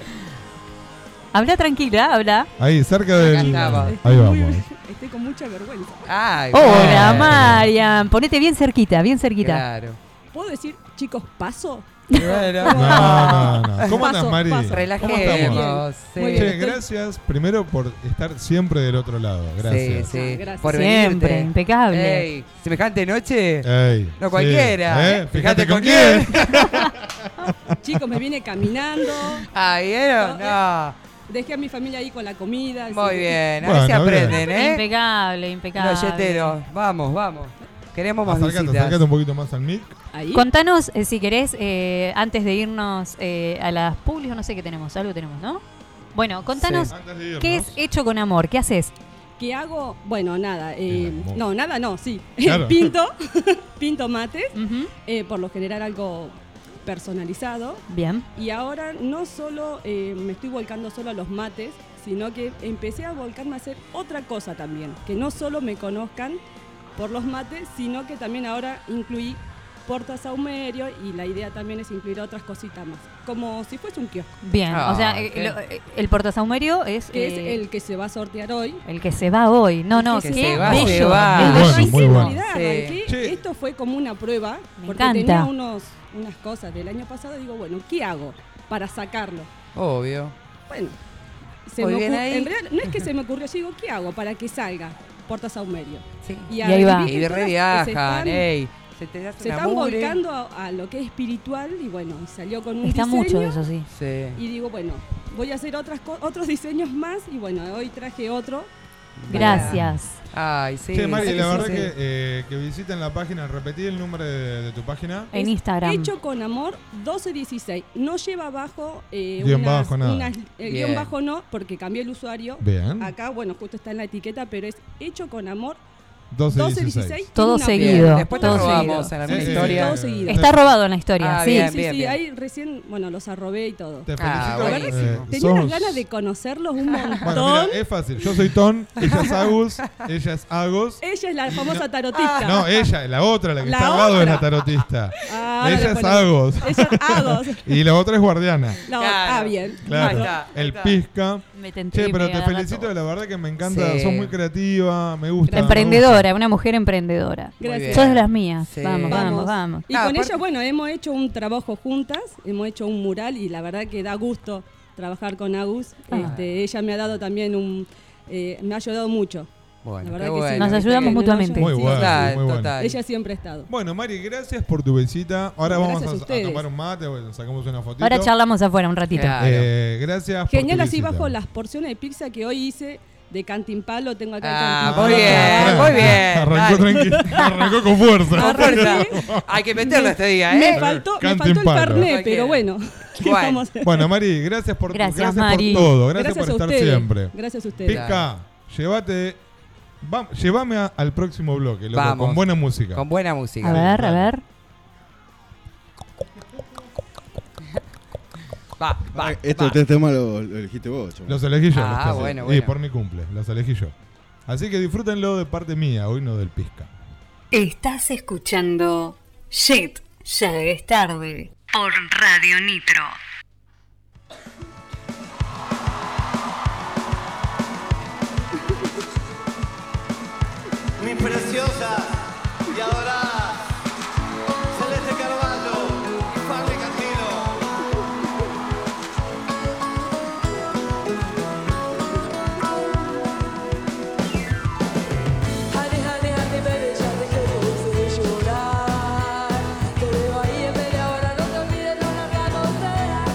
[SPEAKER 8] Habla tranquila, habla.
[SPEAKER 6] Ahí, cerca del.
[SPEAKER 7] estaba.
[SPEAKER 6] Ahí vamos.
[SPEAKER 18] Estoy con mucha vergüenza.
[SPEAKER 7] Ay,
[SPEAKER 8] Hola,
[SPEAKER 7] bueno.
[SPEAKER 8] Marian. Ponete bien cerquita, bien cerquita.
[SPEAKER 7] Claro.
[SPEAKER 18] ¿Puedo decir, chicos, paso?
[SPEAKER 7] Y bueno,
[SPEAKER 6] No, no, no. ¿Cómo
[SPEAKER 18] Paso,
[SPEAKER 6] andas, Mari?
[SPEAKER 18] paso.
[SPEAKER 6] ¿Cómo estamos?
[SPEAKER 7] Relajemos. sí.
[SPEAKER 18] Muy
[SPEAKER 6] Che,
[SPEAKER 18] bien.
[SPEAKER 6] gracias primero por estar siempre del otro lado.
[SPEAKER 7] Sí,
[SPEAKER 6] Gracias.
[SPEAKER 7] sí.
[SPEAKER 18] Ah, gracias.
[SPEAKER 7] Por
[SPEAKER 8] Siempre,
[SPEAKER 7] venirte.
[SPEAKER 8] impecable.
[SPEAKER 7] Ey, semejante noche.
[SPEAKER 6] Ey,
[SPEAKER 7] No
[SPEAKER 6] sí.
[SPEAKER 7] cualquiera.
[SPEAKER 6] ¿Eh? Fíjate con quién.
[SPEAKER 18] Chicos, me vine caminando.
[SPEAKER 7] Ah, ¿vieron? No.
[SPEAKER 18] Dejé a mi familia ahí con la comida. así
[SPEAKER 7] Muy
[SPEAKER 18] que-
[SPEAKER 7] bien. Ahí
[SPEAKER 6] Bueno,
[SPEAKER 7] se
[SPEAKER 6] bien.
[SPEAKER 7] aprenden, ¿eh?
[SPEAKER 8] Impecable, impecable.
[SPEAKER 7] Los yeteros. Vamos, vamos. Queremos más
[SPEAKER 6] Acércate,
[SPEAKER 7] visitas.
[SPEAKER 6] acércate un poquito más al mic.
[SPEAKER 18] Ahí.
[SPEAKER 8] Contanos, eh, si querés, eh, antes de irnos eh, a las públicas, no sé qué tenemos, algo tenemos, ¿no? Bueno, contanos,
[SPEAKER 7] Sí.
[SPEAKER 6] Antes de irnos.
[SPEAKER 8] ¿qué es hecho con amor? ¿Qué haces?
[SPEAKER 18] ¿Qué hago? Bueno, nada. eh,
[SPEAKER 6] Era hermoso.
[SPEAKER 18] no, nada, no, sí.
[SPEAKER 6] Claro.
[SPEAKER 18] pinto, pinto mates.
[SPEAKER 8] Ujú,
[SPEAKER 18] eh, por lo general algo personalizado.
[SPEAKER 8] Bien.
[SPEAKER 18] Y ahora no solo eh, me estoy volcando solo a los mates, sino que empecé a volcarme a hacer otra cosa también. Que no solo me conozcan por los mates, sino que también ahora incluí Porta Saumerio y la idea también es incluir otras cositas más, como si fuese un kiosco.
[SPEAKER 8] Bien, o sea, eh, lo- eh, el portasaumerio es,
[SPEAKER 18] que es
[SPEAKER 8] eh,
[SPEAKER 18] el que se va a sortear hoy.
[SPEAKER 8] el que se va hoy. No, no,
[SPEAKER 18] que
[SPEAKER 8] qué
[SPEAKER 18] se va,
[SPEAKER 8] bello.
[SPEAKER 18] se
[SPEAKER 7] va.
[SPEAKER 8] Es
[SPEAKER 7] Muy bueno,
[SPEAKER 8] bellísimo.
[SPEAKER 7] muy bueno.
[SPEAKER 18] Mirá,
[SPEAKER 7] Sí.
[SPEAKER 18] arranqué,
[SPEAKER 7] Che.
[SPEAKER 18] esto fue como una prueba,
[SPEAKER 8] Me
[SPEAKER 18] porque
[SPEAKER 8] encanta.
[SPEAKER 18] tenía unos, unas cosas del año pasado y digo, bueno, ¿qué hago para sacarlo?
[SPEAKER 7] Obvio.
[SPEAKER 18] Bueno, se
[SPEAKER 7] Muy
[SPEAKER 18] me
[SPEAKER 7] bien
[SPEAKER 18] ocur-
[SPEAKER 7] ahí.
[SPEAKER 18] en realidad no es que se me ocurrió, yo digo, ¿qué hago para que salga? Portas a un medio.
[SPEAKER 7] Y ahí va. Y
[SPEAKER 18] adivinen todas que se
[SPEAKER 7] reviajan,
[SPEAKER 18] están-
[SPEAKER 7] ey. Se te hace
[SPEAKER 18] se
[SPEAKER 7] una
[SPEAKER 18] están
[SPEAKER 7] mugre.
[SPEAKER 18] volcando a, a lo que es espiritual y bueno, y salió con un
[SPEAKER 8] Está
[SPEAKER 18] diseño
[SPEAKER 8] mucho eso, sí.
[SPEAKER 18] y digo, bueno, voy a hacer otras co- otros diseños más y bueno, hoy traje otro.
[SPEAKER 8] Gracias.
[SPEAKER 7] Ay, sí.
[SPEAKER 6] Che, Mari,
[SPEAKER 7] sí,
[SPEAKER 6] la
[SPEAKER 7] sí,
[SPEAKER 6] verdad
[SPEAKER 7] sí.
[SPEAKER 6] que, eh, que visiten la página, repetí el nombre de, de tu página.
[SPEAKER 18] Es Hecho con amor 1216. No lleva abajo. eh,
[SPEAKER 6] Guión
[SPEAKER 18] unas-
[SPEAKER 6] bajo, nada.
[SPEAKER 18] unas- el
[SPEAKER 6] Bien.
[SPEAKER 18] guión bajo no, porque cambié el usuario.
[SPEAKER 6] Bien.
[SPEAKER 18] Acá, bueno, justo está en la etiqueta, pero es hecho con amor
[SPEAKER 6] 1216.
[SPEAKER 18] tiene
[SPEAKER 8] Todo
[SPEAKER 18] una-
[SPEAKER 8] seguido.
[SPEAKER 7] Bien, después
[SPEAKER 8] todo
[SPEAKER 7] lo robamos
[SPEAKER 8] seguido.
[SPEAKER 7] en alguna Sí, historia.
[SPEAKER 18] todo seguido.
[SPEAKER 8] Está robado en la historia,
[SPEAKER 7] Ah,
[SPEAKER 8] sí.
[SPEAKER 7] bien,
[SPEAKER 18] Sí, sí, ahí recién, bueno, los arrobé y todo.
[SPEAKER 6] Te Ah, felicito, buenísimo. eh,
[SPEAKER 18] Tenía
[SPEAKER 6] sos-
[SPEAKER 18] unas ganas de conocerlos un montón.
[SPEAKER 6] Bueno, mira, es fácil. Yo soy Ton, ella es Agus, ella es Agus.
[SPEAKER 18] Ella es la famosa tarotista.
[SPEAKER 6] No, ella, la otra, la que
[SPEAKER 18] La
[SPEAKER 6] está al lado es la
[SPEAKER 18] otra.
[SPEAKER 6] tarotista.
[SPEAKER 18] Ah, ahora
[SPEAKER 6] ella
[SPEAKER 18] le
[SPEAKER 6] es
[SPEAKER 18] ponemos-
[SPEAKER 6] Agos.
[SPEAKER 18] Ella es Agos.
[SPEAKER 6] y la otra es Guardiana.
[SPEAKER 18] La otra- Ah, bien.
[SPEAKER 6] Claro, el pizca.
[SPEAKER 8] Me tenté,
[SPEAKER 6] Che, pero
[SPEAKER 8] me
[SPEAKER 6] te
[SPEAKER 8] agarra
[SPEAKER 6] felicito, la verdad que me encanta,
[SPEAKER 8] Sí.
[SPEAKER 6] sos muy creativa, me gusta. me
[SPEAKER 8] Emprendedora,
[SPEAKER 6] gusta.
[SPEAKER 8] una mujer emprendedora.
[SPEAKER 18] Muy bien.
[SPEAKER 8] Sos de las mías.
[SPEAKER 6] Sí.
[SPEAKER 8] Vamos, vamos, vamos.
[SPEAKER 18] Y con ella, bueno, hemos hecho un trabajo juntas, hemos hecho un mural y la verdad que da gusto trabajar con Agus.
[SPEAKER 8] Ah.
[SPEAKER 18] Este, ella me ha dado también un... eh, me ha ayudado mucho.
[SPEAKER 7] Bueno,
[SPEAKER 18] La verdad
[SPEAKER 7] qué
[SPEAKER 18] que sí.
[SPEAKER 7] bueno.
[SPEAKER 8] Nos ayudamos mutuamente.
[SPEAKER 6] Muy bueno,
[SPEAKER 7] Total,
[SPEAKER 6] muy bueno.
[SPEAKER 7] total.
[SPEAKER 18] Ella siempre ha estado.
[SPEAKER 6] Bueno, Mari, gracias por tu visita. Ahora
[SPEAKER 18] Gracias a
[SPEAKER 6] vamos a, a
[SPEAKER 18] ustedes.
[SPEAKER 6] tomar un mate, bueno, sacamos una fotito.
[SPEAKER 8] Ahora charlamos afuera un ratito.
[SPEAKER 6] Eh, gracias por
[SPEAKER 18] Genial
[SPEAKER 6] tu
[SPEAKER 18] así
[SPEAKER 6] visita.
[SPEAKER 18] bajo las porciones de pizza que hoy hice de cantimpalo, tengo acá
[SPEAKER 7] Ah,
[SPEAKER 18] el
[SPEAKER 7] muy bien,
[SPEAKER 18] cantimpalo.
[SPEAKER 7] muy bien. ¿eh?
[SPEAKER 6] Arrancó tranquilo, arrancó con fuerza.
[SPEAKER 7] Con fuerza. Hay que meterlo este día, ¿eh?
[SPEAKER 18] Me faltó, me
[SPEAKER 6] Canta
[SPEAKER 18] faltó el
[SPEAKER 6] en palo.
[SPEAKER 18] carnet, pero bueno. ¿qué
[SPEAKER 7] Bueno.
[SPEAKER 18] vamos a hacer?
[SPEAKER 6] Bueno, Mari, gracias por,
[SPEAKER 18] Gracias,
[SPEAKER 6] gracias
[SPEAKER 18] Mari.
[SPEAKER 6] por todo. Gracias,
[SPEAKER 18] Gracias
[SPEAKER 6] por
[SPEAKER 18] a
[SPEAKER 6] estar
[SPEAKER 18] ustedes.
[SPEAKER 6] siempre.
[SPEAKER 18] Gracias a ustedes.
[SPEAKER 6] Pica, llévate. va- llévame a- al próximo bloque, loco,
[SPEAKER 7] Vamos.
[SPEAKER 6] con buena música.
[SPEAKER 7] Con buena música.
[SPEAKER 8] A ver, a ver.
[SPEAKER 9] Ah,
[SPEAKER 7] Va, va.
[SPEAKER 9] Estos tres temas los este lo elegiste vos, chaval.
[SPEAKER 6] Los elegí yo. los
[SPEAKER 7] Ah,
[SPEAKER 6] tres.
[SPEAKER 7] bueno,
[SPEAKER 6] Y
[SPEAKER 7] bueno.
[SPEAKER 6] por mi cumple, los elegí yo. Así que disfrútenlo de parte mía, hoy no del Pisca.
[SPEAKER 3] Estás escuchando Shit, ya es tarde. Por Radio Nitro.
[SPEAKER 19] Mis preciosas y adoradas Celeste Carvalho y Farley Cantilo
[SPEAKER 11] Honey, honey, honey, baby, ya te quedé sin llorar. Te veo ahí en media hora, no te olvides, no la sea.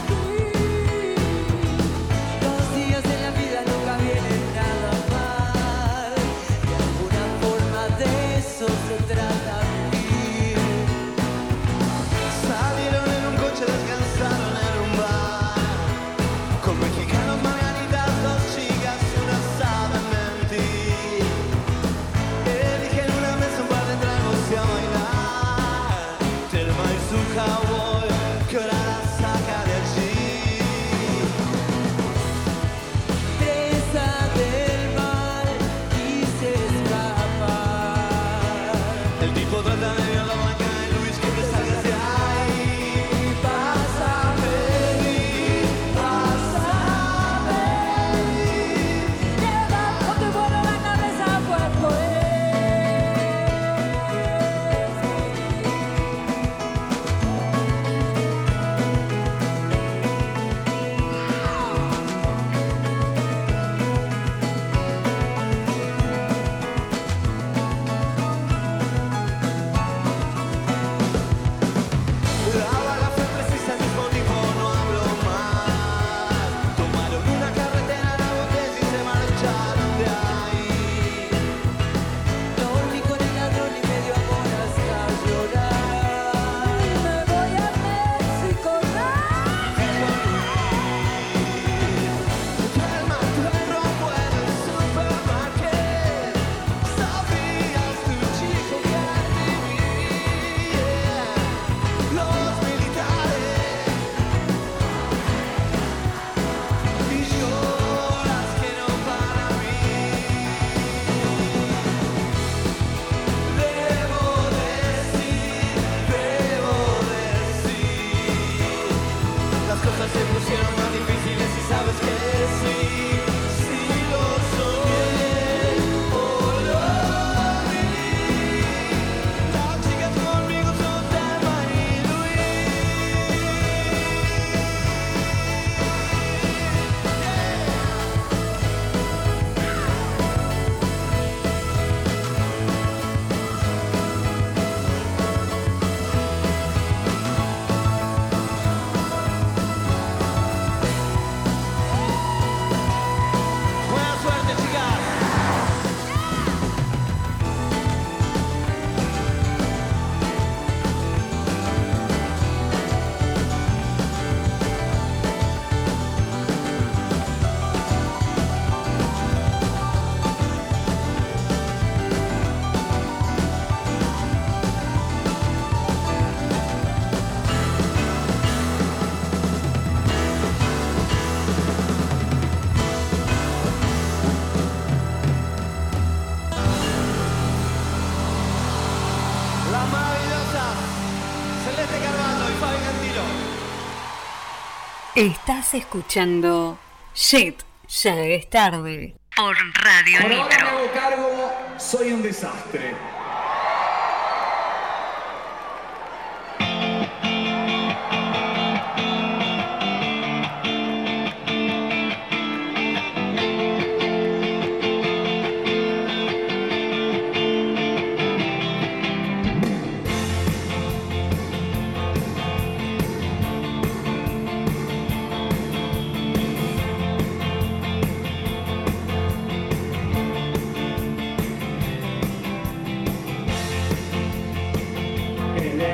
[SPEAKER 3] Estás escuchando Shit, ya es tarde. Por Radio
[SPEAKER 5] Por ahora
[SPEAKER 3] Nitro.
[SPEAKER 5] me hago cargo, soy un desastre.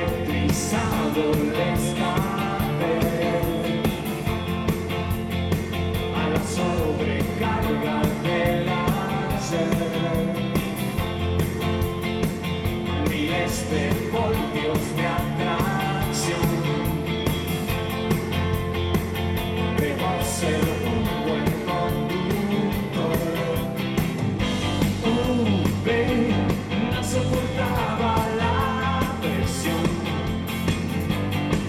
[SPEAKER 5] Electrizado el escape a la sobrecarga del ayer. Miles de voltios de atracción. Debo ser un buen conductor. UV no soportaba la presión.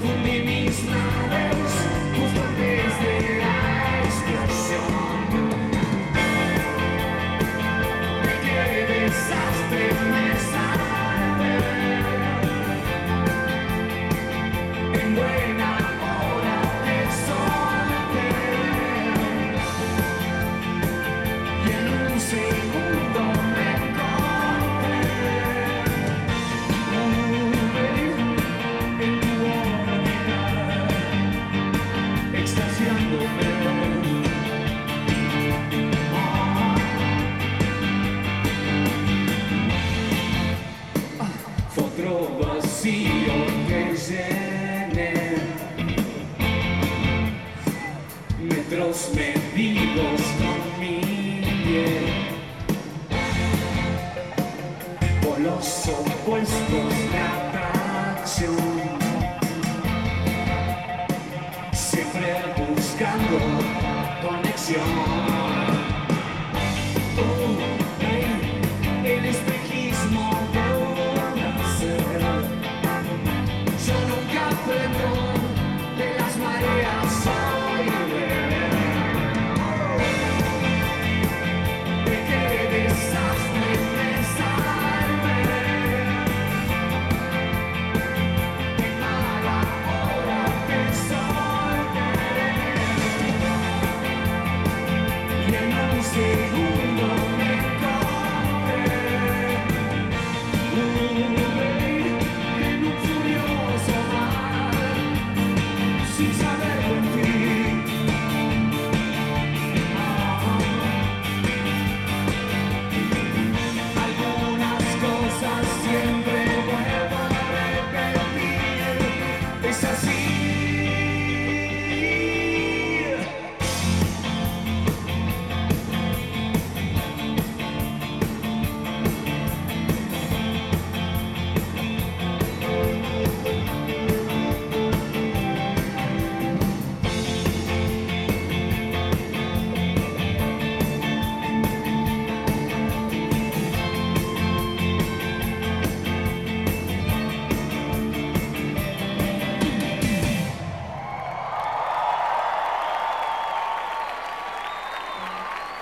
[SPEAKER 5] Fundí mis naves justo antes de la explosión. ¿De qué desastre me salvé? En buena hora de solté. Y en un segundo me encontré. En tu órbita, extasiándome. Otro vacío que llené, metros medidos con mi piel. por los opuestos de atracción. Siempre buscando conexión. Oh, hey, el espejismo de nacer. Yo nunca aprendo de las mareas. Soy de de qué desastre me salve de mala hora que solté y en un segundo me encontré en un furioso mar sin saber por qué Algunas cosas siempre vuelvo a repetir. Es así.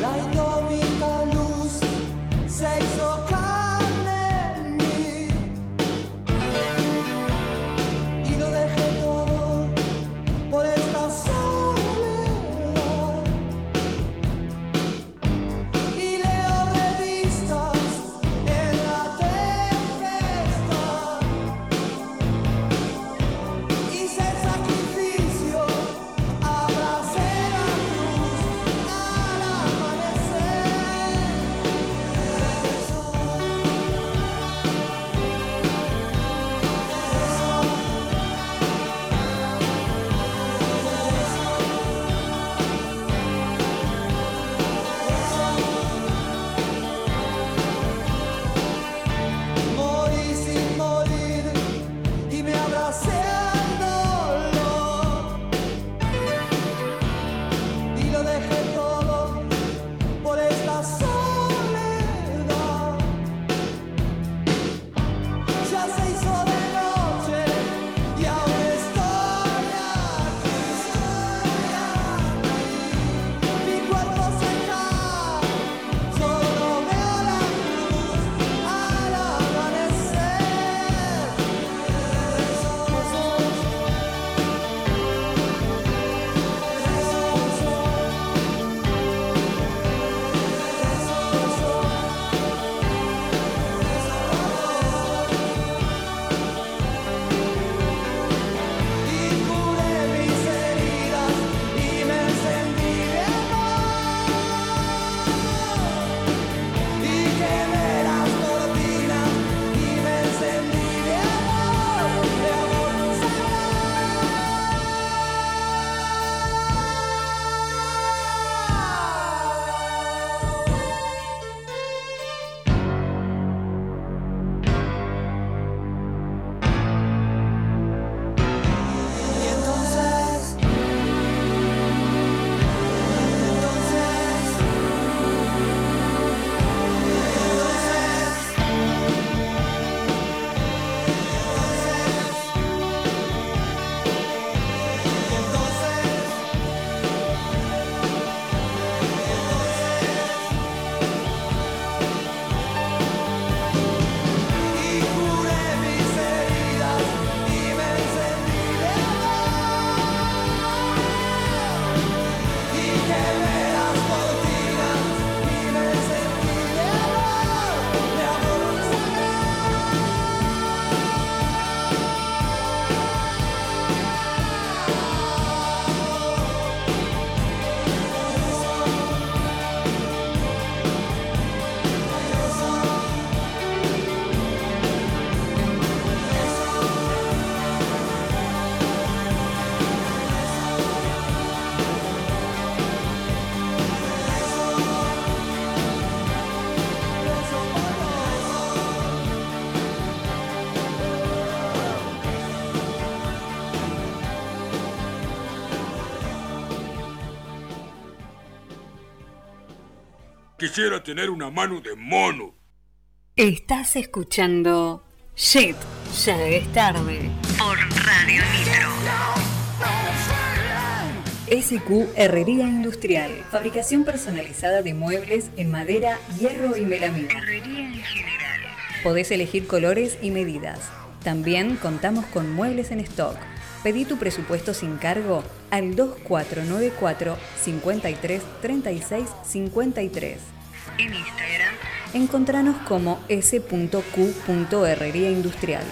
[SPEAKER 19] La indómita luz se hizo carne en mí y lo dejé todo por esta soledad. Y leo revistas en la tempestad.
[SPEAKER 1] Quisiera tener una mano de mono.
[SPEAKER 8] Estás escuchando Shit, ya es tarde. Por Radio Nitro. SQ Herrería Industrial. Fabricación personalizada de muebles en madera, hierro y melamina. Podés elegir colores y medidas. También contamos con muebles en stock. Pedí tu presupuesto sin cargo al 2494 53 36 53. En Instagram encontranos como s.q.herrería industrial.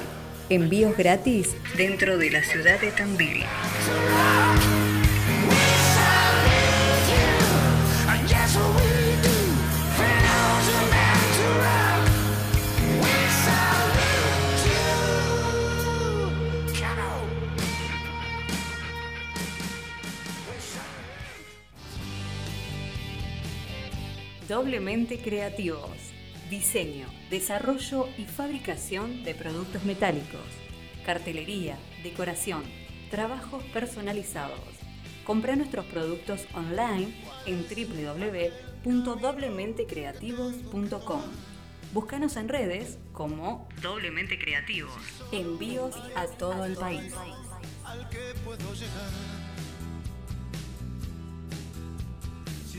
[SPEAKER 8] Envíos gratis dentro de la ciudad de Tandil. Doblemente creativos. Diseño, desarrollo y fabricación de productos metálicos. Cartelería, decoración, trabajos personalizados. Compra nuestros productos online en www.doblementecreativos.com. Búscanos en redes como Doblemente Creativos. Envíos a todo el país.
[SPEAKER 5] Al que puedo llegar. Si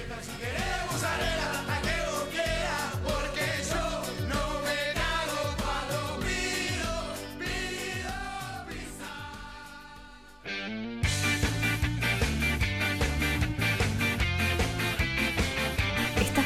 [SPEAKER 8] ¿Estás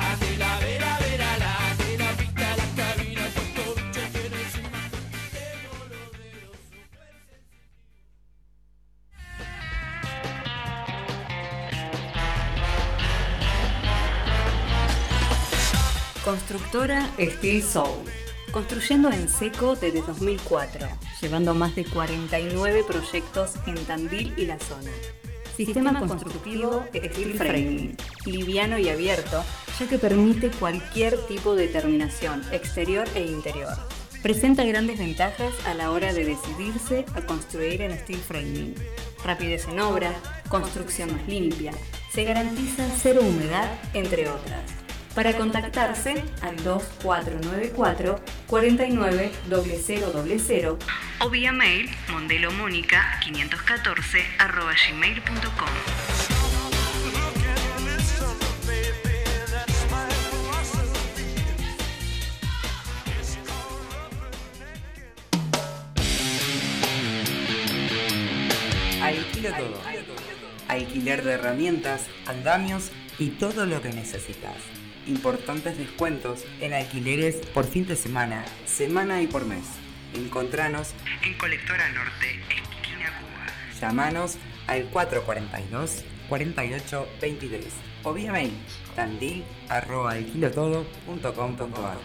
[SPEAKER 8] Constructora Steel Soul. Construyendo en seco desde 2004, llevando más de 49 proyectos en Tandil y la zona. Sistema, constructivo Steel Framing. Liviano y abierto, ya que permite cualquier tipo de terminación, exterior e interior. Presenta grandes ventajas a la hora de decidirse a construir en steel framing. Rapidez en obra, construcción más limpia, se garantiza cero humedad, entre otras. Para contactarse al 2494 49 000 o vía mail mondelomónica 514 arroba gmail.com.
[SPEAKER 7] Alquilo todo. Alquiler de herramientas, andamios y todo lo que necesitas. Importantes descuentos en alquileres por fin de semana, semana y por mes. Encontranos en Colectora Norte, esquina Cuba. Llamanos al 442 4823 o vía mail tandil arroba alquilotodo.com.ar.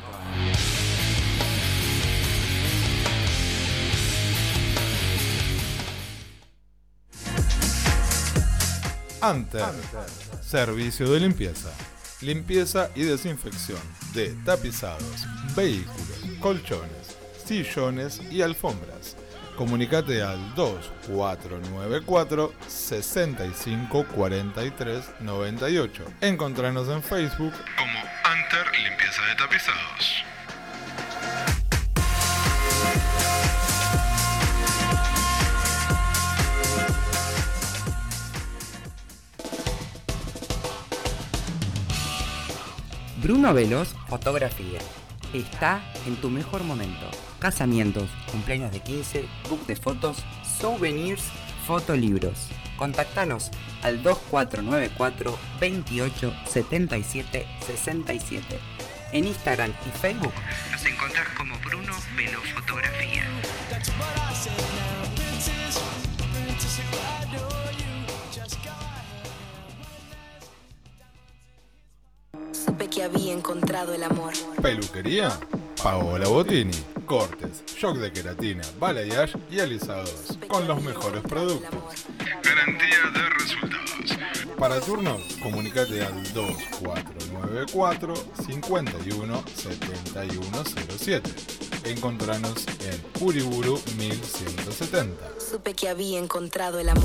[SPEAKER 6] Anter. Servicio de limpieza. Limpieza y desinfección de tapizados, vehículos, colchones, sillones y alfombras. Comunicate al 2494 6543 98. Encontranos en Facebook como Anter Limpieza de Tapizados.
[SPEAKER 7] Bruno Velos, fotografía. Está en tu mejor momento. Casamientos, cumpleaños de 15, book de fotos, souvenirs,
[SPEAKER 4] Fotolibros. Contactanos al 2494 28 77 67. En Instagram y Facebook nos encontrás como Bruno Velofotografía.
[SPEAKER 12] Supe que había encontrado el amor.
[SPEAKER 6] Peluquería, Paola Botini. Cortes, shock de queratina, balayage y alisados. Con los mejores productos. Garantía de resultados. Para turnos, comunícate al 2494 51 7107. Encontranos en Uriburu 1170.
[SPEAKER 12] Supe que había encontrado el amor.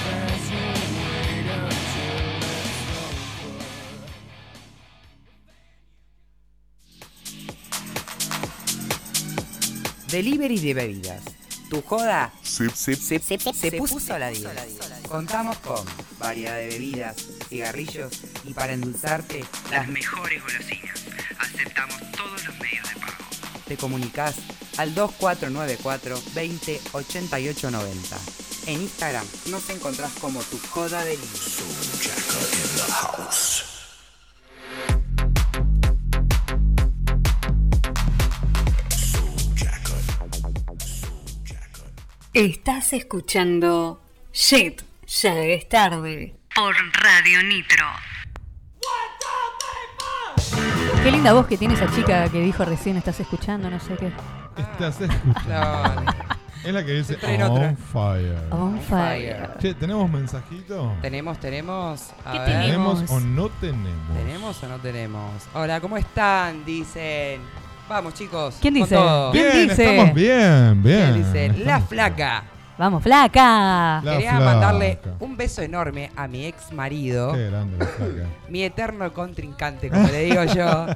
[SPEAKER 4] Delivery de bebidas. Tu joda se, puso a la 10. Contamos con variedad de bebidas, cigarrillos y para endulzarte las mejores golosinas. Aceptamos todos los medios de pago. Te comunicas al 2494 20 88 90. En Instagram nos encontrás como tu joda delivery.
[SPEAKER 3] Estás escuchando Shit, ya es tarde. Por Radio Nitro.
[SPEAKER 8] Qué linda voz que tiene esa chica que dijo recién, estás escuchando, no sé qué.
[SPEAKER 6] Estás escuchando. es la que dice
[SPEAKER 8] Entré en
[SPEAKER 6] On
[SPEAKER 8] otra.
[SPEAKER 6] Fire.
[SPEAKER 8] On fire.
[SPEAKER 6] Che, ¿tenemos mensajito?
[SPEAKER 7] Tenemos, tenemos. A
[SPEAKER 6] ¿Qué
[SPEAKER 7] ver.
[SPEAKER 6] tenemos? ¿Tenemos o no tenemos?
[SPEAKER 7] ¿Tenemos o no tenemos? Hola, ¿cómo están? Dicen. Vamos, chicos.
[SPEAKER 8] ¿Quién
[SPEAKER 7] con
[SPEAKER 8] dice?
[SPEAKER 7] todo.
[SPEAKER 8] ¿Quién
[SPEAKER 6] Bien,
[SPEAKER 8] dice?
[SPEAKER 6] estamos bien, bien.
[SPEAKER 7] Dicen, la flaca.
[SPEAKER 8] Vamos, flaca.
[SPEAKER 7] Quería mandarle un beso enorme a mi ex marido.
[SPEAKER 6] Qué grande la flaca.
[SPEAKER 7] mi eterno contrincante, como le digo yo.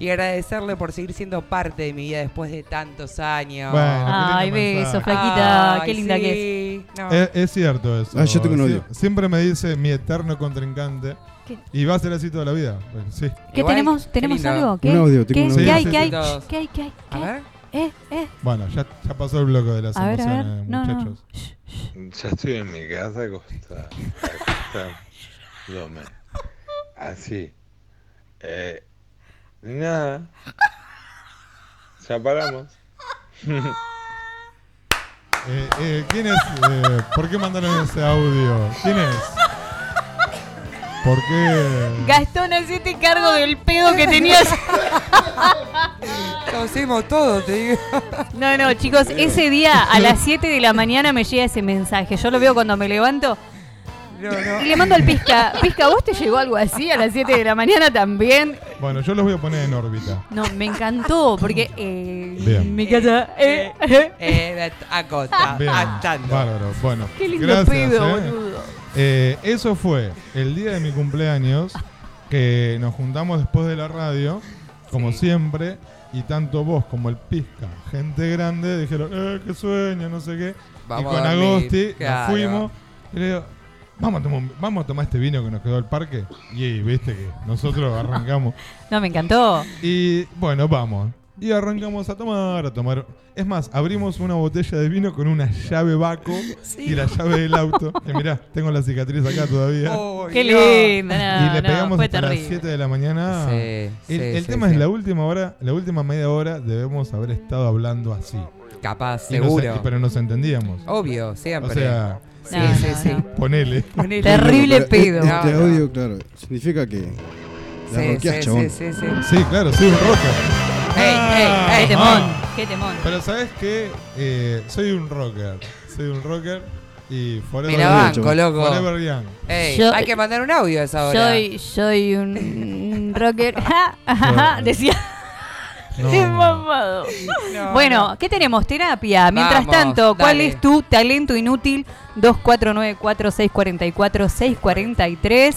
[SPEAKER 7] y agradecerle por seguir siendo parte de mi vida después de tantos años.
[SPEAKER 6] Bueno, qué lindo
[SPEAKER 8] Ay, beso, flaquita, qué linda que
[SPEAKER 7] es. No.
[SPEAKER 6] Es, es cierto eso.
[SPEAKER 9] Ah, yo tengo un
[SPEAKER 6] Sie-
[SPEAKER 9] odio.
[SPEAKER 6] Siempre me dice mi eterno contrincante.
[SPEAKER 8] ¿Qué?
[SPEAKER 6] Y va a ser así toda la vida. Bueno, sí.
[SPEAKER 8] ¿Qué tenemos? ¿Tenemos algo? ¿Qué?
[SPEAKER 6] Un audio,
[SPEAKER 8] ¿Qué?
[SPEAKER 6] tengo un
[SPEAKER 8] ¿Qué
[SPEAKER 6] audio.
[SPEAKER 8] hay?
[SPEAKER 6] Sí,
[SPEAKER 8] ¿Qué hay?
[SPEAKER 6] sí, sí.
[SPEAKER 8] ¿Qué hay? ¿Qué hay?
[SPEAKER 7] A ver.
[SPEAKER 8] Eh, eh.
[SPEAKER 6] Bueno, ya, ya pasó el bloque de las
[SPEAKER 8] A ver, a ver.
[SPEAKER 6] emociones,
[SPEAKER 8] No, no.
[SPEAKER 6] muchachos.
[SPEAKER 20] Ya estoy en mi casa acostada, acostándome. Así. Eh, nada. Ya paramos.
[SPEAKER 6] Eh, eh, ¿Quién es? eh, ¿Por qué mandaron ese audio? ¿Quién es? ¿Por qué?
[SPEAKER 8] Gastón, hacete cargo del pedo que tenías.
[SPEAKER 7] Lo hacemos todo, te digo.
[SPEAKER 8] No, no, chicos, ese día a las 7 de la mañana me llega ese mensaje. Yo lo veo cuando me levanto. Y le mando al Pisca. Pisca, ¿vos te llegó algo así a las 7 de la mañana también?
[SPEAKER 6] Bueno, yo los voy a poner en órbita.
[SPEAKER 8] No, me encantó porque eh,
[SPEAKER 6] Bien.
[SPEAKER 8] mi casa... eh,
[SPEAKER 7] Eh, acota,
[SPEAKER 6] Bien,
[SPEAKER 7] actando.
[SPEAKER 6] Bárbaro. Bueno,
[SPEAKER 8] Qué lindo
[SPEAKER 6] gracias,
[SPEAKER 8] pedo,
[SPEAKER 6] ¿eh?
[SPEAKER 8] boludo.
[SPEAKER 6] Eh, eso fue el día de mi cumpleaños que nos juntamos después de la radio, como siempre, y tanto vos como el Pizca, gente grande, dijeron, eh, qué sueño, no sé qué.
[SPEAKER 7] Vamos
[SPEAKER 6] y con
[SPEAKER 7] a dormir,
[SPEAKER 6] Agosti nos
[SPEAKER 7] claro.
[SPEAKER 6] fuimos y le digo, vamos a, tomar, un- vamos a tomar este vino que nos quedó el parque. Y viste que nosotros arrancamos.
[SPEAKER 8] No, me encantó.
[SPEAKER 6] Y bueno, vamos. Y arrancamos a tomar, a tomar. Es más, abrimos una botella de vino con una llave vaco y la llave del auto. Y mirá, tengo la cicatriz acá todavía.
[SPEAKER 8] Qué lindo.
[SPEAKER 6] y
[SPEAKER 8] No,
[SPEAKER 6] le
[SPEAKER 8] no,
[SPEAKER 6] pegamos
[SPEAKER 8] fue
[SPEAKER 6] hasta las
[SPEAKER 8] terrible.
[SPEAKER 6] 7 de la mañana.
[SPEAKER 7] Sí,
[SPEAKER 6] el
[SPEAKER 7] sí,
[SPEAKER 6] el
[SPEAKER 7] sí,
[SPEAKER 6] tema
[SPEAKER 7] sí.
[SPEAKER 6] es la última hora, la última media hora debemos haber estado hablando así.
[SPEAKER 7] Capaz,
[SPEAKER 6] Y nos-
[SPEAKER 7] seguro.
[SPEAKER 6] y- pero nos entendíamos.
[SPEAKER 7] Obvio, siempre.
[SPEAKER 6] O sea, eh,
[SPEAKER 7] Sí, No, sí, no, sí. no.
[SPEAKER 6] Ponele.
[SPEAKER 7] Ponele.
[SPEAKER 9] Pero Este audio, claro, significa que. La
[SPEAKER 6] Sí,
[SPEAKER 9] roqueás,
[SPEAKER 6] sí,
[SPEAKER 9] chabón.
[SPEAKER 7] sí, sí,
[SPEAKER 6] Sí, claro, soy un rocker.
[SPEAKER 8] Ey, ey,
[SPEAKER 6] Ah,
[SPEAKER 8] ey, qué temón,
[SPEAKER 6] ah.
[SPEAKER 8] qué temón.
[SPEAKER 6] Pero sabes qué, Eh, soy un rocker, soy un rocker y forever
[SPEAKER 7] Me la
[SPEAKER 6] young.
[SPEAKER 7] banco, loco.
[SPEAKER 6] Forever young.
[SPEAKER 7] Ey,
[SPEAKER 8] Yo- eh,
[SPEAKER 7] hay que mandar un audio a esa hora.
[SPEAKER 8] Soy, soy un rocker. Ja, ajá, decía. Es mamado.
[SPEAKER 7] Ah,
[SPEAKER 10] No,
[SPEAKER 8] bueno, ¿qué tenemos? Terapia. Mientras
[SPEAKER 10] Vamos,
[SPEAKER 8] tanto, ¿cuál
[SPEAKER 10] dale.
[SPEAKER 8] es tu talento inútil? 2494-644-643.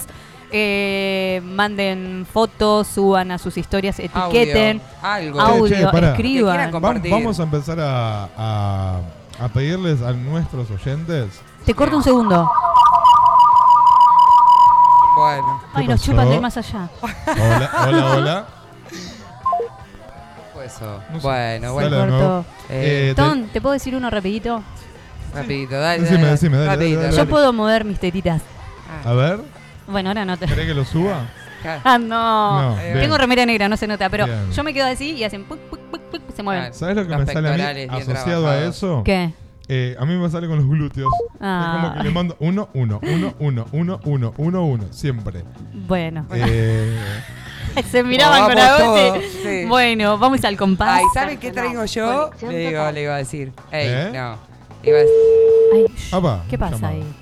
[SPEAKER 8] Eh, manden fotos, suban a sus historias, etiqueten.
[SPEAKER 7] algo.
[SPEAKER 8] Audio,
[SPEAKER 6] Che, che, pará.
[SPEAKER 8] escriban.
[SPEAKER 6] Va- Vamos a empezar a, a- a pedirles a nuestros oyentes.
[SPEAKER 8] Te corto un segundo.
[SPEAKER 7] Bueno.
[SPEAKER 8] Ay, nos
[SPEAKER 6] pasó?
[SPEAKER 8] chupan del más allá.
[SPEAKER 6] Hola, hola, hola.
[SPEAKER 7] Pues Eso.
[SPEAKER 6] No sé.
[SPEAKER 7] Bueno, bueno.
[SPEAKER 6] Dale de nuevo.
[SPEAKER 7] Eh,
[SPEAKER 6] Eh,
[SPEAKER 8] Ton, ¿te puedo decir uno rapidito?
[SPEAKER 7] Rapidito, dale.
[SPEAKER 6] Decime,
[SPEAKER 7] dale,
[SPEAKER 6] decime, dale,
[SPEAKER 7] rapidito,
[SPEAKER 6] dale,
[SPEAKER 8] Yo
[SPEAKER 7] rapidito.
[SPEAKER 8] puedo mover mis tetitas.
[SPEAKER 6] A ver,
[SPEAKER 8] Bueno, ahora no te...
[SPEAKER 6] ¿querés que lo suba?
[SPEAKER 8] Ah, no.
[SPEAKER 6] No,
[SPEAKER 7] Eh,
[SPEAKER 6] bien.
[SPEAKER 8] Tengo remera negra, no se nota, pero
[SPEAKER 6] Bien.
[SPEAKER 8] yo me quedo así y hacen... puc, puc, puc, puc, se mueven.
[SPEAKER 6] Ah, ¿Sabes lo que
[SPEAKER 7] Los
[SPEAKER 6] me sale a mí
[SPEAKER 7] pectorales bien
[SPEAKER 6] asociado a
[SPEAKER 7] trabajados.
[SPEAKER 6] eso?
[SPEAKER 8] ¿Qué?
[SPEAKER 6] Eh, a mí me sale con los glúteos.
[SPEAKER 8] Ah.
[SPEAKER 6] Es como que le mando uno, uno, uno, uno, uno, uno, uno, uno, siempre.
[SPEAKER 8] Bueno.
[SPEAKER 6] Eh,
[SPEAKER 8] Se miraban
[SPEAKER 7] Vamos
[SPEAKER 8] con la voz.
[SPEAKER 7] todos, sí.
[SPEAKER 8] Bueno, vamos al compás.
[SPEAKER 7] Ay, ¿saben qué traigo yo? Le, digo, le iba a decir. Ey,
[SPEAKER 6] ¿Eh?
[SPEAKER 7] no. Iba a decir.
[SPEAKER 8] Ay,
[SPEAKER 6] Apa,
[SPEAKER 8] ¿Qué pasa
[SPEAKER 6] llamada.
[SPEAKER 8] ahí?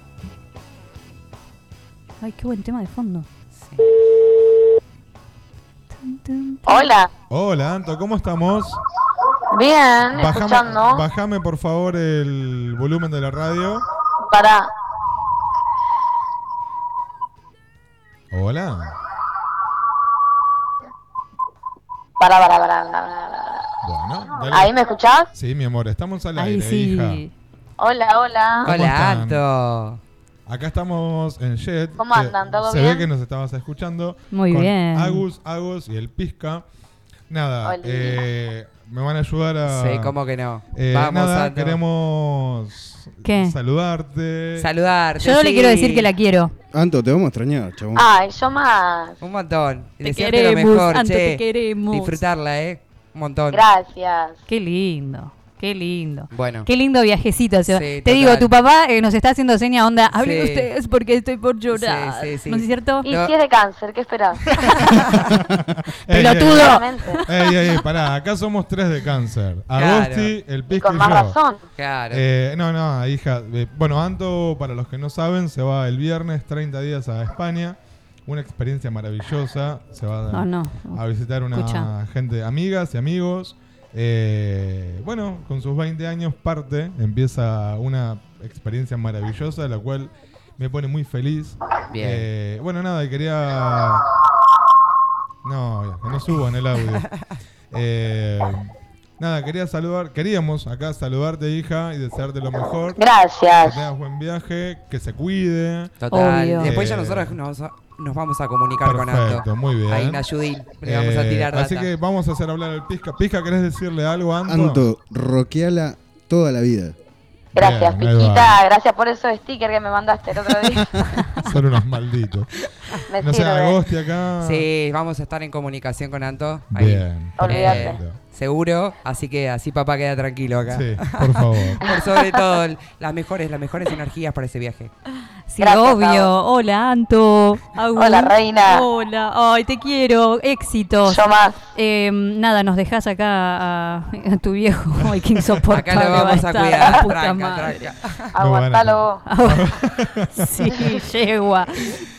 [SPEAKER 8] Ay, qué buen tema de fondo.
[SPEAKER 21] Hola.
[SPEAKER 6] Hola, Anto, ¿cómo estamos?
[SPEAKER 21] Bien,
[SPEAKER 6] Bajame,
[SPEAKER 21] escuchando.
[SPEAKER 6] bajame, por favor el volumen de la radio.
[SPEAKER 21] Pará.
[SPEAKER 6] Hola.
[SPEAKER 21] Pará, pará, pará, pará, pará, pará.
[SPEAKER 6] Bueno, dale.
[SPEAKER 21] ¿Ahí me escuchás?
[SPEAKER 6] Sí, mi amor, estamos al
[SPEAKER 21] Ahí
[SPEAKER 6] aire,
[SPEAKER 21] sí.
[SPEAKER 6] hija.
[SPEAKER 21] Hola, hola.
[SPEAKER 6] ¿Cómo
[SPEAKER 7] Hola,
[SPEAKER 6] están?
[SPEAKER 7] Anto.
[SPEAKER 6] Acá estamos en Jet.
[SPEAKER 21] ¿Cómo
[SPEAKER 6] que
[SPEAKER 21] andan? ¿Todo
[SPEAKER 6] se
[SPEAKER 21] bien?
[SPEAKER 6] ve que nos estabas escuchando.
[SPEAKER 8] Muy
[SPEAKER 6] con
[SPEAKER 8] bien.
[SPEAKER 6] Agus, Agus y el Pizca. Nada,
[SPEAKER 21] Oli.
[SPEAKER 6] eh, me van a ayudar a.
[SPEAKER 7] Sí, cómo que no.
[SPEAKER 6] Eh,
[SPEAKER 7] Vamos,
[SPEAKER 6] nada,
[SPEAKER 7] Anto.
[SPEAKER 6] queremos
[SPEAKER 8] ¿Qué?
[SPEAKER 6] saludarte.
[SPEAKER 7] Saludarte.
[SPEAKER 8] Yo no le quiero decir que la quiero.
[SPEAKER 9] Anto, te vamos a extrañar, chabón.
[SPEAKER 6] Ah,
[SPEAKER 21] Ay, yo más.
[SPEAKER 7] Un montón. Te
[SPEAKER 8] queremos,
[SPEAKER 7] lo mejor,
[SPEAKER 8] Anto,
[SPEAKER 7] che.
[SPEAKER 8] te queremos.
[SPEAKER 7] Disfrutarla, ¿eh? Un montón.
[SPEAKER 21] Gracias.
[SPEAKER 8] Qué lindo. Qué lindo.
[SPEAKER 7] Bueno.
[SPEAKER 8] Qué lindo viajecito. o sea,
[SPEAKER 7] Sí,
[SPEAKER 8] te
[SPEAKER 7] total.
[SPEAKER 8] digo, tu papá eh, nos está haciendo seña onda. Hablen
[SPEAKER 7] Sí.
[SPEAKER 8] ustedes porque estoy por llorar.
[SPEAKER 7] Sí, sí, sí.
[SPEAKER 8] ¿No es cierto?
[SPEAKER 21] Y si es de cáncer, ¿qué esperás?
[SPEAKER 6] Ey,
[SPEAKER 21] Pelotudo.
[SPEAKER 6] Ey, ey, ey, pará, acá somos tres de cáncer. Agosti, el Pizca
[SPEAKER 21] Con
[SPEAKER 6] y
[SPEAKER 21] más
[SPEAKER 6] yo.
[SPEAKER 21] razón.
[SPEAKER 7] Claro.
[SPEAKER 6] Eh, no, no, hija. eh, bueno, Anto, para los que no saben, se va el viernes 30 días a España. Una experiencia maravillosa. Se va a,
[SPEAKER 8] No, no.
[SPEAKER 6] a visitar una
[SPEAKER 8] Escucha.
[SPEAKER 6] gente, amigas y amigos. Eh, bueno, con sus 20 años parte, empieza una experiencia maravillosa, la cual me pone muy feliz.
[SPEAKER 7] Bien.
[SPEAKER 6] Eh, bueno, nada, y quería... No, que no suban el audio. Eh, nada, quería saludar, queríamos acá saludarte, hija, y desearte lo mejor.
[SPEAKER 21] Gracias.
[SPEAKER 6] Que tengas buen viaje, que se cuide.
[SPEAKER 7] Total. Después ya
[SPEAKER 6] Eh,
[SPEAKER 7] nosotros nos, nos vamos a comunicar con Anto.
[SPEAKER 6] Perfecto, muy bien.
[SPEAKER 7] Ahí en Ayudín. Le vamos a
[SPEAKER 6] Eh,
[SPEAKER 7] tirar data.
[SPEAKER 6] Así que vamos a hacer hablar al Pizca. Pizca, ¿querés decirle algo a Anto?
[SPEAKER 9] Anto, roqueala toda la vida.
[SPEAKER 21] Gracias,
[SPEAKER 6] Bien, ahí va.
[SPEAKER 21] Piquita. Gracias por esos stickers que me mandaste el otro día.
[SPEAKER 6] Son
[SPEAKER 8] Ah.
[SPEAKER 6] unos malditos.
[SPEAKER 21] Me
[SPEAKER 6] no
[SPEAKER 21] sirve.
[SPEAKER 6] sea agosti acá.
[SPEAKER 7] Sí, vamos a estar en comunicación con Anto. Ahí.
[SPEAKER 6] Bien.
[SPEAKER 21] Olvídate.
[SPEAKER 6] perfecto.
[SPEAKER 7] Seguro, así que así papá queda tranquilo acá.
[SPEAKER 6] Sí, por favor.
[SPEAKER 7] Por sobre todo, el- las mejores, las mejores energías para ese viaje.
[SPEAKER 8] Sí,
[SPEAKER 21] Gracias,
[SPEAKER 8] obvio. Hola, Anto. Agus.
[SPEAKER 21] Hola, reina.
[SPEAKER 8] Hola. Ay, te quiero. Éxitos.
[SPEAKER 21] Yo más.
[SPEAKER 8] Eh, nada, nos dejás acá a, a tu viejo, el que insoportable.
[SPEAKER 7] Acá lo
[SPEAKER 8] va
[SPEAKER 7] vamos a
[SPEAKER 8] estar,
[SPEAKER 7] cuidar.
[SPEAKER 8] la puta
[SPEAKER 7] Tranca,
[SPEAKER 8] madre.
[SPEAKER 7] tranca.
[SPEAKER 21] Aguantalo vos.
[SPEAKER 8] sí, yegua.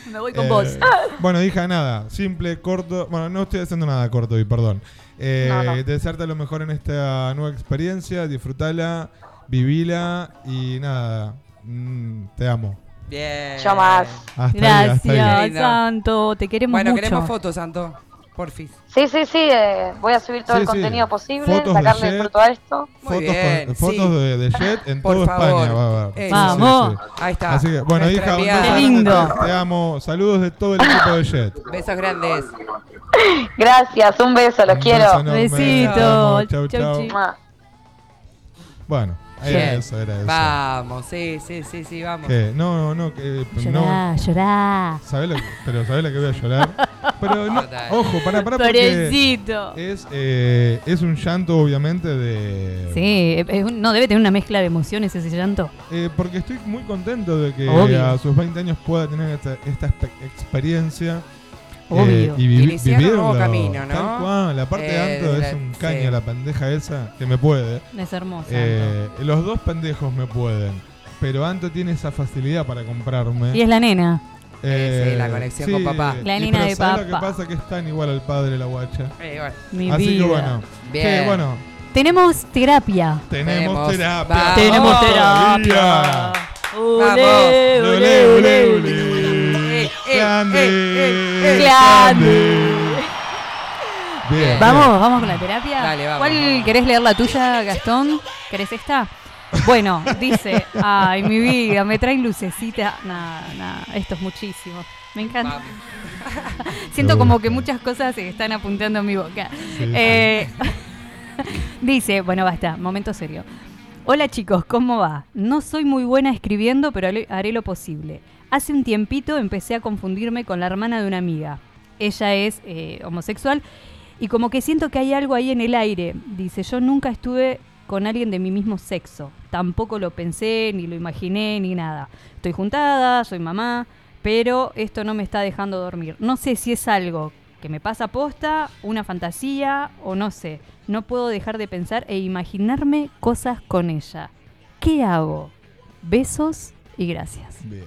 [SPEAKER 8] Me voy con
[SPEAKER 6] Eh,
[SPEAKER 8] vos.
[SPEAKER 6] Bueno, hija, nada. Simple, corto. Bueno, no estoy haciendo nada corto hoy, perdón. Eh,
[SPEAKER 21] No, no.
[SPEAKER 6] Desearte lo mejor en esta nueva experiencia. Disfrutala, vivila y nada. Mm, te amo.
[SPEAKER 7] Bien.
[SPEAKER 21] Yo más.
[SPEAKER 6] Hasta ahí, hasta ahí.
[SPEAKER 8] Gracias,
[SPEAKER 7] Linda.
[SPEAKER 8] Santo. Te queremos
[SPEAKER 7] Bueno,
[SPEAKER 8] mucho.
[SPEAKER 7] queremos fotos, Anto. Porfis.
[SPEAKER 21] Sí, sí, sí. eh, voy a subir todo
[SPEAKER 6] Sí,
[SPEAKER 21] el
[SPEAKER 6] sí.
[SPEAKER 21] contenido posible,
[SPEAKER 6] Fotos de
[SPEAKER 21] sacarle
[SPEAKER 6] ayer.
[SPEAKER 21] fruto a esto.
[SPEAKER 7] Muy
[SPEAKER 6] fotos
[SPEAKER 7] bien,
[SPEAKER 6] con- fotos
[SPEAKER 7] sí.
[SPEAKER 6] de, de Jet en
[SPEAKER 7] Por
[SPEAKER 6] toda
[SPEAKER 7] favor. Eh,
[SPEAKER 6] España. Va a haber.
[SPEAKER 7] Eso.
[SPEAKER 8] Vamos.
[SPEAKER 7] Ahí está.
[SPEAKER 6] Así que, bueno,
[SPEAKER 7] Nuestra
[SPEAKER 6] hija, un
[SPEAKER 7] enviada.
[SPEAKER 6] beso
[SPEAKER 8] Qué
[SPEAKER 6] grande,
[SPEAKER 8] lindo.
[SPEAKER 6] Te, te amo. Saludos de todo el equipo de Jet.
[SPEAKER 7] Besos grandes.
[SPEAKER 21] Gracias, un beso, los
[SPEAKER 6] Un
[SPEAKER 21] quiero.
[SPEAKER 6] beso enorme.
[SPEAKER 8] Besito.
[SPEAKER 6] Te amo.
[SPEAKER 8] Chau,
[SPEAKER 6] Chau, chau.
[SPEAKER 8] chi.
[SPEAKER 21] Mua.
[SPEAKER 6] Bueno, era
[SPEAKER 7] Bien.
[SPEAKER 6] eso, era eso.
[SPEAKER 7] Vamos, sí, sí, sí, sí, vamos.
[SPEAKER 6] Que- no, no, no, que pues
[SPEAKER 8] Llorá,
[SPEAKER 6] no.
[SPEAKER 8] llorá.
[SPEAKER 6] ¿Sabés lo que, pero sabés lo que voy a llorar. Pero no,
[SPEAKER 7] Total.
[SPEAKER 6] ojo, pará, pará porque
[SPEAKER 8] Pobrecito.
[SPEAKER 6] es, eh, es un llanto obviamente de
[SPEAKER 8] Sí, es un- no debe tener una mezcla de emociones ese llanto. Oh,
[SPEAKER 6] Eh, porque estoy muy contento de que
[SPEAKER 8] Obvio.
[SPEAKER 6] a sus 20 años pueda tener esta, esta espe- experiencia. eh,
[SPEAKER 8] Obvio.
[SPEAKER 6] y vivi-
[SPEAKER 7] Iniciar un nuevo
[SPEAKER 6] vivirlo.
[SPEAKER 7] camino, ¿no?
[SPEAKER 6] Tal cual, la parte de
[SPEAKER 7] Eh,
[SPEAKER 6] Anto
[SPEAKER 7] la-
[SPEAKER 6] es un
[SPEAKER 7] sí.
[SPEAKER 6] caño, la pendeja esa, que me puede.
[SPEAKER 8] Es hermoso.
[SPEAKER 6] Eh, los dos pendejos me pueden. Pero Anto tiene esa facilidad para comprarme.
[SPEAKER 8] Y es la nena.
[SPEAKER 7] Eh, sí, la
[SPEAKER 6] Eh,
[SPEAKER 7] conexión con papá. La
[SPEAKER 6] y
[SPEAKER 7] nina
[SPEAKER 6] pero
[SPEAKER 7] de
[SPEAKER 6] ¿sabés lo
[SPEAKER 8] papá.
[SPEAKER 6] que pasa que es tan igual al padre la guacha.
[SPEAKER 7] Eh, bueno.
[SPEAKER 8] Mi
[SPEAKER 6] Así
[SPEAKER 8] vida.
[SPEAKER 6] que bueno.
[SPEAKER 8] Bien.
[SPEAKER 6] Sí, bueno,
[SPEAKER 8] Tenemos terapia.
[SPEAKER 6] tenemos,
[SPEAKER 8] Tenemos-
[SPEAKER 6] terapia.
[SPEAKER 8] ¡Vamos! Tenemos terapia.
[SPEAKER 6] Todavía.
[SPEAKER 8] Ole,
[SPEAKER 6] Vamos.
[SPEAKER 8] ole, ole,
[SPEAKER 6] ole. Grande,
[SPEAKER 8] eh, eh.
[SPEAKER 6] grande. Bien.
[SPEAKER 8] Vamos, vamos con la terapia.
[SPEAKER 7] Dale, vamos,
[SPEAKER 8] ¿Cuál querés leer la tuya, Gastón? ¿Querés esta? Bueno, dice, ay, mi vida, me traen lucecita. Nada, nada, esto es muchísimo. Me encanta. Siento como que muchas cosas se están apuntando en mi boca.
[SPEAKER 11] Sí,
[SPEAKER 8] Eh, dice, bueno, basta, momento serio. Hola chicos, ¿cómo va? No soy muy buena escribiendo, pero haré- haré lo posible. Hace un tiempito empecé a confundirme con la hermana de una amiga. Ella es eh, homosexual y como que siento que hay algo ahí en el aire. Dice, yo nunca estuve con alguien de mi mismo sexo. Tampoco lo pensé, ni lo imaginé, ni nada. Estoy juntada, soy mamá, pero esto no me está dejando dormir. No sé si es algo que me pasa posta, una fantasía o no sé. No puedo dejar de pensar e imaginarme cosas con ella. ¿Qué hago? Besos y gracias.
[SPEAKER 6] Bien.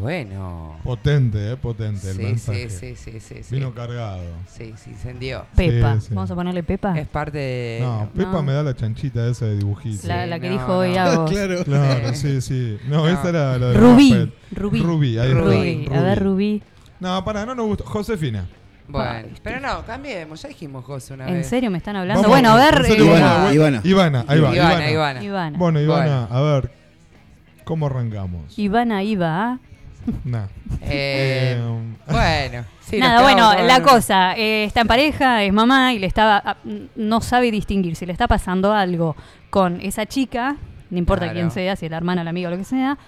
[SPEAKER 7] Bueno.
[SPEAKER 6] Potente, eh, potente el
[SPEAKER 7] Sí,
[SPEAKER 6] mensaje.
[SPEAKER 7] sí, sí, sí, sí, sí.
[SPEAKER 6] Vino cargado.
[SPEAKER 7] Sí, sí, encendió.
[SPEAKER 8] Pepa.
[SPEAKER 6] Sí, sí.
[SPEAKER 8] Vamos a ponerle Pepa.
[SPEAKER 7] Es parte de.
[SPEAKER 6] No, Pepa me da la chanchita esa de dibujito.
[SPEAKER 8] La- la que dijo hoy Agos. Claro.
[SPEAKER 6] Claro, sí, sí. No,
[SPEAKER 8] No.
[SPEAKER 6] esa era la de
[SPEAKER 8] Rubí,
[SPEAKER 6] Rafael.
[SPEAKER 8] Rubí.
[SPEAKER 6] Rubí, ahí está.
[SPEAKER 8] Rubí, a ver, Rubí.
[SPEAKER 6] No, pará, no nos gustó. Josefina.
[SPEAKER 7] Bueno, pero no, cambiemos, ya dijimos José una vez.
[SPEAKER 8] Ah. ¿En serio me están hablando?
[SPEAKER 6] Vamos,
[SPEAKER 8] bueno, a ver.
[SPEAKER 6] nosotros
[SPEAKER 8] eh,
[SPEAKER 6] Ivana, Ivana. Ivana, ahí va.
[SPEAKER 7] Ivana,
[SPEAKER 6] Ivana,
[SPEAKER 7] Ivana.
[SPEAKER 8] Ivana.
[SPEAKER 6] Bueno, Ivana, a ver. ¿Cómo arrancamos?
[SPEAKER 8] Ivana iba. ¿ah?
[SPEAKER 6] Nah.
[SPEAKER 7] Eh,
[SPEAKER 6] Em,
[SPEAKER 7] bueno, sí, nos
[SPEAKER 8] Nada,
[SPEAKER 7] quedamos
[SPEAKER 8] bueno,
[SPEAKER 7] con-
[SPEAKER 8] la cosa, eh, está en pareja, es mamá y le estaba, ah, n- no sabe distinguir si le está pasando algo con esa chica, no importa
[SPEAKER 7] Claro.
[SPEAKER 8] quién sea, si es la hermana, la amiga o lo que sea,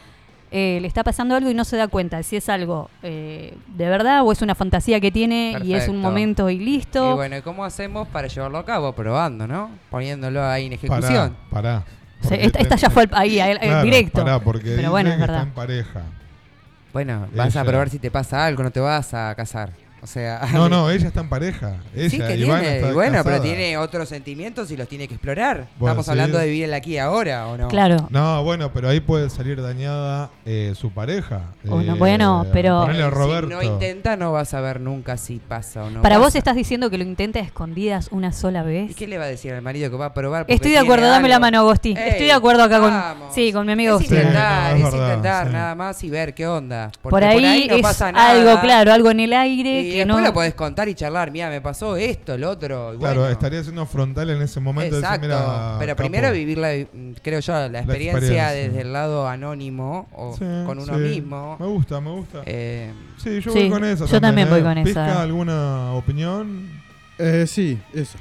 [SPEAKER 8] eh, le está pasando algo y no se da cuenta si es algo eh, de verdad o es una fantasía que tiene y es un
[SPEAKER 7] Perfecto.
[SPEAKER 8] momento y listo.
[SPEAKER 7] Y bueno, ¿y cómo hacemos para llevarlo a cabo? Probando, ¿no? Poniéndolo ahí en
[SPEAKER 6] Pará,
[SPEAKER 7] ejecución.
[SPEAKER 6] Pará.
[SPEAKER 8] O sea,
[SPEAKER 6] Porque
[SPEAKER 8] esta- esta ya fue al- ahí, al- al
[SPEAKER 6] Claro,
[SPEAKER 8] directo.
[SPEAKER 6] Pará, porque
[SPEAKER 8] Pero
[SPEAKER 6] dice
[SPEAKER 8] bueno, es
[SPEAKER 6] que está
[SPEAKER 8] verdad.
[SPEAKER 6] en pareja.
[SPEAKER 7] Bueno, vas a
[SPEAKER 6] Ella.
[SPEAKER 7] probar si te pasa algo, no te vas a casar. O sea.
[SPEAKER 6] No, no, ella está en pareja. Ella,
[SPEAKER 7] sí, que
[SPEAKER 6] Ivana
[SPEAKER 7] tiene.
[SPEAKER 6] está
[SPEAKER 7] y bueno,
[SPEAKER 6] casada.
[SPEAKER 7] pero tiene otros sentimientos y los tiene que explorar.
[SPEAKER 6] Vos
[SPEAKER 7] Estamos
[SPEAKER 6] decís.
[SPEAKER 7] hablando de vivir el aquí y ahora, ¿o no?
[SPEAKER 6] No, bueno, pero ahí puede salir dañada eh, su pareja.
[SPEAKER 8] Oh, no,
[SPEAKER 6] Eh,
[SPEAKER 8] bueno, pero-
[SPEAKER 6] Ponele a
[SPEAKER 7] Si
[SPEAKER 6] Roberto.
[SPEAKER 7] no intenta, no vas a ver nunca si pasa o no.
[SPEAKER 8] Para
[SPEAKER 7] pasa.
[SPEAKER 8] vos estás diciendo que lo intenta a escondidas una sola vez.
[SPEAKER 7] ¿Y qué le va a decir al marido que va a probar? Porque
[SPEAKER 8] Estoy de
[SPEAKER 7] tiene
[SPEAKER 8] acuerdo, dame la
[SPEAKER 7] algo?
[SPEAKER 8] mano, Agostí.
[SPEAKER 7] Ey,
[SPEAKER 8] Estoy de acuerdo acá con,
[SPEAKER 7] vamos.
[SPEAKER 8] sí, con mi amigo
[SPEAKER 7] Es
[SPEAKER 8] Agostí.
[SPEAKER 7] intentar,
[SPEAKER 6] Sí, no,
[SPEAKER 7] es
[SPEAKER 6] es verdad,
[SPEAKER 7] intentar
[SPEAKER 6] sí.
[SPEAKER 7] nada más y ver qué onda. Porque
[SPEAKER 8] Por ahí,
[SPEAKER 7] no
[SPEAKER 8] es
[SPEAKER 7] pasa nada.
[SPEAKER 8] algo, claro, algo en el aire
[SPEAKER 7] Y
[SPEAKER 8] que
[SPEAKER 7] después
[SPEAKER 8] no.
[SPEAKER 7] lo podés contar y charlar. Mira, me pasó esto, el otro. y
[SPEAKER 6] Claro,
[SPEAKER 7] bueno.
[SPEAKER 6] estaría siendo frontal en ese momento. de decir,
[SPEAKER 7] Exacto.
[SPEAKER 6] "Mira,
[SPEAKER 7] Pero
[SPEAKER 6] capo".
[SPEAKER 7] primero vivir, la, mm, creo yo, la experiencia,
[SPEAKER 6] experiencia.
[SPEAKER 7] desde el lado anónimo o
[SPEAKER 6] Sí,
[SPEAKER 7] con uno
[SPEAKER 6] sí.
[SPEAKER 7] mismo.
[SPEAKER 6] Me gusta, me gusta.
[SPEAKER 7] Eh,
[SPEAKER 6] Sí, yo
[SPEAKER 8] Sí,
[SPEAKER 6] voy con esa.
[SPEAKER 8] yo también voy
[SPEAKER 6] ¿eh?
[SPEAKER 8] con
[SPEAKER 6] ¿Pizca
[SPEAKER 8] esa.
[SPEAKER 6] alguna opinión?
[SPEAKER 9] Eh, sí, eso.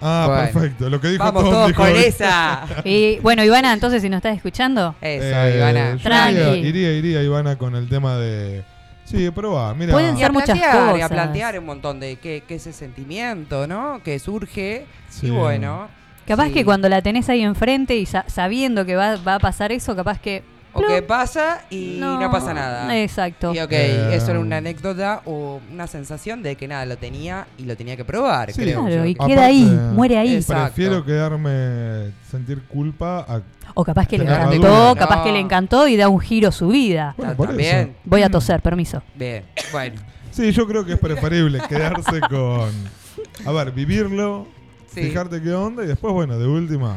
[SPEAKER 6] Ah,
[SPEAKER 9] Bueno.
[SPEAKER 6] perfecto. Lo que dijo
[SPEAKER 9] Vamos
[SPEAKER 6] Tom,
[SPEAKER 9] todos
[SPEAKER 6] dijo
[SPEAKER 9] con
[SPEAKER 6] él.
[SPEAKER 7] esa.
[SPEAKER 8] Y bueno, Ivana, entonces si nos estás escuchando.
[SPEAKER 6] Eh, yo Iría,
[SPEAKER 8] Tranqui.
[SPEAKER 6] iría, iría, Ivana, con el tema de. Sí, probar. Mira,
[SPEAKER 8] Pueden
[SPEAKER 7] y a
[SPEAKER 8] ser muchas
[SPEAKER 7] plantear, y a
[SPEAKER 8] cosas.
[SPEAKER 7] plantear un montón de qué, qué ese sentimiento, ¿no? Que surge.
[SPEAKER 6] Sí.
[SPEAKER 7] Y bueno.
[SPEAKER 8] Capaz
[SPEAKER 7] sí.
[SPEAKER 8] que cuando la tenés ahí enfrente y sa- sabiendo que va, va a pasar eso, capaz que.
[SPEAKER 7] O que pasa y no,
[SPEAKER 8] No,
[SPEAKER 7] pasa nada.
[SPEAKER 8] exacto.
[SPEAKER 7] Y ok,
[SPEAKER 8] Eh,
[SPEAKER 7] eso era una anécdota o una sensación de que nada, lo tenía y lo tenía que probar,
[SPEAKER 6] Sí.
[SPEAKER 7] creo.
[SPEAKER 8] Claro,
[SPEAKER 7] yo
[SPEAKER 8] y
[SPEAKER 7] que-
[SPEAKER 8] queda ahí, muere ahí.
[SPEAKER 7] Exacto.
[SPEAKER 6] eh, Prefiero quedarme sentir culpa a.
[SPEAKER 8] O capaz que le
[SPEAKER 6] tener
[SPEAKER 8] encantó,
[SPEAKER 6] dudas.
[SPEAKER 8] capaz que le encantó y da un giro a su vida.
[SPEAKER 6] Bueno, por También. eso.
[SPEAKER 8] Voy a toser, permiso.
[SPEAKER 7] Bien, bueno.
[SPEAKER 6] Sí, yo creo que es preferible quedarse con. A ver, vivirlo,
[SPEAKER 7] Sí.
[SPEAKER 6] fijarte qué onda y después, bueno, de última.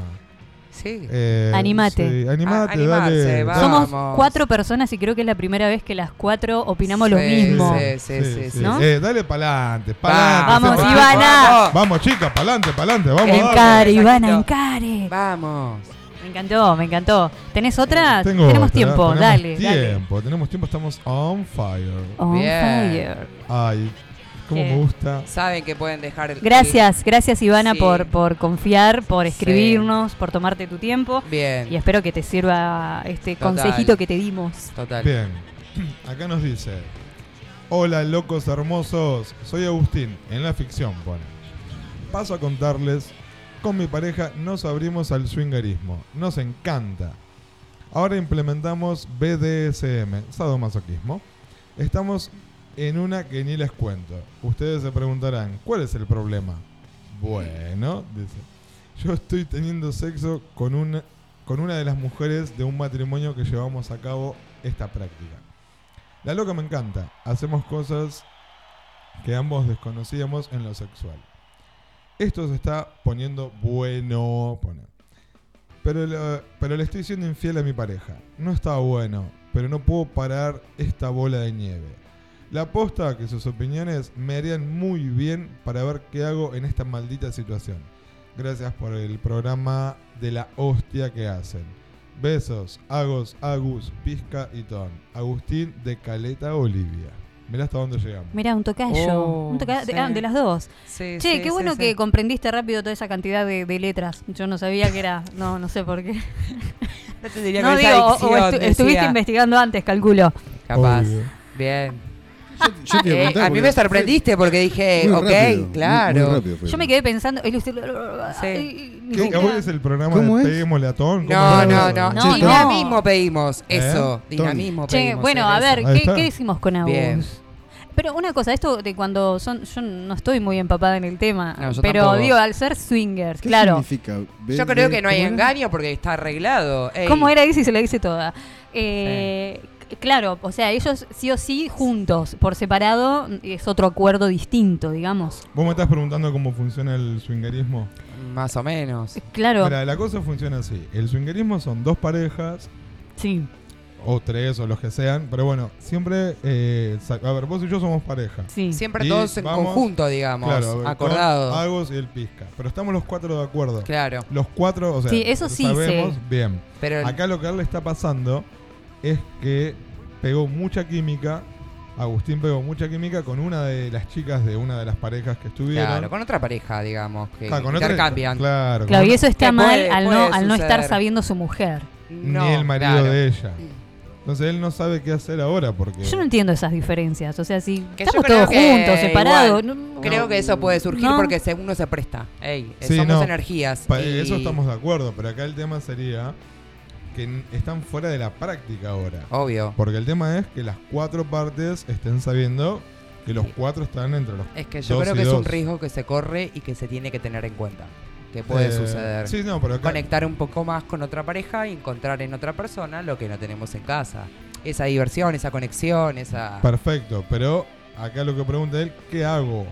[SPEAKER 7] Sí.
[SPEAKER 6] eh,
[SPEAKER 8] Animate.
[SPEAKER 6] sí, animate,
[SPEAKER 7] A- animarse,
[SPEAKER 6] dale.
[SPEAKER 7] va.
[SPEAKER 8] Somos
[SPEAKER 7] Vamos.
[SPEAKER 8] cuatro personas y creo que es la primera vez que las cuatro opinamos lo
[SPEAKER 7] Sí,
[SPEAKER 8] mismo.
[SPEAKER 7] sí, sí, sí, sí,
[SPEAKER 8] ¿No?
[SPEAKER 7] sí.
[SPEAKER 6] Eh, dale pa'lante, pa'lante.
[SPEAKER 8] Vamos,
[SPEAKER 6] Vamos,
[SPEAKER 8] Ivana.
[SPEAKER 6] Vamos, vamos, chicas, pa'lante, pa'lante. Vamos, dale.
[SPEAKER 8] Encare, Ivana, encare.
[SPEAKER 7] Vamos.
[SPEAKER 8] Me encantó, me encantó. ¿Tenés otra?
[SPEAKER 6] Eh, Tengo
[SPEAKER 8] Tenemos
[SPEAKER 6] otra,
[SPEAKER 8] tiempo,
[SPEAKER 6] tenemos
[SPEAKER 8] dale, dale.
[SPEAKER 6] tiempo, Tenemos tiempo, estamos on fire.
[SPEAKER 8] On Bien.
[SPEAKER 7] fire.
[SPEAKER 6] Ay, cómo
[SPEAKER 8] Sí.
[SPEAKER 6] me gusta.
[SPEAKER 7] Eh, Saben que pueden dejar el.
[SPEAKER 8] Gracias, gracias Ivana
[SPEAKER 7] Sí.
[SPEAKER 8] por, por confiar, por escribirnos, por tomarte tu tiempo.
[SPEAKER 7] Bien.
[SPEAKER 8] Y espero que te sirva este
[SPEAKER 6] Total.
[SPEAKER 8] consejito que te dimos.
[SPEAKER 7] Total.
[SPEAKER 6] Bien. Acá nos dice: Hola, locos hermosos. Soy Agustín, en la ficción, pone. Paso a contarles: con mi pareja nos abrimos al swingerismo. Nos encanta. Ahora implementamos BDSM, sadomasoquismo. Estamos en una que ni les cuento. Ustedes se preguntarán: ¿cuál es el problema? Bueno, dice: Yo estoy teniendo sexo con una, con una de las mujeres de un matrimonio que llevamos a cabo esta práctica. La loca me encanta. Hacemos cosas que ambos desconocíamos en lo sexual. Esto se está poniendo bueno. pone. Pero, lo- pero le estoy siendo infiel a mi pareja. No está bueno, pero no puedo parar esta bola de nieve. La aposta que sus opiniones me harían muy bien para ver qué hago en esta maldita situación. Gracias por el programa de la hostia que hacen. Besos, Agos, Agus, Pizca y Ton. Agustín de Caleta, Olivia. Mirá hasta dónde llegamos.
[SPEAKER 8] Mirá, un tocayo.
[SPEAKER 6] Oh,
[SPEAKER 8] un tocayo
[SPEAKER 6] sí.
[SPEAKER 8] de, ah, de las dos.
[SPEAKER 6] Sí,
[SPEAKER 8] che,
[SPEAKER 6] sí,
[SPEAKER 8] qué
[SPEAKER 6] sí,
[SPEAKER 8] bueno
[SPEAKER 6] sí.
[SPEAKER 8] que comprendiste rápido toda esa cantidad de, de letras. Yo no sabía que era. No, no sé por qué.
[SPEAKER 7] No tendría
[SPEAKER 8] no
[SPEAKER 7] que esa
[SPEAKER 8] digo, o- o
[SPEAKER 7] dicción,
[SPEAKER 8] estu-
[SPEAKER 7] decía.
[SPEAKER 8] estuviste investigando antes, calculo.
[SPEAKER 7] Capaz. Bien.
[SPEAKER 8] yo te iba a
[SPEAKER 7] Eh,
[SPEAKER 8] preguntar
[SPEAKER 7] a mí
[SPEAKER 8] porque
[SPEAKER 7] me sorprendiste porque dije,
[SPEAKER 8] Muy
[SPEAKER 7] ok,
[SPEAKER 8] rápido, muy-
[SPEAKER 7] claro.
[SPEAKER 6] muy rápido fue.
[SPEAKER 8] Yo me quedé pensando. el- ay, ni
[SPEAKER 6] ¿Qué,
[SPEAKER 8] siquiera-
[SPEAKER 6] ¿Hoy es el programa
[SPEAKER 7] ¿Cómo
[SPEAKER 6] de
[SPEAKER 7] es?
[SPEAKER 6] Peguémosle a Ton? ¿Cómo
[SPEAKER 7] No,
[SPEAKER 6] es?
[SPEAKER 7] no, no.
[SPEAKER 8] No,
[SPEAKER 7] dinamismo
[SPEAKER 8] no.
[SPEAKER 7] pedimos.
[SPEAKER 6] ¿Eh?
[SPEAKER 7] Eso.
[SPEAKER 6] Tony.
[SPEAKER 7] Dinamismo
[SPEAKER 8] Che,
[SPEAKER 7] pedimos. eh,
[SPEAKER 8] bueno, a
[SPEAKER 7] eso.
[SPEAKER 8] ver,
[SPEAKER 7] Ahí
[SPEAKER 8] ¿qué,
[SPEAKER 7] está.
[SPEAKER 8] qué decimos con Agus?
[SPEAKER 7] Bien.
[SPEAKER 8] Pero una cosa, esto de cuando son. Yo no estoy muy empapada en el tema.
[SPEAKER 7] No, yo
[SPEAKER 8] pero
[SPEAKER 7] tampoco.
[SPEAKER 8] digo, al ser swingers, claro.
[SPEAKER 7] Yo creo que no hay engaño porque está arreglado. Ey.
[SPEAKER 8] ¿Cómo era dice? Se la dice toda. Eh, c- Claro, o sea, ellos sí o sí juntos, por separado es otro acuerdo distinto, digamos.
[SPEAKER 6] ¿Vos me estás preguntando cómo funciona el swingerismo?
[SPEAKER 7] Más o menos.
[SPEAKER 8] Claro.
[SPEAKER 6] Mira, la cosa funciona así. El swingerismo son dos parejas.
[SPEAKER 8] Sí.
[SPEAKER 6] O tres, o los que sean. Pero bueno, siempre... eh, sa- a ver, vos y yo somos pareja.
[SPEAKER 7] Sí. Siempre
[SPEAKER 6] Y
[SPEAKER 7] todos en conjunto, digamos,
[SPEAKER 6] claro, a ver,
[SPEAKER 7] acordados.
[SPEAKER 6] con Agos y el Pizca. Pero estamos los cuatro de acuerdo.
[SPEAKER 7] Claro.
[SPEAKER 6] Los cuatro, o sea,
[SPEAKER 7] Sí, eso sí
[SPEAKER 6] sabemos
[SPEAKER 7] sé.
[SPEAKER 6] bien.
[SPEAKER 7] Pero-
[SPEAKER 6] Acá lo que a él le está pasando es que pegó mucha química. Agustín pegó mucha química con una de las chicas de una de las parejas que estuvieron.
[SPEAKER 7] Claro, con otra pareja, digamos, que
[SPEAKER 6] Ah, con otra-
[SPEAKER 7] intercambian.
[SPEAKER 6] Claro,
[SPEAKER 8] Claro, y eso está
[SPEAKER 7] Que
[SPEAKER 8] mal
[SPEAKER 7] puede-
[SPEAKER 8] al, no,
[SPEAKER 7] puede
[SPEAKER 8] al no estar
[SPEAKER 7] suceder.
[SPEAKER 8] sabiendo su mujer.
[SPEAKER 7] No,
[SPEAKER 6] ni el marido
[SPEAKER 7] claro.
[SPEAKER 6] de ella. Entonces él no sabe qué hacer ahora porque.
[SPEAKER 8] Yo no entiendo esas diferencias. O sea, si
[SPEAKER 7] Que yo
[SPEAKER 8] estamos
[SPEAKER 7] creo
[SPEAKER 8] todos
[SPEAKER 7] que
[SPEAKER 8] juntos, separados.
[SPEAKER 7] igual,
[SPEAKER 8] no-
[SPEAKER 7] creo que eso puede surgir
[SPEAKER 8] No.
[SPEAKER 7] porque se- uno se presta. Ey, eh,
[SPEAKER 6] Sí,
[SPEAKER 7] somos
[SPEAKER 6] no.
[SPEAKER 7] energías.
[SPEAKER 6] Pa- eh,
[SPEAKER 7] y-
[SPEAKER 6] Eso estamos de acuerdo, pero acá el tema sería que n- están fuera de la práctica ahora.
[SPEAKER 7] Obvio.
[SPEAKER 6] Porque el tema es que las cuatro partes estén sabiendo que los cuatro están entre los
[SPEAKER 7] Es que yo
[SPEAKER 6] dos
[SPEAKER 7] creo
[SPEAKER 6] y
[SPEAKER 7] que es un
[SPEAKER 6] dos.
[SPEAKER 7] riesgo que se corre y que se tiene que tener en cuenta. Que puede
[SPEAKER 6] Eh,
[SPEAKER 7] suceder.
[SPEAKER 6] sí, no, pero acá-
[SPEAKER 7] Conectar un poco más con otra pareja y encontrar en otra persona lo que no tenemos en casa. Esa diversión, esa conexión, esa.
[SPEAKER 6] Ah. Perfecto, pero acá lo que pregunta él, ¿qué hago?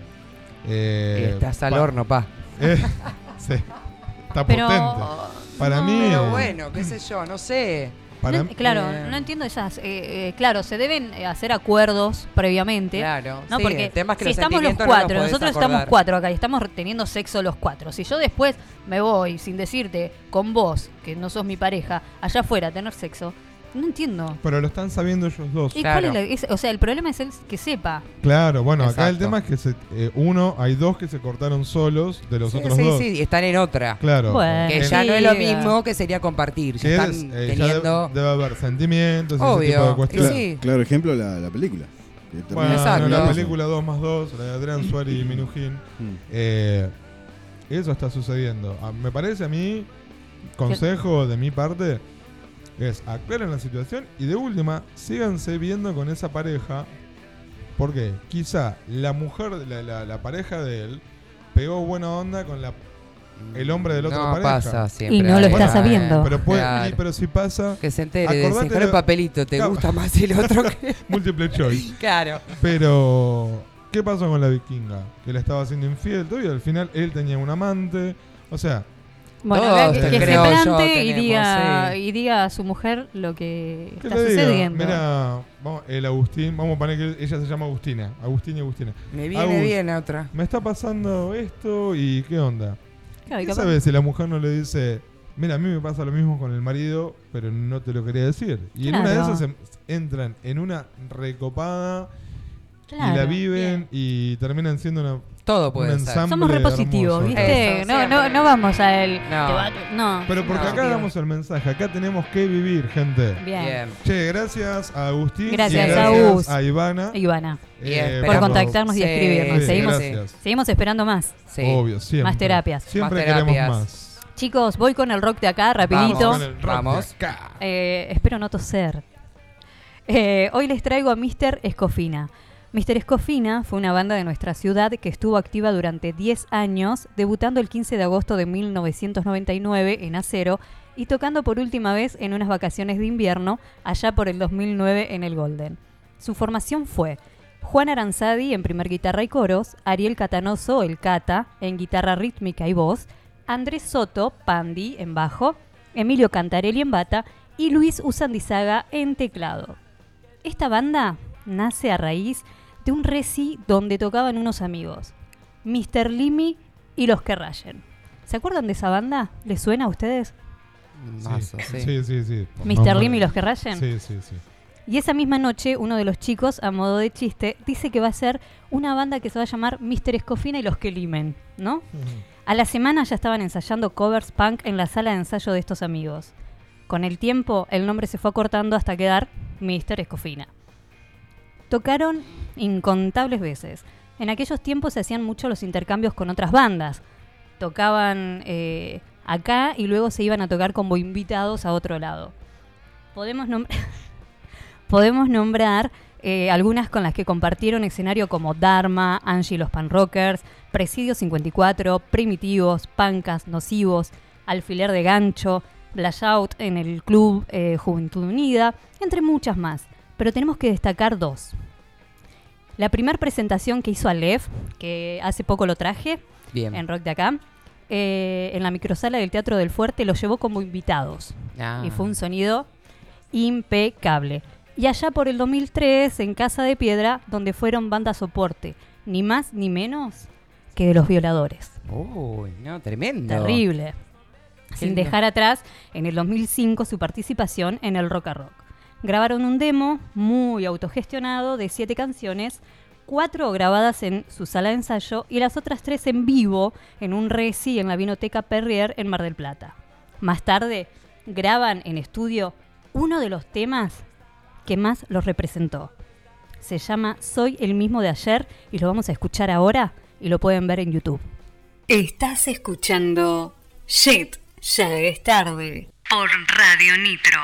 [SPEAKER 6] Eh,
[SPEAKER 7] Estás al horno, pa.
[SPEAKER 6] Eh, sí, está
[SPEAKER 8] Pero-
[SPEAKER 6] potente. Para mí.
[SPEAKER 7] Pero
[SPEAKER 6] eh,
[SPEAKER 7] bueno, qué sé yo, no sé.
[SPEAKER 6] para-
[SPEAKER 8] No, claro,
[SPEAKER 7] Eh.
[SPEAKER 8] no entiendo esas. eh, eh, claro, se deben eh, hacer acuerdos previamente.
[SPEAKER 7] Claro,
[SPEAKER 8] ¿no?
[SPEAKER 7] sí,
[SPEAKER 8] porque
[SPEAKER 7] el tema es que
[SPEAKER 8] si
[SPEAKER 7] los
[SPEAKER 8] estamos los
[SPEAKER 7] sentimientos no los
[SPEAKER 8] cuatro,
[SPEAKER 7] podés
[SPEAKER 8] nosotros
[SPEAKER 7] acordar.
[SPEAKER 8] estamos cuatro acá y estamos teniendo sexo los cuatro. Si yo después me voy sin decirte con vos, que no sos mi pareja, allá afuera a tener sexo, no entiendo.
[SPEAKER 6] Pero lo están sabiendo ellos
[SPEAKER 7] Pues
[SPEAKER 6] dos.
[SPEAKER 8] ¿Y cuál es la- es- o sea, el problema es el que sepa.
[SPEAKER 6] Claro, bueno, acá el
[SPEAKER 7] Exacto.
[SPEAKER 6] tema es que se, eh, uno, hay dos que se cortaron solos de los
[SPEAKER 7] Sí,
[SPEAKER 6] otros
[SPEAKER 7] sí,
[SPEAKER 6] dos.
[SPEAKER 7] sí, están en otra.
[SPEAKER 6] Claro.
[SPEAKER 7] que ya no es lo mismo que sería compartir. Ya
[SPEAKER 6] Que es,
[SPEAKER 7] están
[SPEAKER 6] eh, ya
[SPEAKER 7] teniendo.
[SPEAKER 6] debe, debe haber sentimientos,
[SPEAKER 7] Obvio,
[SPEAKER 6] ese tipo de cuestiones.
[SPEAKER 9] Claro, claro, ejemplo, la, la película. Que también-
[SPEAKER 6] Bueno,
[SPEAKER 7] Exacto.
[SPEAKER 6] la película 2 más 2, la de Adrián Suárez y Minujín. eh, eso está sucediendo. A- me parece a mí, consejo de mi parte, es aclaren la situación y de última, síganse viendo con esa pareja. Porque quizá la mujer, la, la- la pareja de él, pegó buena onda con la el hombre del otro
[SPEAKER 7] No
[SPEAKER 6] pareja.
[SPEAKER 7] pasa siempre Y no lo
[SPEAKER 6] Bueno,
[SPEAKER 7] está sabiendo.
[SPEAKER 6] Pero, puede-
[SPEAKER 7] Claro.
[SPEAKER 6] y- pero si pasa.
[SPEAKER 7] Que se entere,
[SPEAKER 6] acordate
[SPEAKER 7] desenfara el
[SPEAKER 6] lo-
[SPEAKER 7] papelito, ¿te
[SPEAKER 6] Claro.
[SPEAKER 7] gusta más el otro que-
[SPEAKER 6] Múltiple choice.
[SPEAKER 7] Claro.
[SPEAKER 6] Pero, ¿qué pasó con la vikinga? Que la estaba haciendo infiel todo y al final él tenía un amante. O sea.
[SPEAKER 8] Bueno,
[SPEAKER 7] Todos
[SPEAKER 8] que, que se
[SPEAKER 7] creo yo
[SPEAKER 8] plante y
[SPEAKER 7] tenemos,
[SPEAKER 8] diga,
[SPEAKER 7] sí.
[SPEAKER 8] y diga a su mujer lo que
[SPEAKER 6] ¿Qué
[SPEAKER 8] está
[SPEAKER 6] te digo?
[SPEAKER 8] sucediendo.
[SPEAKER 6] Mira, vamos, el Agustín, vamos a poner que ella se llama Agustina. Agustín y Agustina.
[SPEAKER 7] Me viene bien a otra.
[SPEAKER 6] Me está pasando esto y ¿qué onda?
[SPEAKER 8] Claro, y
[SPEAKER 6] ¿Qué
[SPEAKER 8] capaz-
[SPEAKER 6] sabes si la mujer no le dice, mira, a mí me pasa lo mismo con el marido, pero no te lo quería decir? Y en una de
[SPEAKER 8] Claro.
[SPEAKER 6] esas em- entran en una recopada y la
[SPEAKER 8] Claro,
[SPEAKER 6] viven y terminan siendo una.
[SPEAKER 7] Todo puede
[SPEAKER 6] un
[SPEAKER 7] ser.
[SPEAKER 6] ensamble
[SPEAKER 8] Somos repositivos,
[SPEAKER 6] hermoso.
[SPEAKER 8] ¿viste?
[SPEAKER 7] Eso,
[SPEAKER 8] no, no,
[SPEAKER 7] siempre.
[SPEAKER 8] no vamos a él.
[SPEAKER 7] No.
[SPEAKER 8] No.
[SPEAKER 6] Pero porque
[SPEAKER 8] no.
[SPEAKER 6] acá damos el mensaje, acá tenemos que vivir, gente.
[SPEAKER 8] Bien. Bien.
[SPEAKER 6] Che, gracias a Agustín. y
[SPEAKER 8] Gracias, Agus.
[SPEAKER 6] A Ivana.
[SPEAKER 8] Ivana.
[SPEAKER 6] Eh,
[SPEAKER 8] por
[SPEAKER 6] por-
[SPEAKER 8] contactarnos y
[SPEAKER 7] Sí,
[SPEAKER 8] escribirnos.
[SPEAKER 6] sí,
[SPEAKER 8] seguimos,
[SPEAKER 6] gracias.
[SPEAKER 8] seguimos esperando más.
[SPEAKER 7] Sí.
[SPEAKER 6] Obvio, siempre.
[SPEAKER 8] Más terapias.
[SPEAKER 6] Siempre
[SPEAKER 7] Más
[SPEAKER 6] queremos
[SPEAKER 7] terapias.
[SPEAKER 6] más.
[SPEAKER 8] Chicos, voy con el rock de acá, rapidito.
[SPEAKER 6] Vamos con el rock de Vamos. acá.
[SPEAKER 8] Eh, espero no toser. Eh, hoy les traigo a Mr. Escofina. Mr. Escofina fue una banda de nuestra ciudad que estuvo activa durante 10 años, debutando el 15 de agosto de 1999 en Acero y tocando por última vez en unas vacaciones de invierno allá por el 2009 en el Golden. Su formación fue Juan Aranzadi en primer guitarra y coros, Ariel Catanoso, el Cata, en guitarra rítmica y voz, Andrés Soto, Pandi, en bajo, Emilio Cantarelli en bata y Luis Usandizaga en teclado. Esta banda nace a raíz de un reci donde tocaban unos amigos, Mr. Limi y Los que rayen. ¿Se acuerdan de esa banda? ¿Les suena a ustedes?
[SPEAKER 7] Mazo, sí.
[SPEAKER 6] sí, sí, sí.
[SPEAKER 8] Mr. Lim y los que rayen.
[SPEAKER 6] Sí, sí, sí.
[SPEAKER 8] Y esa misma noche, uno de los chicos, a modo de chiste, dice que va a ser una banda que se va a llamar Mr. Escofina y los que limen, ¿no? A la semana ya estaban ensayando covers punk en la sala de ensayo de estos amigos. Con el tiempo, el nombre se fue acortando hasta quedar Mr. Escofina. Tocaron incontables veces. En aquellos tiempos se hacían mucho los intercambios con otras bandas. Tocaban eh, acá y luego se iban a tocar como invitados a otro lado. Podemos, nom- Podemos nombrar eh, algunas con las que compartieron escenario como Dharma, Angie y los Panrockers, Presidio 54, Primitivos, Pancas, Nocivos, Alfiler de Gancho, Blashout en el Club eh, Juventud Unida, entre muchas más. Pero tenemos que destacar dos. La primera presentación que hizo Aleph, que hace poco lo traje
[SPEAKER 7] Bien.
[SPEAKER 8] en Rock de Acá, eh, en la microsala del Teatro del Fuerte, lo llevó como invitados.
[SPEAKER 7] Ah.
[SPEAKER 8] Y fue un sonido impecable. Y allá por el 2003, en Casa de Piedra, donde fueron banda soporte, ni más ni menos que de los violadores.
[SPEAKER 7] Uy, no, tremendo.
[SPEAKER 8] Terrible. Sin
[SPEAKER 7] lindo.
[SPEAKER 8] dejar atrás, en el 2005, su participación en el Rock a Rock. Grabaron un demo muy autogestionado de siete canciones, cuatro grabadas en su sala de ensayo y las otras tres en vivo en un reci en la Vinoteca Perrier en Mar del Plata. Más tarde, graban en estudio uno de los temas que más los representó. Se llama Soy el mismo de ayer y lo vamos a escuchar ahora y lo pueden ver en YouTube. Estás escuchando Shit, ya es tarde. Por Radio Nitro.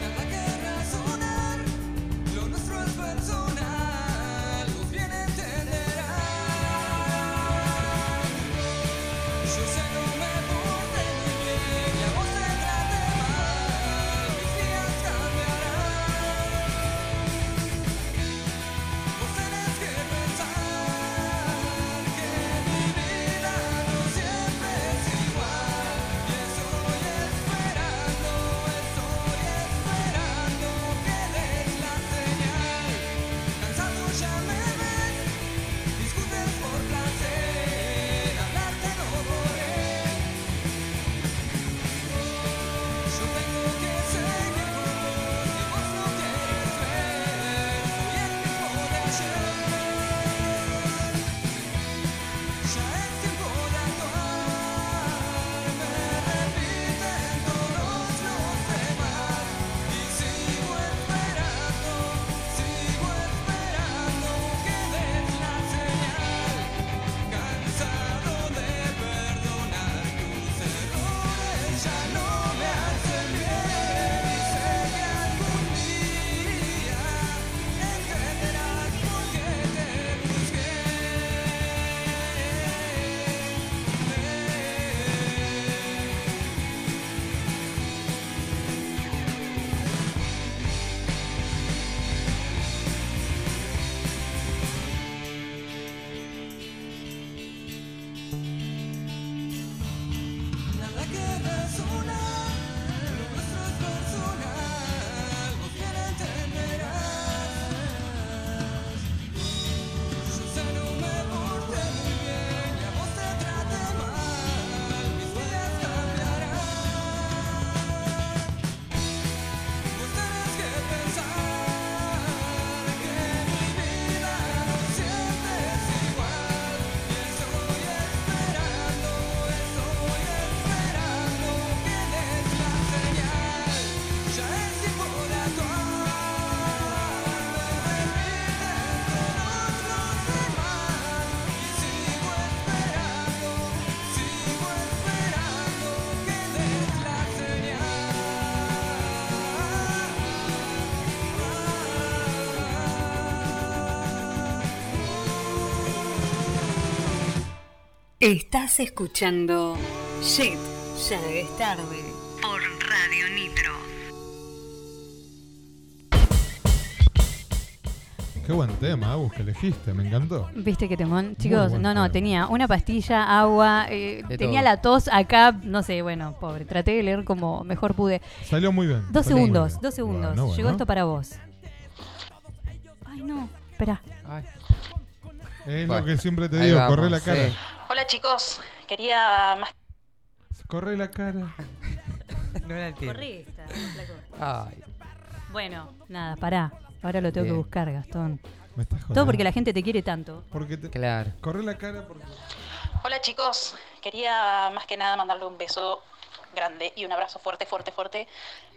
[SPEAKER 19] Nada que razonar, lo nuestro es personal, los bien entenderán. Yo sé lo
[SPEAKER 3] Estás escuchando Shit, ya es tarde por Radio Nitro.
[SPEAKER 6] Qué buen tema, Agus, que elegiste, me encantó.
[SPEAKER 8] ¿Viste qué temón? Chicos,
[SPEAKER 6] buen
[SPEAKER 8] no, no, tenía una pastilla, agua, eh,
[SPEAKER 6] De
[SPEAKER 8] tenía
[SPEAKER 6] todo.
[SPEAKER 8] la tos acá, no sé, bueno, pobre, traté de leer como mejor pude.
[SPEAKER 6] Salió muy bien.
[SPEAKER 8] Dos
[SPEAKER 6] salió muy
[SPEAKER 8] segundos,
[SPEAKER 6] bien.
[SPEAKER 8] dos segundos.
[SPEAKER 6] Bueno,
[SPEAKER 8] Llegó
[SPEAKER 6] bueno.
[SPEAKER 8] esto para vos. Ay, no, espera.
[SPEAKER 6] Es lo que siempre te
[SPEAKER 7] Ahí
[SPEAKER 6] digo,
[SPEAKER 7] vamos,
[SPEAKER 6] corre la cara.
[SPEAKER 7] sí.
[SPEAKER 16] Hola chicos, quería más
[SPEAKER 6] Corre la cara.
[SPEAKER 7] No era el tiempo.
[SPEAKER 8] Corrí esta,
[SPEAKER 7] Ay,
[SPEAKER 8] Bueno, nada, pará. Ahora lo tengo
[SPEAKER 7] Bien.
[SPEAKER 8] que buscar, Gastón.
[SPEAKER 6] Me estás
[SPEAKER 8] Todo
[SPEAKER 6] jodiendo.
[SPEAKER 8] porque la gente te quiere tanto.
[SPEAKER 6] Porque te...
[SPEAKER 7] Claro.
[SPEAKER 6] Corre la cara porque...
[SPEAKER 16] Hola chicos, quería más que nada mandarle un beso grande y un abrazo fuerte, fuerte, fuerte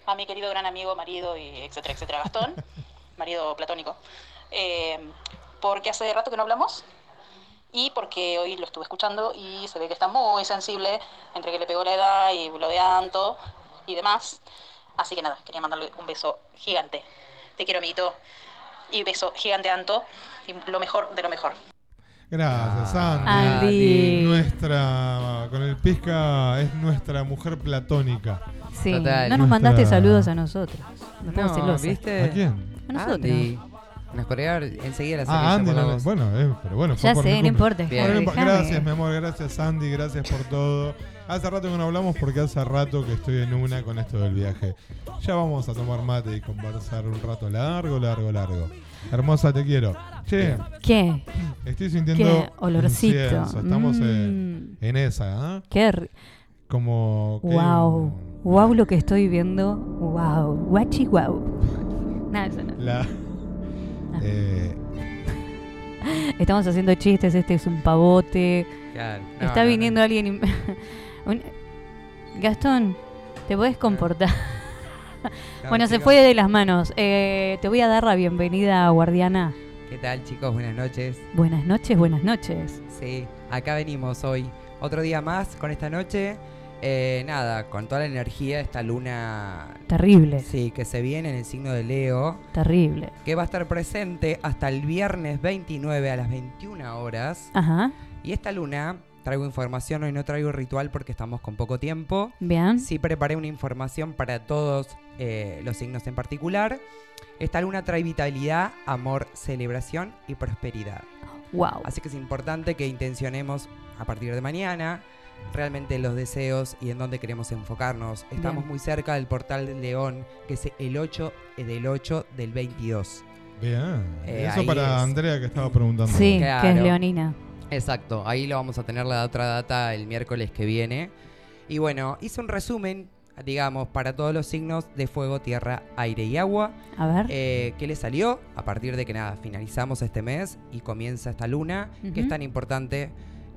[SPEAKER 16] a mi querido gran amigo, marido y etcétera, etcétera, Gastón, marido platónico, Eh, porque hace rato que no hablamos y porque hoy lo estuve escuchando y se ve que está muy sensible entre que le pegó la edad y lo de Anto y demás. Así que nada, quería mandarle un beso gigante. Te quiero, amiguito. Y beso gigante, Anto. Y lo mejor de lo mejor.
[SPEAKER 6] Gracias,
[SPEAKER 8] Ah,
[SPEAKER 6] Andy.
[SPEAKER 8] Andy.
[SPEAKER 6] Nuestra... Con el pizca es nuestra mujer platónica.
[SPEAKER 8] Sí, no nos mandaste saludos a nosotros. Nos
[SPEAKER 7] no,
[SPEAKER 8] pongo celosa.
[SPEAKER 7] ¿viste?
[SPEAKER 6] ¿A quién?
[SPEAKER 8] A nosotros.
[SPEAKER 7] Andy. Nos podría haber enseguida la ceniza
[SPEAKER 6] Ah, Andy,
[SPEAKER 7] por la
[SPEAKER 6] no,
[SPEAKER 7] voz.
[SPEAKER 6] bueno, eh, pero bueno, fue
[SPEAKER 8] Ya
[SPEAKER 6] por
[SPEAKER 8] sé,
[SPEAKER 6] mi
[SPEAKER 8] no
[SPEAKER 6] culpa.
[SPEAKER 8] importa, Bien.
[SPEAKER 6] No importa.
[SPEAKER 8] déjame.
[SPEAKER 6] Gracias, mi amor, gracias Andy, gracias por todo. Hace rato que no hablamos porque hace rato que estoy en una con esto del viaje. Ya vamos a tomar mate y conversar un rato largo, largo, largo. Hermosa, te quiero. Che,
[SPEAKER 8] ¿Qué?
[SPEAKER 6] estoy sintiendo
[SPEAKER 8] Qué olorcito. Mm.
[SPEAKER 6] incienso. Estamos en, en esa, ¿ah?
[SPEAKER 8] Qué r-
[SPEAKER 6] Como que-
[SPEAKER 8] Wow. Wow lo que estoy viendo. Wow. Guachi wow. Nada, eso no.
[SPEAKER 6] la eh,
[SPEAKER 8] Estamos haciendo chistes, este es un pavote.
[SPEAKER 7] Claro. No,
[SPEAKER 8] Está
[SPEAKER 7] no,
[SPEAKER 8] viniendo alguien. y- un- Gastón, te podés comportar. bueno, se
[SPEAKER 7] chicos.
[SPEAKER 8] fue de las manos. Eh, te voy a dar la bienvenida, guardiana.
[SPEAKER 7] ¿Qué tal, chicos? Buenas noches.
[SPEAKER 8] Buenas noches, buenas noches.
[SPEAKER 7] Sí, acá venimos hoy. Otro día más con esta noche. Eh, nada, con toda la energía de esta luna.
[SPEAKER 8] Terrible.
[SPEAKER 7] Sí, que se viene en el signo de Leo.
[SPEAKER 8] Terrible.
[SPEAKER 7] Que va a estar presente hasta el viernes 29 a las 21 horas.
[SPEAKER 8] Ajá.
[SPEAKER 7] Y esta luna, traigo información, hoy no traigo ritual porque estamos con poco tiempo.
[SPEAKER 8] Bien.
[SPEAKER 7] Sí preparé una información para todos eh, los signos en particular. Esta luna trae vitalidad, amor, celebración y prosperidad.
[SPEAKER 8] Wow.
[SPEAKER 7] Así que es importante que intencionemos a partir de mañana realmente los deseos y en dónde queremos enfocarnos. Estamos
[SPEAKER 8] Bien.
[SPEAKER 7] muy cerca del portal del León, que es el 8 eh, del 8 del 22.
[SPEAKER 6] bien.
[SPEAKER 7] Eh,
[SPEAKER 6] Eso
[SPEAKER 7] ahí
[SPEAKER 6] para
[SPEAKER 7] es.
[SPEAKER 6] Andrea que estaba preguntando.
[SPEAKER 8] Sí, que es
[SPEAKER 7] Claro.
[SPEAKER 8] leonina.
[SPEAKER 7] Exacto, ahí lo vamos a tener la otra data el miércoles que viene. Y bueno, hice un resumen, digamos, para todos los signos de fuego, tierra, aire y agua.
[SPEAKER 8] A ver.
[SPEAKER 7] Eh, ¿Qué le salió? A partir de que nada, finalizamos este mes y comienza esta luna, que
[SPEAKER 8] Ujú.
[SPEAKER 7] es tan importante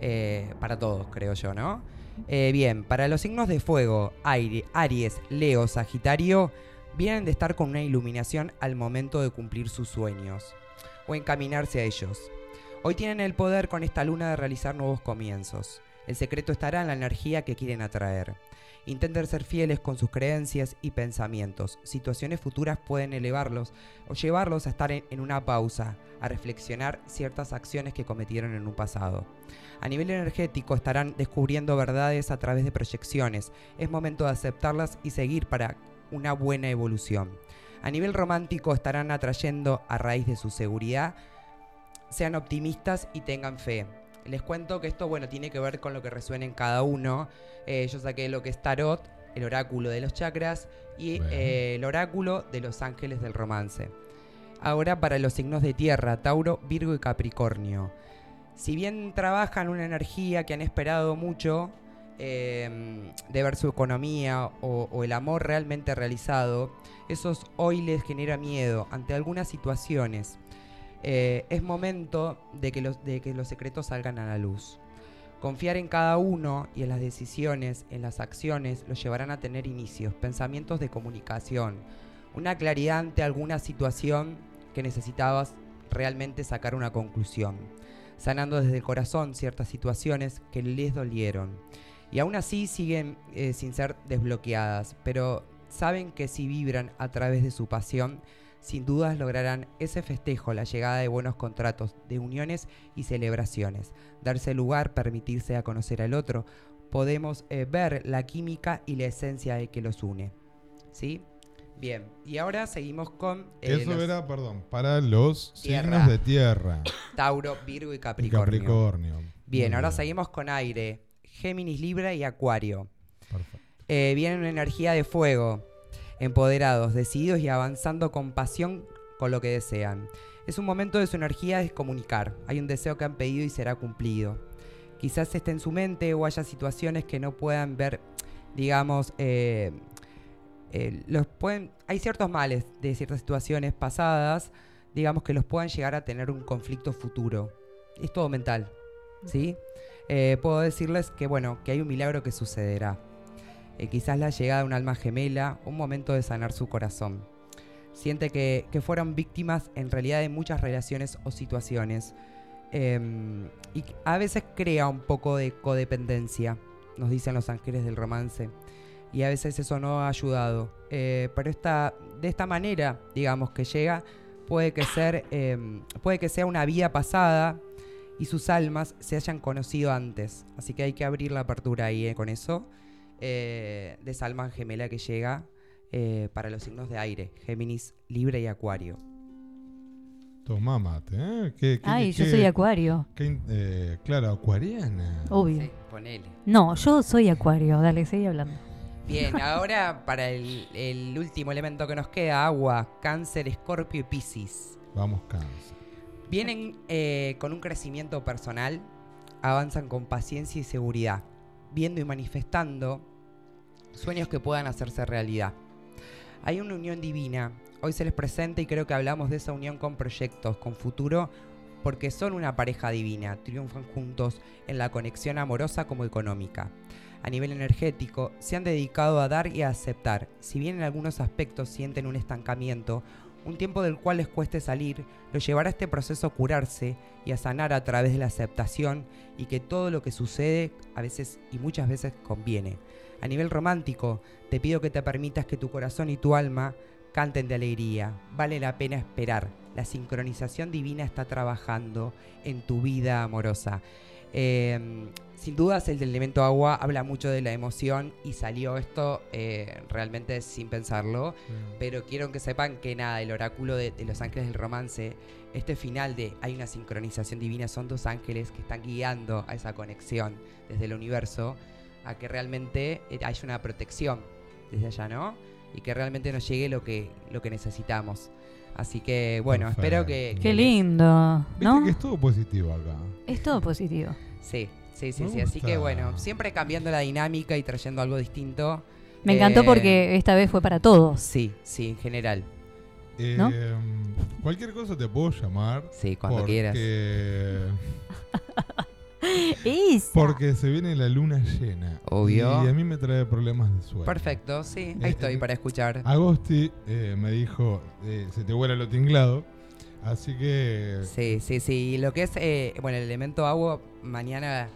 [SPEAKER 7] eh, para todos, creo yo, ¿no? Eh, bien, para los signos de fuego, aire, Aries, Leo, Sagitario, vienen de estar con una iluminación al momento de cumplir sus sueños o encaminarse a ellos. Hoy tienen el poder con esta luna de realizar nuevos comienzos. El secreto estará en la energía que quieren atraer. Intenten ser fieles con sus creencias y pensamientos. Situaciones futuras pueden elevarlos o llevarlos a estar en, en una pausa, a reflexionar ciertas acciones que cometieron en un pasado. A nivel energético estarán descubriendo verdades a través de proyecciones. Es momento de aceptarlas y seguir para una buena evolución. A nivel romántico estarán atrayendo a raíz de su seguridad sean optimistas y tengan fe. Les cuento que esto, bueno, tiene que ver con lo que resuena en cada uno. Eh, yo saqué lo que es tarot, el oráculo de los chakras y eh, el oráculo de los ángeles del romance. Ahora para los signos de tierra, Tauro, Virgo y Capricornio. Si bien trabajan una energía que han esperado mucho eh, de ver su economía o, o el amor realmente realizado, esos hoy les genera miedo ante algunas situaciones. Eh, es momento de que, los, de que los secretos salgan a la luz. Confiar en cada uno y en las decisiones, en las acciones, los llevarán a tener inicios, pensamientos de comunicación, una claridad ante alguna situación que necesitabas realmente sacar una conclusión, sanando desde el corazón ciertas situaciones que les dolieron. Y aún así siguen eh, sin ser desbloqueadas, pero saben que si vibran a través de su pasión, sin dudas lograrán ese festejo, la llegada de buenos contratos, de uniones y celebraciones. Darse lugar, permitirse a conocer al otro, podemos eh, ver la química y la esencia de que los une. ¿Sí? Bien, y ahora seguimos con... eh,
[SPEAKER 6] Eso
[SPEAKER 7] los
[SPEAKER 6] era, perdón, para los
[SPEAKER 7] Tierra.
[SPEAKER 6] signos de tierra.
[SPEAKER 7] Tauro, Virgo y
[SPEAKER 6] Y
[SPEAKER 7] Capricornio.
[SPEAKER 6] Capricornio.
[SPEAKER 7] Bien,
[SPEAKER 6] Muy
[SPEAKER 7] ahora seguimos con aire. Géminis, Libra y Acuario.
[SPEAKER 6] Perfecto.
[SPEAKER 7] Eh, vienen una energía de fuego, empoderados, decididos y avanzando con pasión con lo que desean. Es un momento de su energía de comunicar. Hay un deseo que han pedido y será cumplido. Quizás esté en su mente o haya situaciones que no puedan ver, digamos, eh, eh, los pueden, hay ciertos males de ciertas situaciones pasadas, digamos que los puedan llegar a tener un conflicto futuro. Es todo mental, ¿sí? Eh, puedo decirles que, bueno, que hay un milagro que sucederá. Eh, quizás la llegada de un alma gemela, un momento de sanar su corazón. Siente que, que fueron víctimas en realidad de muchas relaciones o situaciones. Em, y que a veces crea un poco de codependencia, nos dicen los ángeles del romance. Y a veces eso no ha ayudado. Eh, pero esta, de esta manera, digamos, que llega, puede que, ser, em, puede que sea una vida pasada y sus almas se hayan conocido antes. Así que hay que abrir la apertura ahí eh, con eso eh, de esa alma gemela que llega eh, para los signos de aire, Géminis, Libra y Acuario.
[SPEAKER 6] Tomá mate, ¿eh? ¿Qué- qué-
[SPEAKER 8] Ay, yo
[SPEAKER 6] qué-
[SPEAKER 8] soy acuario.
[SPEAKER 6] qué in- eh, claro, acuariana.
[SPEAKER 8] Obvio.
[SPEAKER 7] ponele.
[SPEAKER 8] No, yo soy acuario. Dale, seguí hablando.
[SPEAKER 7] Bien, ahora para el, el último elemento que nos queda, agua, cáncer, escorpio y piscis.
[SPEAKER 6] Vamos, cáncer.
[SPEAKER 7] Vienen eh, con un crecimiento personal, avanzan con paciencia y seguridad, viendo y manifestando sueños que puedan hacerse realidad. Hay una unión divina, hoy se les presenta y creo que hablamos de esa unión con proyectos, con futuro, porque son una pareja divina, triunfan juntos en la conexión amorosa como económica. A nivel energético, se han dedicado a dar y a aceptar, si bien en algunos aspectos sienten un estancamiento, un tiempo del cual les cueste salir, lo llevará a este proceso a curarse y a sanar a través de la aceptación y que todo lo que sucede a veces y muchas veces conviene. A nivel romántico, te pido que te permitas que tu corazón y tu alma canten de alegría. Vale la pena esperar. La sincronización divina está trabajando en tu vida amorosa. Eh, sin dudas, el del elemento agua habla mucho de la emoción y salió esto eh, realmente sin pensarlo. Pero quiero que sepan que nada, el oráculo de, de los ángeles del romance, este final de hay una sincronización divina, son dos ángeles que están guiando a esa conexión desde el universo, a que realmente eh, haya una protección desde allá, ¿no? Y que realmente nos llegue lo que, lo que necesitamos. Así que, bueno, espero que...
[SPEAKER 8] Qué lindo,
[SPEAKER 6] Viste
[SPEAKER 8] Ah, ¿no?
[SPEAKER 6] que es todo positivo acá.
[SPEAKER 8] Es todo positivo.
[SPEAKER 7] Sí, sí, sí,
[SPEAKER 8] Me
[SPEAKER 7] sí. Así que,
[SPEAKER 6] gusta.
[SPEAKER 7] bueno, siempre cambiando la dinámica y trayendo algo distinto.
[SPEAKER 8] Me encantó
[SPEAKER 7] Eh,
[SPEAKER 8] porque esta vez fue para todos.
[SPEAKER 7] Sí, sí, en general.
[SPEAKER 6] Eh,
[SPEAKER 8] ¿No?
[SPEAKER 6] Cualquier cosa te puedo llamar.
[SPEAKER 7] Sí, cuando quieras.
[SPEAKER 8] Is.
[SPEAKER 6] Porque se viene la luna llena.
[SPEAKER 7] Obvio.
[SPEAKER 6] Y a mí me trae problemas de sueño.
[SPEAKER 7] Perfecto, sí.
[SPEAKER 6] Eh,
[SPEAKER 7] Ahí estoy
[SPEAKER 6] eh,
[SPEAKER 7] para escuchar.
[SPEAKER 6] Agosti eh, me dijo, eh, se te vuela lo tinglado. Así que...
[SPEAKER 7] Sí, sí, sí. Y lo que es, eh, bueno, el elemento agua, mañana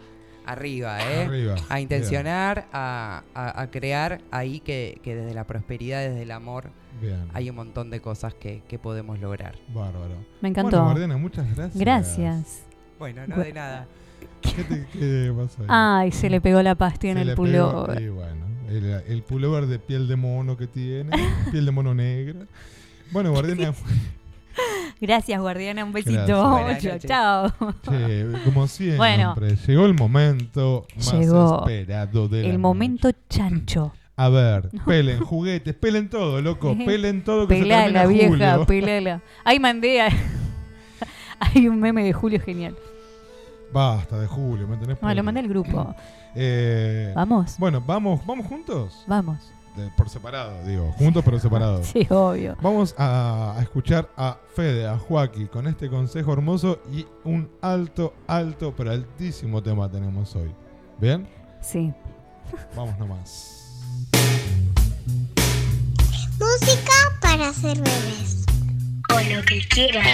[SPEAKER 7] arriba, ¿eh?
[SPEAKER 6] Arriba,
[SPEAKER 7] A intencionar, a, a- a crear ahí que, que desde la prosperidad, desde el amor,
[SPEAKER 6] Bien.
[SPEAKER 7] hay un montón de cosas que, que podemos lograr.
[SPEAKER 6] Bárbaro.
[SPEAKER 8] Me encantó.
[SPEAKER 6] Bueno, Gardena, muchas gracias.
[SPEAKER 8] Gracias.
[SPEAKER 7] Bueno, no
[SPEAKER 8] Gua-
[SPEAKER 7] de nada.
[SPEAKER 6] ¿Qué, te, qué pasó ahí?
[SPEAKER 8] Ay, se le pegó la pastilla en
[SPEAKER 6] Se
[SPEAKER 8] el
[SPEAKER 6] le pegó,
[SPEAKER 8] pullover.
[SPEAKER 6] y bueno, el, el pullover de piel de mono que tiene, piel de mono negra. Bueno, Guardiana,
[SPEAKER 8] Gracias, guardiana. Un
[SPEAKER 6] Gracias.
[SPEAKER 8] besito.
[SPEAKER 6] Buenas
[SPEAKER 8] Chao,
[SPEAKER 6] noches.
[SPEAKER 8] chao.
[SPEAKER 6] che, como siempre,
[SPEAKER 8] Bueno.
[SPEAKER 6] llegó el momento más
[SPEAKER 8] Llegó
[SPEAKER 6] esperado de la
[SPEAKER 8] El momento chancho.
[SPEAKER 6] A ver, pelen juguetes, pelen todo, loco, pelen todo que se
[SPEAKER 8] Pelala,
[SPEAKER 6] termina
[SPEAKER 8] vieja,
[SPEAKER 6] julio.
[SPEAKER 8] pelala. Ahí mandé. a- Hay un meme de Julio genial.
[SPEAKER 6] Basta de julio, ¿me tenés
[SPEAKER 8] No, Ah, lo mandé al grupo.
[SPEAKER 6] Eh,
[SPEAKER 8] Vamos.
[SPEAKER 6] Bueno, vamos, vamos juntos.
[SPEAKER 8] Vamos.
[SPEAKER 6] De- por separado, digo, juntos pero separados.
[SPEAKER 8] Sí, obvio.
[SPEAKER 6] Vamos a, a escuchar a Fede, a Joaquín, con este consejo hermoso y un alto, alto, pero altísimo tema tenemos hoy. ¿Bien?
[SPEAKER 8] Sí.
[SPEAKER 6] Vamos nomás.
[SPEAKER 5] Música para ser bebés. O lo que quieran.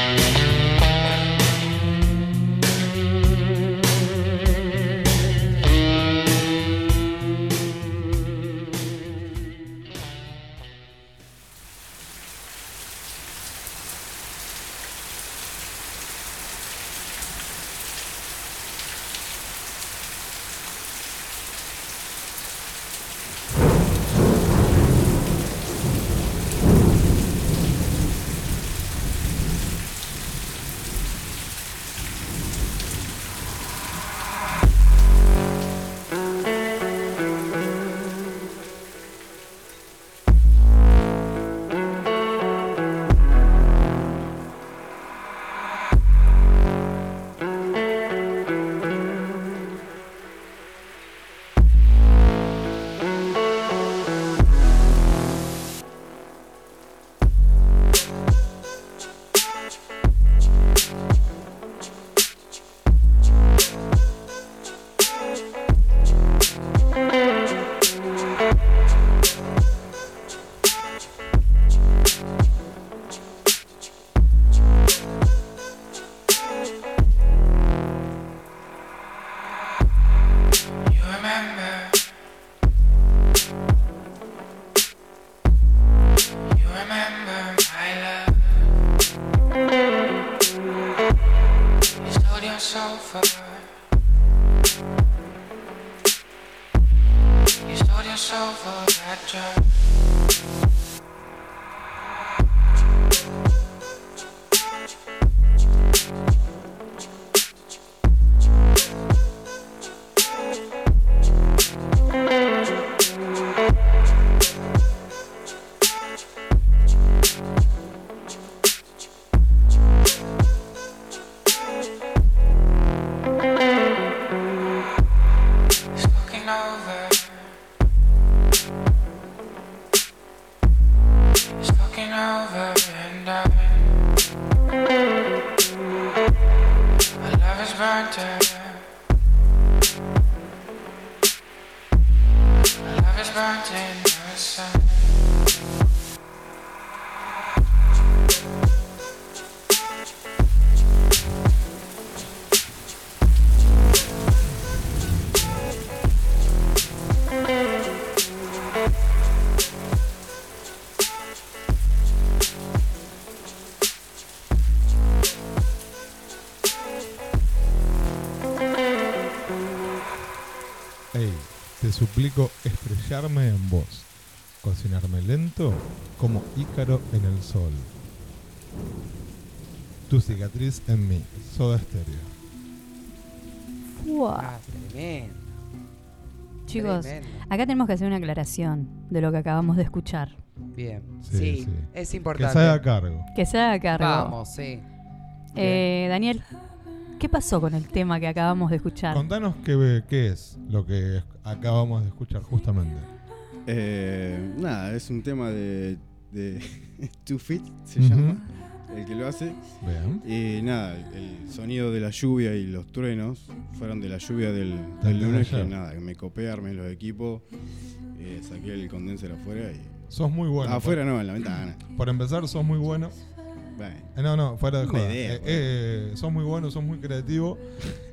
[SPEAKER 5] paso borracho. Smoking over. Smoking over and I. My love is burnt out. My love is burnt in the sun.
[SPEAKER 6] Ey, te suplico estrellarme en vos, cocinarme lento como Ícaro en el sol. Tu cicatriz en mí, soda estéreo.
[SPEAKER 7] Ah, tremendo.
[SPEAKER 8] Chicos,
[SPEAKER 7] Tremendo.
[SPEAKER 8] acá tenemos que hacer una aclaración de lo que acabamos de escuchar.
[SPEAKER 7] Bien. Sí,
[SPEAKER 6] Sí, sí.
[SPEAKER 7] es
[SPEAKER 6] Que
[SPEAKER 7] importante.
[SPEAKER 6] se haga cargo.
[SPEAKER 8] Que se haga cargo.
[SPEAKER 7] Vamos, sí.
[SPEAKER 8] Eh, Daniel, ¿qué pasó con el tema que acabamos de escuchar?
[SPEAKER 6] Contanos qué, qué es lo que acabamos de escuchar justamente.
[SPEAKER 9] Eh, nada, es un tema de, de Two Feet, se
[SPEAKER 6] Ujú.
[SPEAKER 9] llama, el que lo hace.
[SPEAKER 6] Bien.
[SPEAKER 9] Y nada, el, el sonido de la lluvia y los truenos fueron de la lluvia del,
[SPEAKER 6] Del
[SPEAKER 9] del lunes.
[SPEAKER 6] ayer.
[SPEAKER 9] Que nada, me copé, armé los equipos, eh, saqué el condenser afuera y.
[SPEAKER 6] Sos muy bueno. pues.
[SPEAKER 9] Afuera
[SPEAKER 6] por-
[SPEAKER 9] no, en la ventana.
[SPEAKER 6] Por empezar, sos muy bueno. Eh, No, no, fuera de
[SPEAKER 9] Una
[SPEAKER 6] joda.
[SPEAKER 9] idea, pues.
[SPEAKER 6] Eh, eh, sos muy bueno, sos muy creativo.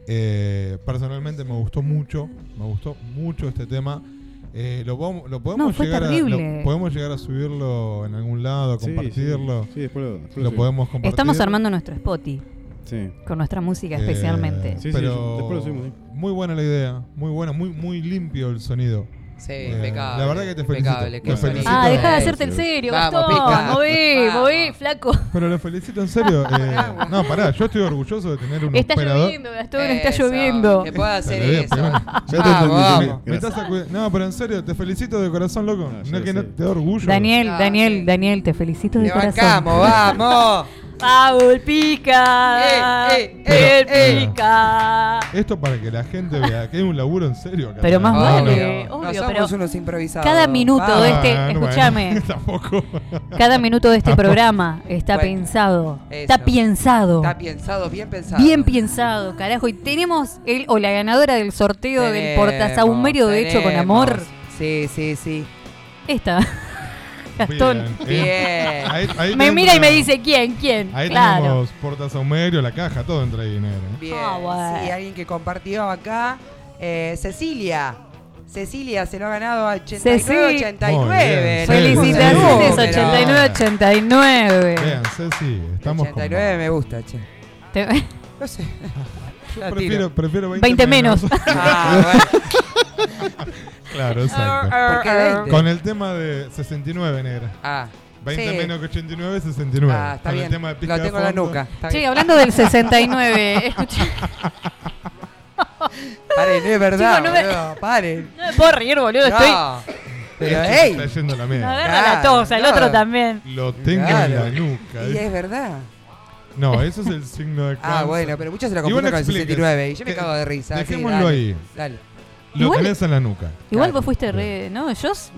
[SPEAKER 6] Eh, personalmente me gustó mucho, me gustó mucho este tema. Eh, lo, podemos, lo podemos
[SPEAKER 9] No, fue
[SPEAKER 6] llegar a,
[SPEAKER 9] terrible.
[SPEAKER 6] lo podemos llegar a subirlo en algún lado, a
[SPEAKER 9] Sí, sí.
[SPEAKER 6] compartirlo.
[SPEAKER 9] Sí, después lo- después lo
[SPEAKER 6] lo
[SPEAKER 9] subimos.
[SPEAKER 6] podemos compartir.
[SPEAKER 8] Estamos armando nuestro spotty.
[SPEAKER 9] Sí.
[SPEAKER 8] Con nuestra música
[SPEAKER 6] Eh,
[SPEAKER 8] especialmente.
[SPEAKER 6] pero Muy buena la idea, muy buena, muy, muy limpio el sonido.
[SPEAKER 7] Sí,
[SPEAKER 6] Eh,
[SPEAKER 7] impecable.
[SPEAKER 6] La verdad que te felicito.
[SPEAKER 7] impecable, qué
[SPEAKER 6] Te
[SPEAKER 7] sonido.
[SPEAKER 6] felicito.
[SPEAKER 8] Ah, deja de hacerte el serio,
[SPEAKER 7] Vamos,
[SPEAKER 8] Gastón.
[SPEAKER 7] pica.
[SPEAKER 8] Moví, moví, flaco.
[SPEAKER 6] Pero lo felicito en serio. eh, no, pará, yo estoy orgulloso de tener un
[SPEAKER 8] Está
[SPEAKER 6] operador.
[SPEAKER 8] lloviendo, Gastón, está
[SPEAKER 7] Eso,
[SPEAKER 8] lloviendo.
[SPEAKER 7] que pueda hacer
[SPEAKER 6] Dale, bien,
[SPEAKER 7] eso.
[SPEAKER 6] primero.
[SPEAKER 7] Ya te Vamos, entendí, vamos. Jimmy.
[SPEAKER 6] Me estás sacudiendo. No, pero en serio, te felicito de corazón, loco. No, que no te da orgullo.
[SPEAKER 8] Daniel,
[SPEAKER 7] Ah,
[SPEAKER 8] Daniel, Daniel, te felicito de
[SPEAKER 6] Te
[SPEAKER 8] corazón.
[SPEAKER 6] bancamos, vamos.
[SPEAKER 8] ¡Vamos, pica!
[SPEAKER 7] eh,
[SPEAKER 8] ¡El
[SPEAKER 6] eh.
[SPEAKER 8] pica!
[SPEAKER 6] Esto para que la gente vea que hay un laburo en serio acá.
[SPEAKER 8] Pero más
[SPEAKER 6] Ah,
[SPEAKER 8] vale,
[SPEAKER 6] no.
[SPEAKER 8] obvio,
[SPEAKER 7] No somos
[SPEAKER 8] pero
[SPEAKER 7] unos improvisados.
[SPEAKER 8] cada minuto
[SPEAKER 7] Ah,
[SPEAKER 8] de este,
[SPEAKER 7] bueno.
[SPEAKER 8] escúchame,
[SPEAKER 6] Tampoco.
[SPEAKER 8] cada minuto de este programa está
[SPEAKER 7] Bueno,
[SPEAKER 8] pensado,
[SPEAKER 7] eso.
[SPEAKER 8] está pensado.
[SPEAKER 7] Está pensado, bien pensado.
[SPEAKER 8] Bien pensado, carajo. Y tenemos el o la ganadora del sorteo del
[SPEAKER 7] Tenemos,
[SPEAKER 8] portasaumerio de hecho con
[SPEAKER 7] tenemos.
[SPEAKER 8] amor.
[SPEAKER 7] Sí, sí, sí.
[SPEAKER 8] Esta. Gastón.
[SPEAKER 6] Bien,
[SPEAKER 7] eh.
[SPEAKER 6] Ahí- ahí
[SPEAKER 8] me
[SPEAKER 6] tenemos
[SPEAKER 8] mira y me
[SPEAKER 6] una-
[SPEAKER 8] dice quién, quién.
[SPEAKER 6] Ahí
[SPEAKER 8] claro.
[SPEAKER 6] tenemos portas saumerio, la caja, todo entra ahí dinero.
[SPEAKER 7] Bien.
[SPEAKER 8] Ah, bueno.
[SPEAKER 7] Sí, alguien que compartió acá. Eh, Cecilia. Cecilia se lo ha ganado a 89 89.
[SPEAKER 6] Muy bien, Ceci.
[SPEAKER 8] Felicitaciones,
[SPEAKER 6] Número.
[SPEAKER 8] 89-89.
[SPEAKER 6] Vean, Ceci, estamos con
[SPEAKER 7] 89 me gusta, che.
[SPEAKER 8] Te-
[SPEAKER 7] No sé. La tiro.
[SPEAKER 6] Prefiero, prefiero 20,
[SPEAKER 8] 20 menos.
[SPEAKER 7] Ah,
[SPEAKER 6] bueno. claro, exacto.
[SPEAKER 7] Ar, ar, ar. ¿Por qué 20?
[SPEAKER 6] Con el tema de 69, negra.
[SPEAKER 7] Ah,
[SPEAKER 6] 20
[SPEAKER 7] sí.
[SPEAKER 6] menos que 89, 69.
[SPEAKER 7] Ah, está
[SPEAKER 6] Con
[SPEAKER 7] bien.
[SPEAKER 6] el tema de
[SPEAKER 7] Lo
[SPEAKER 6] pica de
[SPEAKER 7] tengo en la
[SPEAKER 6] fondo.
[SPEAKER 7] nuca, está
[SPEAKER 8] Che, hablando del 69, escuché.
[SPEAKER 7] Pare, no es verdad.
[SPEAKER 8] Chicos, no me-
[SPEAKER 7] boludo, pare.
[SPEAKER 8] No me puedo reír, boludo,
[SPEAKER 7] No.
[SPEAKER 8] estoy-
[SPEAKER 7] Pero,
[SPEAKER 6] Este se
[SPEAKER 7] ey.
[SPEAKER 6] Está yendo a la mierda.
[SPEAKER 8] Agarra la tosa, el otro también.
[SPEAKER 6] Lo tengo en la
[SPEAKER 7] Claro.
[SPEAKER 6] nuca. ¿eh?
[SPEAKER 7] Y es verdad.
[SPEAKER 6] No, eso es el signo de
[SPEAKER 7] Ah,
[SPEAKER 6] cáncer.
[SPEAKER 7] bueno, pero muchos se lo
[SPEAKER 6] Y vos
[SPEAKER 7] confunden con el
[SPEAKER 6] expliques.
[SPEAKER 7] 69 y yo me
[SPEAKER 6] Te-
[SPEAKER 7] cago de risa. sí,
[SPEAKER 6] Dejémoslo
[SPEAKER 7] dale,
[SPEAKER 6] ahí.
[SPEAKER 7] Dale.
[SPEAKER 6] Lo
[SPEAKER 8] Igual-
[SPEAKER 6] tenés en la nuca.
[SPEAKER 8] Igual vos fuiste re. No, yo. s-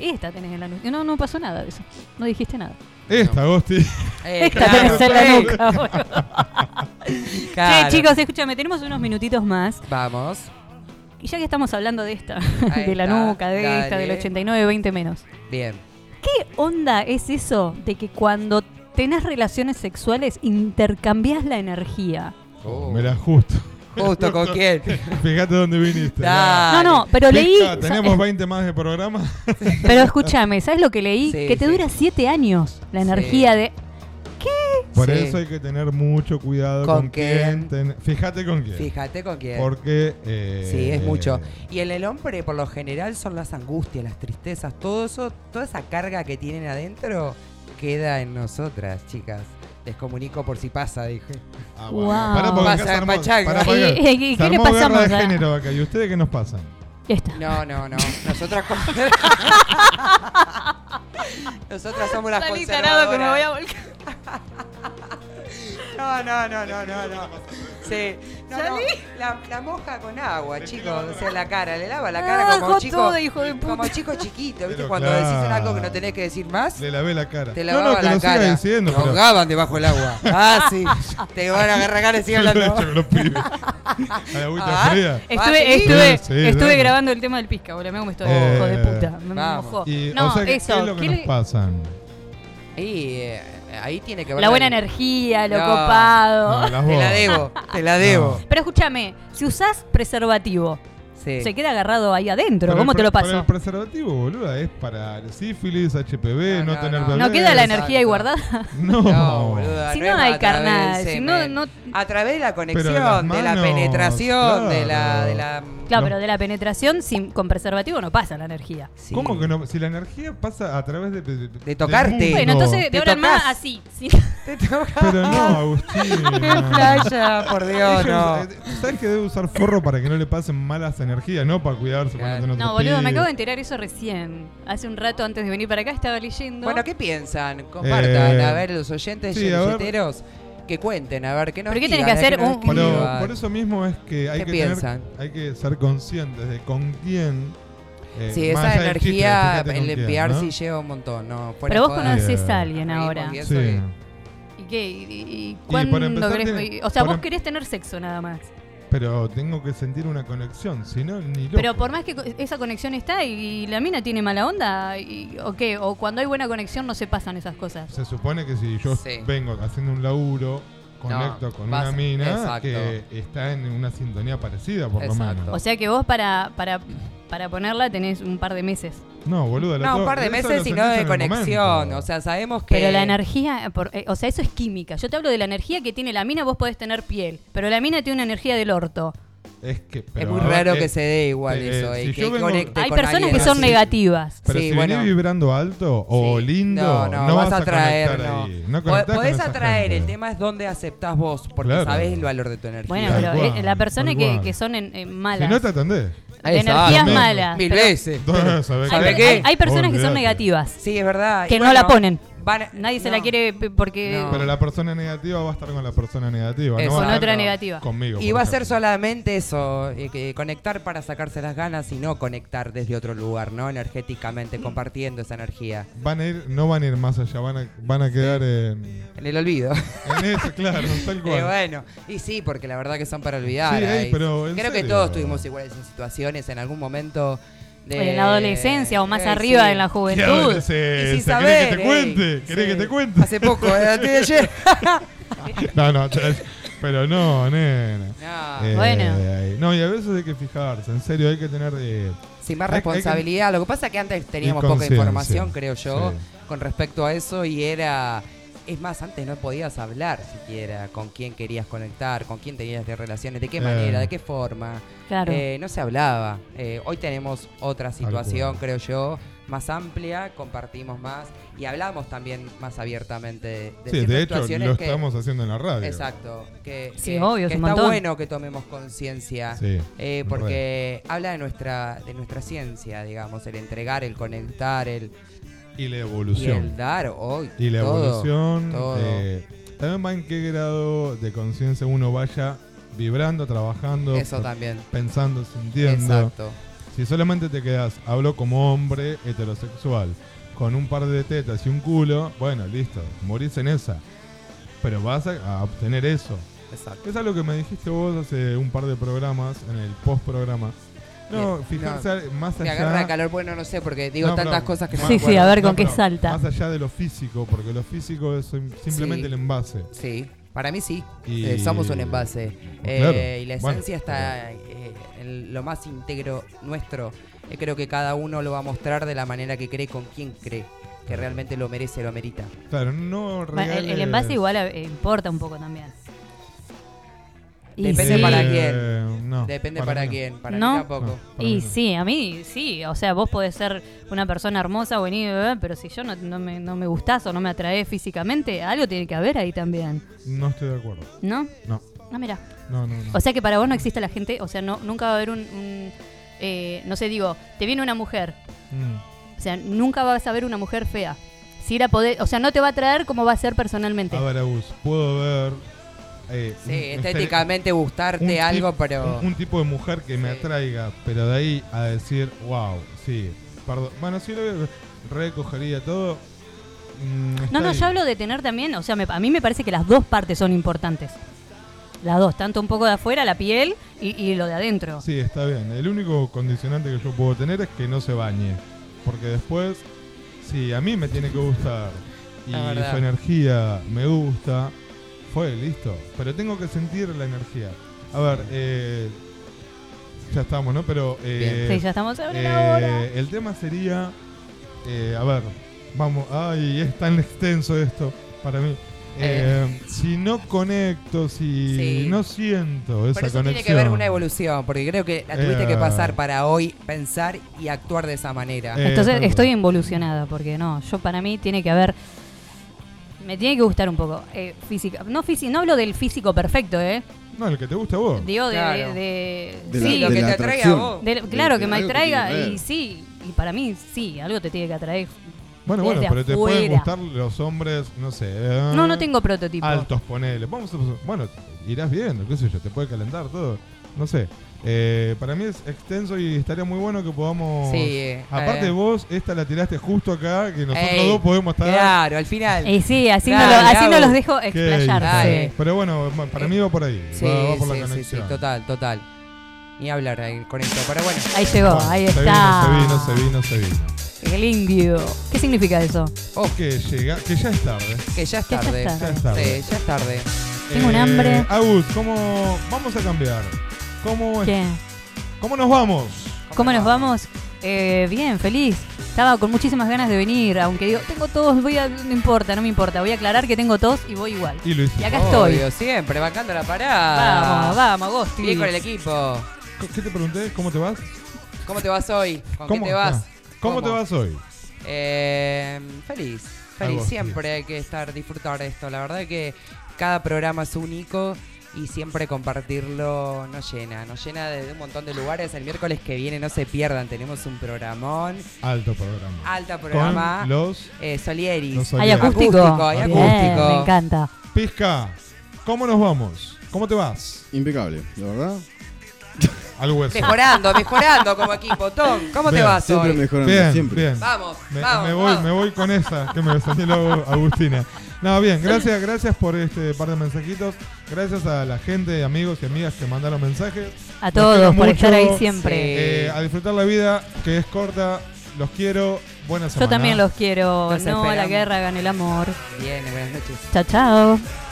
[SPEAKER 8] Esta tenés en la nuca. No, no pasó nada de eso. No dijiste nada.
[SPEAKER 6] Esta, Agosti.
[SPEAKER 7] Eh,
[SPEAKER 8] Esta tenés en la nuca, boludo.
[SPEAKER 7] Claro.
[SPEAKER 8] Che, chicos, escúchame, tenemos unos minutitos más.
[SPEAKER 7] Vamos.
[SPEAKER 8] Y ya que estamos hablando de esta,
[SPEAKER 7] Ahí
[SPEAKER 8] de la
[SPEAKER 7] está,
[SPEAKER 8] nuca, de esta,
[SPEAKER 7] dale.
[SPEAKER 8] del 89, 20 menos.
[SPEAKER 7] Bien.
[SPEAKER 8] ¿Qué onda es eso de que cuando tenés relaciones sexuales intercambiás la energía?
[SPEAKER 6] Me la justo.
[SPEAKER 7] Oh. Justo con quién.
[SPEAKER 6] Fíjate dónde viniste.
[SPEAKER 8] Dale. No, no, pero leí-
[SPEAKER 6] Pica, Tenemos 20 más de programa.
[SPEAKER 8] Pero escúchame, ¿sabes lo que leí?
[SPEAKER 6] Sí,
[SPEAKER 8] que te
[SPEAKER 6] sí.
[SPEAKER 8] dura 7 años la energía de... ¿Qué?
[SPEAKER 6] Por
[SPEAKER 7] Sí.
[SPEAKER 6] eso hay que tener mucho cuidado con,
[SPEAKER 7] ¿Con
[SPEAKER 6] quién.
[SPEAKER 7] quién?
[SPEAKER 6] ten- Fíjate con quién.
[SPEAKER 7] Fíjate con quién.
[SPEAKER 6] Porque. eh,
[SPEAKER 7] Sí, es mucho. Y en el hombre, por lo general, son las angustias, las tristezas, todo eso, toda esa carga que tienen adentro queda en nosotras, chicas. Les comunico por si pasa, dije.
[SPEAKER 6] Ah, bueno. Pará, porque acá se
[SPEAKER 7] Pasa,
[SPEAKER 6] armó-
[SPEAKER 7] pachanga.
[SPEAKER 6] pará, porque se armó guerra de género acá. ¿Y ustedes qué nos pasan?
[SPEAKER 7] No, no, no. Nosotras, con- Nosotras somos las
[SPEAKER 5] Salí, tarado,
[SPEAKER 7] conservadoras.
[SPEAKER 5] que me voy a
[SPEAKER 7] No, no, no, no, no, no. Sí. No, no, La, la moja con agua, chicos. O sea, la cara. Le lava la cara
[SPEAKER 5] Ah,
[SPEAKER 7] como
[SPEAKER 5] jotudo,
[SPEAKER 7] chico.
[SPEAKER 5] hijo de
[SPEAKER 7] Como
[SPEAKER 5] puta.
[SPEAKER 7] chico chiquito, ¿viste?
[SPEAKER 6] Pero
[SPEAKER 7] Cuando decís
[SPEAKER 6] claro.
[SPEAKER 7] algo que no tenés que decir más.
[SPEAKER 6] Le lavé la cara.
[SPEAKER 7] Te
[SPEAKER 6] no, no,
[SPEAKER 7] lavaba
[SPEAKER 6] que
[SPEAKER 7] la
[SPEAKER 6] lo siga
[SPEAKER 7] cara.
[SPEAKER 6] diciendo.
[SPEAKER 7] Te
[SPEAKER 6] pero-
[SPEAKER 7] ahogaban debajo del agua. Ah, sí. Te van a agarrar y siguen
[SPEAKER 6] Yo lo he
[SPEAKER 7] hablando.
[SPEAKER 6] hecho con los pibes. A la agüita
[SPEAKER 7] Ah, Ah,
[SPEAKER 6] fría.
[SPEAKER 8] Estuve,
[SPEAKER 7] ¿sí?
[SPEAKER 8] estuve,
[SPEAKER 6] Sí, sí,
[SPEAKER 8] estuve
[SPEAKER 6] dale.
[SPEAKER 8] grabando el tema del pisca, boludo. Mirá cómo estoy,
[SPEAKER 6] Eh,
[SPEAKER 8] hijo de puta. Me
[SPEAKER 7] vamos.
[SPEAKER 8] mojó.
[SPEAKER 6] Y,
[SPEAKER 8] No,
[SPEAKER 6] o sea, que
[SPEAKER 8] eso.
[SPEAKER 6] ¿Qué es lo que
[SPEAKER 8] ¿qué
[SPEAKER 6] nos
[SPEAKER 8] le-
[SPEAKER 6] pasan?
[SPEAKER 7] Y eh, ahí tiene que ver.
[SPEAKER 8] La buena energía, lo
[SPEAKER 7] No.
[SPEAKER 8] copado.
[SPEAKER 7] No, las Te la debo, te la debo.
[SPEAKER 8] Pero escúchame, si usás preservativo,
[SPEAKER 7] Sí.
[SPEAKER 8] se queda agarrado ahí adentro.
[SPEAKER 6] Pero
[SPEAKER 8] ¿Cómo
[SPEAKER 6] el
[SPEAKER 8] te
[SPEAKER 6] pre-
[SPEAKER 8] lo
[SPEAKER 6] Pero
[SPEAKER 8] pasó?
[SPEAKER 6] el preservativo, boluda, es para sífilis, HPV, no, tener bebés.
[SPEAKER 8] ¿No queda la energía ahí guardada?
[SPEAKER 6] No,
[SPEAKER 7] boluda,
[SPEAKER 8] Si
[SPEAKER 7] es
[SPEAKER 8] no hay
[SPEAKER 7] a través
[SPEAKER 8] carnal,
[SPEAKER 7] del
[SPEAKER 8] si
[SPEAKER 7] semen. A través de la conexión,
[SPEAKER 6] Pero las
[SPEAKER 7] de la
[SPEAKER 6] manos,
[SPEAKER 7] penetración, de la.
[SPEAKER 6] claro.
[SPEAKER 7] De la
[SPEAKER 8] Claro,
[SPEAKER 6] No.
[SPEAKER 8] pero de la penetración sin, con preservativo no pasa la energía.
[SPEAKER 6] ¿Cómo que no? Si la energía pasa a través de... De, del
[SPEAKER 7] tocarte.
[SPEAKER 6] mundo.
[SPEAKER 8] Bueno, entonces de ahora en más
[SPEAKER 7] tocas.
[SPEAKER 8] así. sí.
[SPEAKER 6] Pero no, Agustín.
[SPEAKER 7] ¡Qué playa! Por Dios, no.
[SPEAKER 6] Ella, ¿Sabes que debe usar forro para que no le pasen malas energías? No para cuidarse cuando están
[SPEAKER 8] No,
[SPEAKER 6] otros
[SPEAKER 8] boludo, me
[SPEAKER 6] pibes.
[SPEAKER 8] acabo de enterar eso recién. Hace un rato antes de venir para acá estaba leyendo.
[SPEAKER 7] Bueno, ¿qué piensan? Compartan,
[SPEAKER 6] Eh,
[SPEAKER 7] a ver, los oyentes
[SPEAKER 6] sí,
[SPEAKER 7] y
[SPEAKER 6] a ver.
[SPEAKER 7] yeteros, que cuenten, a ver, que nos
[SPEAKER 8] ¿Pero qué
[SPEAKER 7] digan,
[SPEAKER 8] tenés que
[SPEAKER 7] eh,
[SPEAKER 8] hacer?
[SPEAKER 7] nos
[SPEAKER 8] Un-
[SPEAKER 6] Pero
[SPEAKER 7] escriban.
[SPEAKER 6] por eso mismo es que hay
[SPEAKER 7] ¿Qué
[SPEAKER 6] que, tener-
[SPEAKER 7] piensan?
[SPEAKER 6] hay que ser conscientes de con quién... eh,
[SPEAKER 7] Sí,
[SPEAKER 6] más
[SPEAKER 7] esa
[SPEAKER 6] allá del chiste,
[SPEAKER 7] energía,
[SPEAKER 6] fíjate con
[SPEAKER 7] el
[SPEAKER 6] quién,
[SPEAKER 7] enviar
[SPEAKER 6] ¿no?
[SPEAKER 7] sí lleva un montón. No, fuera
[SPEAKER 8] Pero vos
[SPEAKER 7] joda.
[SPEAKER 8] conocés a alguien ahora.
[SPEAKER 7] y eso
[SPEAKER 6] Eh, Sí.
[SPEAKER 8] ¿Y qué? ¿Y, y- y
[SPEAKER 6] para
[SPEAKER 8] cuándo
[SPEAKER 6] empezar
[SPEAKER 8] querés-
[SPEAKER 6] tiene-
[SPEAKER 8] O sea,
[SPEAKER 6] para-
[SPEAKER 8] vos querés tener sexo nada más.
[SPEAKER 6] Pero tengo que sentir una conexión, si no, ni loco.
[SPEAKER 8] Pero por más que co- esa conexión está y la mina tiene mala onda, y- ¿o qué? O cuando hay buena conexión no se pasan esas cosas.
[SPEAKER 6] Se supone que si yo
[SPEAKER 7] Sí.
[SPEAKER 6] vengo haciendo un laburo, conecto con una
[SPEAKER 7] vas-
[SPEAKER 6] mina
[SPEAKER 7] exacto.
[SPEAKER 6] que está en una sintonía parecida, por lo
[SPEAKER 7] Exacto.
[SPEAKER 6] menos.
[SPEAKER 8] O sea que vos para, para, para ponerla tenés un par de meses.
[SPEAKER 6] no, boludo.
[SPEAKER 7] No, un par de meses y no de conexión. O sea, sabemos que.
[SPEAKER 8] Pero la energía, por- eh, o sea, eso es química. Yo te hablo de la energía que tiene la mina, vos podés tener piel, pero la mina tiene una energía del orto.
[SPEAKER 6] Es, que,
[SPEAKER 7] Es
[SPEAKER 6] pero
[SPEAKER 7] muy
[SPEAKER 6] ahora
[SPEAKER 7] raro que
[SPEAKER 6] es-
[SPEAKER 7] se dé igual
[SPEAKER 6] eh,
[SPEAKER 7] eso.
[SPEAKER 6] eh,
[SPEAKER 7] y
[SPEAKER 6] si
[SPEAKER 7] que
[SPEAKER 6] yo vengo-
[SPEAKER 7] conecte
[SPEAKER 8] Hay
[SPEAKER 7] con
[SPEAKER 8] personas
[SPEAKER 7] alguien
[SPEAKER 8] que son
[SPEAKER 7] así.
[SPEAKER 8] negativas.
[SPEAKER 6] Pero
[SPEAKER 7] Sí,
[SPEAKER 6] si
[SPEAKER 7] bueno.
[SPEAKER 6] venís vibrando alto o lindo, no, vas, a
[SPEAKER 7] atraer,
[SPEAKER 6] conectar
[SPEAKER 7] no.
[SPEAKER 6] ahí. No
[SPEAKER 7] Po-
[SPEAKER 6] conectás con
[SPEAKER 7] Podés
[SPEAKER 6] esa
[SPEAKER 7] atraer,
[SPEAKER 6] gente.
[SPEAKER 7] el tema es dónde aceptás vos, porque
[SPEAKER 6] Claro.
[SPEAKER 7] sabés el valor de tu energía.
[SPEAKER 8] Bueno, pero eh, la persona que, que son en, en malas.
[SPEAKER 6] Si no te atendés.
[SPEAKER 8] De energías malas.
[SPEAKER 7] Mil
[SPEAKER 8] pero-
[SPEAKER 7] veces.
[SPEAKER 6] Dos veces, a ver
[SPEAKER 8] Hay,
[SPEAKER 7] ¿Sabe
[SPEAKER 8] per-
[SPEAKER 7] qué?
[SPEAKER 8] hay- hay personas que son
[SPEAKER 6] Olvidate.
[SPEAKER 8] negativas.
[SPEAKER 7] Sí, es verdad.
[SPEAKER 8] Que
[SPEAKER 7] Ah, Y
[SPEAKER 8] no
[SPEAKER 7] bueno,
[SPEAKER 8] la ponen.
[SPEAKER 7] van a-
[SPEAKER 8] Nadie se
[SPEAKER 7] no.
[SPEAKER 8] la quiere p- porque.
[SPEAKER 7] No.
[SPEAKER 6] Pero la persona negativa va a estar con la persona negativa. no
[SPEAKER 7] Exacto.
[SPEAKER 6] va a
[SPEAKER 8] Eh, Con
[SPEAKER 6] estar
[SPEAKER 8] otra negativa.
[SPEAKER 6] Conmigo.
[SPEAKER 7] Y
[SPEAKER 6] por
[SPEAKER 7] va a
[SPEAKER 6] ejemplo.
[SPEAKER 7] ser solamente eso, eh, que conectar para sacarse las ganas y no conectar desde otro lugar, ¿no?
[SPEAKER 8] Mm.
[SPEAKER 7] Energéticamente, compartiendo esa energía.
[SPEAKER 6] Van a ir, no van a ir más allá, van a, van a quedar en.
[SPEAKER 7] En el olvido.
[SPEAKER 6] En eso, claro, tal cual.
[SPEAKER 7] Eh, bueno, y sí, porque la verdad que son para olvidar.
[SPEAKER 6] Sí, ey,
[SPEAKER 7] ay.
[SPEAKER 6] pero en
[SPEAKER 7] Creo que
[SPEAKER 6] serio.
[SPEAKER 7] todos tuvimos iguales en situaciones en algún momento. De,
[SPEAKER 8] En la adolescencia o más
[SPEAKER 7] Eh,
[SPEAKER 8] arriba
[SPEAKER 7] sí.
[SPEAKER 8] en la
[SPEAKER 6] ¿Qué
[SPEAKER 8] juventud.
[SPEAKER 6] adolescencia? ¿Querés que te
[SPEAKER 7] ey,
[SPEAKER 6] cuente? ¿Querés
[SPEAKER 7] sí.
[SPEAKER 6] que te cuente?
[SPEAKER 7] Hace poco, eh, antes de ayer.
[SPEAKER 6] No, no, te- pero no, nena.
[SPEAKER 7] No.
[SPEAKER 8] Bueno.
[SPEAKER 6] ay, No, y a veces hay que fijarse, en serio, hay que tener. eh,
[SPEAKER 7] Sin más
[SPEAKER 6] hay- hay que-
[SPEAKER 7] responsabilidad. Lo que pasa es que antes teníamos
[SPEAKER 6] Y
[SPEAKER 7] poca
[SPEAKER 6] conciencia,
[SPEAKER 7] información, creo yo,
[SPEAKER 6] sí.
[SPEAKER 7] con respecto a eso y era... Es más, antes no podías hablar siquiera con quién querías conectar, con quién tenías de relaciones, de qué
[SPEAKER 6] Eh.
[SPEAKER 7] manera, de qué forma.
[SPEAKER 8] Claro.
[SPEAKER 7] Eh, no se hablaba. Eh, hoy tenemos otra situación, creo yo, más amplia, compartimos más y hablamos también más abiertamente de, de
[SPEAKER 6] Sí,
[SPEAKER 7] ciertas
[SPEAKER 6] de hecho,
[SPEAKER 7] situaciones
[SPEAKER 6] lo
[SPEAKER 7] que-
[SPEAKER 6] estamos haciendo en la radio.
[SPEAKER 7] Exacto. Que,
[SPEAKER 8] Sí,
[SPEAKER 7] que-
[SPEAKER 8] obvio,
[SPEAKER 7] que
[SPEAKER 8] es un
[SPEAKER 7] está
[SPEAKER 8] montón.
[SPEAKER 7] bueno que tomemos conciencia.
[SPEAKER 6] Sí,
[SPEAKER 7] eh,
[SPEAKER 6] re.
[SPEAKER 7] porque habla de nuestra, de nuestra ciencia, digamos, el entregar, el conectar, el,
[SPEAKER 6] Y la
[SPEAKER 7] y
[SPEAKER 6] evolución.
[SPEAKER 7] el dar hoy.
[SPEAKER 6] Y la
[SPEAKER 7] todo,
[SPEAKER 6] evolución.
[SPEAKER 7] todo.
[SPEAKER 6] eh, también va en qué grado de conciencia uno vaya vibrando, trabajando,
[SPEAKER 7] Eso
[SPEAKER 6] pe-
[SPEAKER 7] también.
[SPEAKER 6] pensando, sintiendo.
[SPEAKER 7] Exacto.
[SPEAKER 6] Si solamente te quedas, hablo como hombre heterosexual, con un par de tetas y un culo, bueno, listo, morís en esa. Pero vas a, a obtener eso.
[SPEAKER 7] Exacto.
[SPEAKER 6] Es algo que me dijiste vos hace un par de programas, en el post programa. No,
[SPEAKER 7] Bien,
[SPEAKER 6] fijarse
[SPEAKER 7] no,
[SPEAKER 6] más allá.
[SPEAKER 7] Me agarra calor, bueno, no sé, porque digo
[SPEAKER 6] No, pero-
[SPEAKER 7] tantas cosas que no
[SPEAKER 8] Sí,
[SPEAKER 7] me
[SPEAKER 8] sí,
[SPEAKER 7] acuerdo.
[SPEAKER 8] a ver con
[SPEAKER 6] No,
[SPEAKER 8] qué
[SPEAKER 6] pero
[SPEAKER 8] salta.
[SPEAKER 6] Más allá de lo físico, porque lo físico es sim- simplemente
[SPEAKER 7] Sí.
[SPEAKER 6] el envase.
[SPEAKER 7] Sí, para mí sí.
[SPEAKER 6] Y-
[SPEAKER 7] Eh, somos un envase. Eh,
[SPEAKER 6] Claro.
[SPEAKER 7] Y la
[SPEAKER 6] Bueno,
[SPEAKER 7] esencia está eh, en lo más íntegro nuestro. Eh, creo que cada uno lo va a mostrar de la manera que cree, con quién cree. que realmente lo merece, lo amerita.
[SPEAKER 6] eh, Claro, no
[SPEAKER 8] Bueno, el, el envase igual eh, importa un poco también. Y
[SPEAKER 7] Depende
[SPEAKER 8] sí.
[SPEAKER 6] eh,
[SPEAKER 7] para quién. Depende para, quién. Para
[SPEAKER 8] ¿No?
[SPEAKER 7] mí tampoco.
[SPEAKER 6] Ah,
[SPEAKER 8] y sí, a mí sí. O sea, vos podés ser una persona hermosa, buenísima, pero si yo no, no me, no me gustás o no me atraes físicamente, algo tiene que haber ahí también.
[SPEAKER 6] No estoy de acuerdo.
[SPEAKER 8] ¿No?
[SPEAKER 6] No.
[SPEAKER 8] Ah, mira.
[SPEAKER 6] No, no, no.
[SPEAKER 8] O sea que para vos no existe la gente, o sea, no, nunca va a haber un... un, eh, no sé, digo, te viene una mujer.
[SPEAKER 6] Mm.
[SPEAKER 8] O sea, nunca vas a ver una mujer fea. Si la podés, o sea, no te va a atraer como va a ser personalmente.
[SPEAKER 6] A ver, Agus, puedo ver. eh,
[SPEAKER 7] Sí,
[SPEAKER 6] un-
[SPEAKER 7] estéticamente gustarte
[SPEAKER 6] un tip-
[SPEAKER 7] algo, pero-
[SPEAKER 6] Un, un tipo de mujer que me atraiga, pero de ahí a decir, wow, sí, perdón. Bueno, sí, lo veo, recogería todo. mm, está
[SPEAKER 8] No, no,
[SPEAKER 6] ahí.
[SPEAKER 8] yo hablo de tener también, o sea, me- a mí me parece que las dos partes son importantes. Las dos, tanto un poco de afuera, la piel, y, y lo de adentro.
[SPEAKER 6] Sí, está bien. El único condicionante que yo puedo tener es que no se bañe. Porque después, sí, a mí me tiene que gustar. Y
[SPEAKER 7] Es verdad.
[SPEAKER 6] su energía me gusta. Fue, listo. Pero tengo que sentir la energía. A ver, eh, ya estamos, ¿no? Pero... eh,
[SPEAKER 8] Bien. Sí, ya estamos sobre la hora.
[SPEAKER 6] El tema Ah, sería... eh, a ver, vamos. Ay, es tan extenso esto para mí. Eh, si no conecto, si
[SPEAKER 7] Sí.
[SPEAKER 6] no siento esa
[SPEAKER 7] Por eso
[SPEAKER 6] conexión. Eh.
[SPEAKER 7] tiene que haber una evolución, porque creo que la tuviste que pasar para hoy pensar y actuar de esa manera.
[SPEAKER 6] Eh,
[SPEAKER 8] Entonces estoy involucionada, porque no, yo para mí tiene que haber. Me tiene que gustar un poco. eh, física. No, físi- no hablo del físico perfecto, ¿eh?
[SPEAKER 6] No, el que te gusta a vos.
[SPEAKER 8] Digo, de.
[SPEAKER 7] Claro.
[SPEAKER 8] de-
[SPEAKER 6] De
[SPEAKER 8] sí,
[SPEAKER 6] la- Lo de que la te atraiga atracción. a vos.
[SPEAKER 8] De-
[SPEAKER 6] De-
[SPEAKER 8] claro,
[SPEAKER 6] de
[SPEAKER 8] que me
[SPEAKER 6] algo que
[SPEAKER 8] atraiga.
[SPEAKER 6] tiene que ver.
[SPEAKER 8] y sí, y para mí sí, algo te tiene que atraer.
[SPEAKER 6] Bueno, bueno,
[SPEAKER 8] desde
[SPEAKER 6] pero te pueden
[SPEAKER 8] afuera.
[SPEAKER 6] gustar los hombres, no sé. eh,
[SPEAKER 8] No, no tengo prototipo.
[SPEAKER 6] Altos, ponele. Vamos a- bueno, irás viendo, qué sé yo, te puede calentar todo. No sé. Eh, para mí es extenso y estaría muy bueno que podamos.
[SPEAKER 7] Sí, eh,
[SPEAKER 6] Aparte,
[SPEAKER 7] eh.
[SPEAKER 6] vos, esta la tiraste justo acá, que nosotros
[SPEAKER 7] Ey,
[SPEAKER 6] dos podemos estar.
[SPEAKER 7] Claro, al final.
[SPEAKER 8] Y sí, así no lo- así no los dejo
[SPEAKER 6] Qué
[SPEAKER 8] explayarse.
[SPEAKER 6] difícil. Pero bueno, ma- para mí va por ahí.
[SPEAKER 7] Sí,
[SPEAKER 6] va, va por
[SPEAKER 7] sí,
[SPEAKER 6] la
[SPEAKER 7] sí, sí,
[SPEAKER 6] conexión.
[SPEAKER 7] total, total. Ni hablar ahí con esto, pero bueno.
[SPEAKER 8] Ahí llegó, ahí
[SPEAKER 6] se
[SPEAKER 8] está.
[SPEAKER 6] vino, se vino, se vino, se vino.
[SPEAKER 8] El indio. ¿Qué significa eso?
[SPEAKER 6] Que llega, que ya es tarde.
[SPEAKER 7] Oh. Que ya es
[SPEAKER 8] Que ya
[SPEAKER 7] tarde.
[SPEAKER 8] es tarde.
[SPEAKER 6] Ya es tarde.
[SPEAKER 7] Sí, ya es tarde.
[SPEAKER 8] Tengo un hambre.
[SPEAKER 6] Eh, Agus, ¿cómo vamos a cambiar? ¿Cómo, es-
[SPEAKER 8] ¿Qué?
[SPEAKER 6] ¿Cómo nos vamos?
[SPEAKER 8] ¿Cómo nos vamos? Eh, bien, feliz. Estaba con muchísimas ganas de venir, aunque digo, tengo tos, voy a, no importa, no me importa, voy a aclarar que tengo tos y voy igual.
[SPEAKER 6] Y lo hicimos.
[SPEAKER 8] acá estoy.
[SPEAKER 7] Obvio, siempre, bancando la parada.
[SPEAKER 8] Vamos, vamos, Agostis.
[SPEAKER 7] Bien con el equipo.
[SPEAKER 6] ¿Qué- ¿Qué te pregunté? ¿Cómo te vas?
[SPEAKER 7] ¿Cómo te vas hoy? ¿Con
[SPEAKER 6] ¿Cómo,
[SPEAKER 7] qué te vas?
[SPEAKER 6] ah, ¿Cómo, te vas hoy?
[SPEAKER 7] Eh, feliz, feliz.
[SPEAKER 6] Agostis.
[SPEAKER 7] Siempre hay que estar, disfrutar de esto. La verdad que cada programa es único y siempre compartirlo nos llena. Nos llena de, de un montón de lugares. El miércoles que viene no se pierdan, tenemos un programón.
[SPEAKER 6] Alto programa.
[SPEAKER 7] Alta programa.
[SPEAKER 6] Con los
[SPEAKER 7] eh, Solieris.
[SPEAKER 6] los
[SPEAKER 8] Hay
[SPEAKER 6] Solieris.
[SPEAKER 8] acústico.
[SPEAKER 7] Acústico, hay
[SPEAKER 8] Bien,
[SPEAKER 7] acústico.
[SPEAKER 8] me encanta.
[SPEAKER 6] Pizca, ¿cómo nos vamos? ¿Cómo te vas?
[SPEAKER 9] Impecable, la verdad.
[SPEAKER 6] Al hueso.
[SPEAKER 7] Mejorando, mejorando como equipo. Tom, ¿cómo te
[SPEAKER 9] Bien,
[SPEAKER 7] vas
[SPEAKER 9] siempre
[SPEAKER 7] hoy?
[SPEAKER 9] mejorando,
[SPEAKER 6] Bien,
[SPEAKER 9] siempre.
[SPEAKER 6] bien.
[SPEAKER 7] Vamos,
[SPEAKER 6] me,
[SPEAKER 7] vamos,
[SPEAKER 6] me voy,
[SPEAKER 7] vamos.
[SPEAKER 6] me voy con esa que me señaló Agustina. No, bien, gracias, gracias por este par de mensajitos. Gracias a la gente, amigos y amigas que mandaron mensajes.
[SPEAKER 8] A
[SPEAKER 6] Los
[SPEAKER 8] todos
[SPEAKER 6] quiero
[SPEAKER 8] por estar ahí siempre. Sí.
[SPEAKER 6] Eh, a disfrutar la vida, que es corta. Los quiero. Buenas
[SPEAKER 8] Yo
[SPEAKER 6] semana.
[SPEAKER 8] también los quiero.
[SPEAKER 6] Los
[SPEAKER 8] no a la
[SPEAKER 6] esperamos.
[SPEAKER 8] guerra, hagan el amor.
[SPEAKER 7] Bien, buenas noches.
[SPEAKER 8] Chao, chao.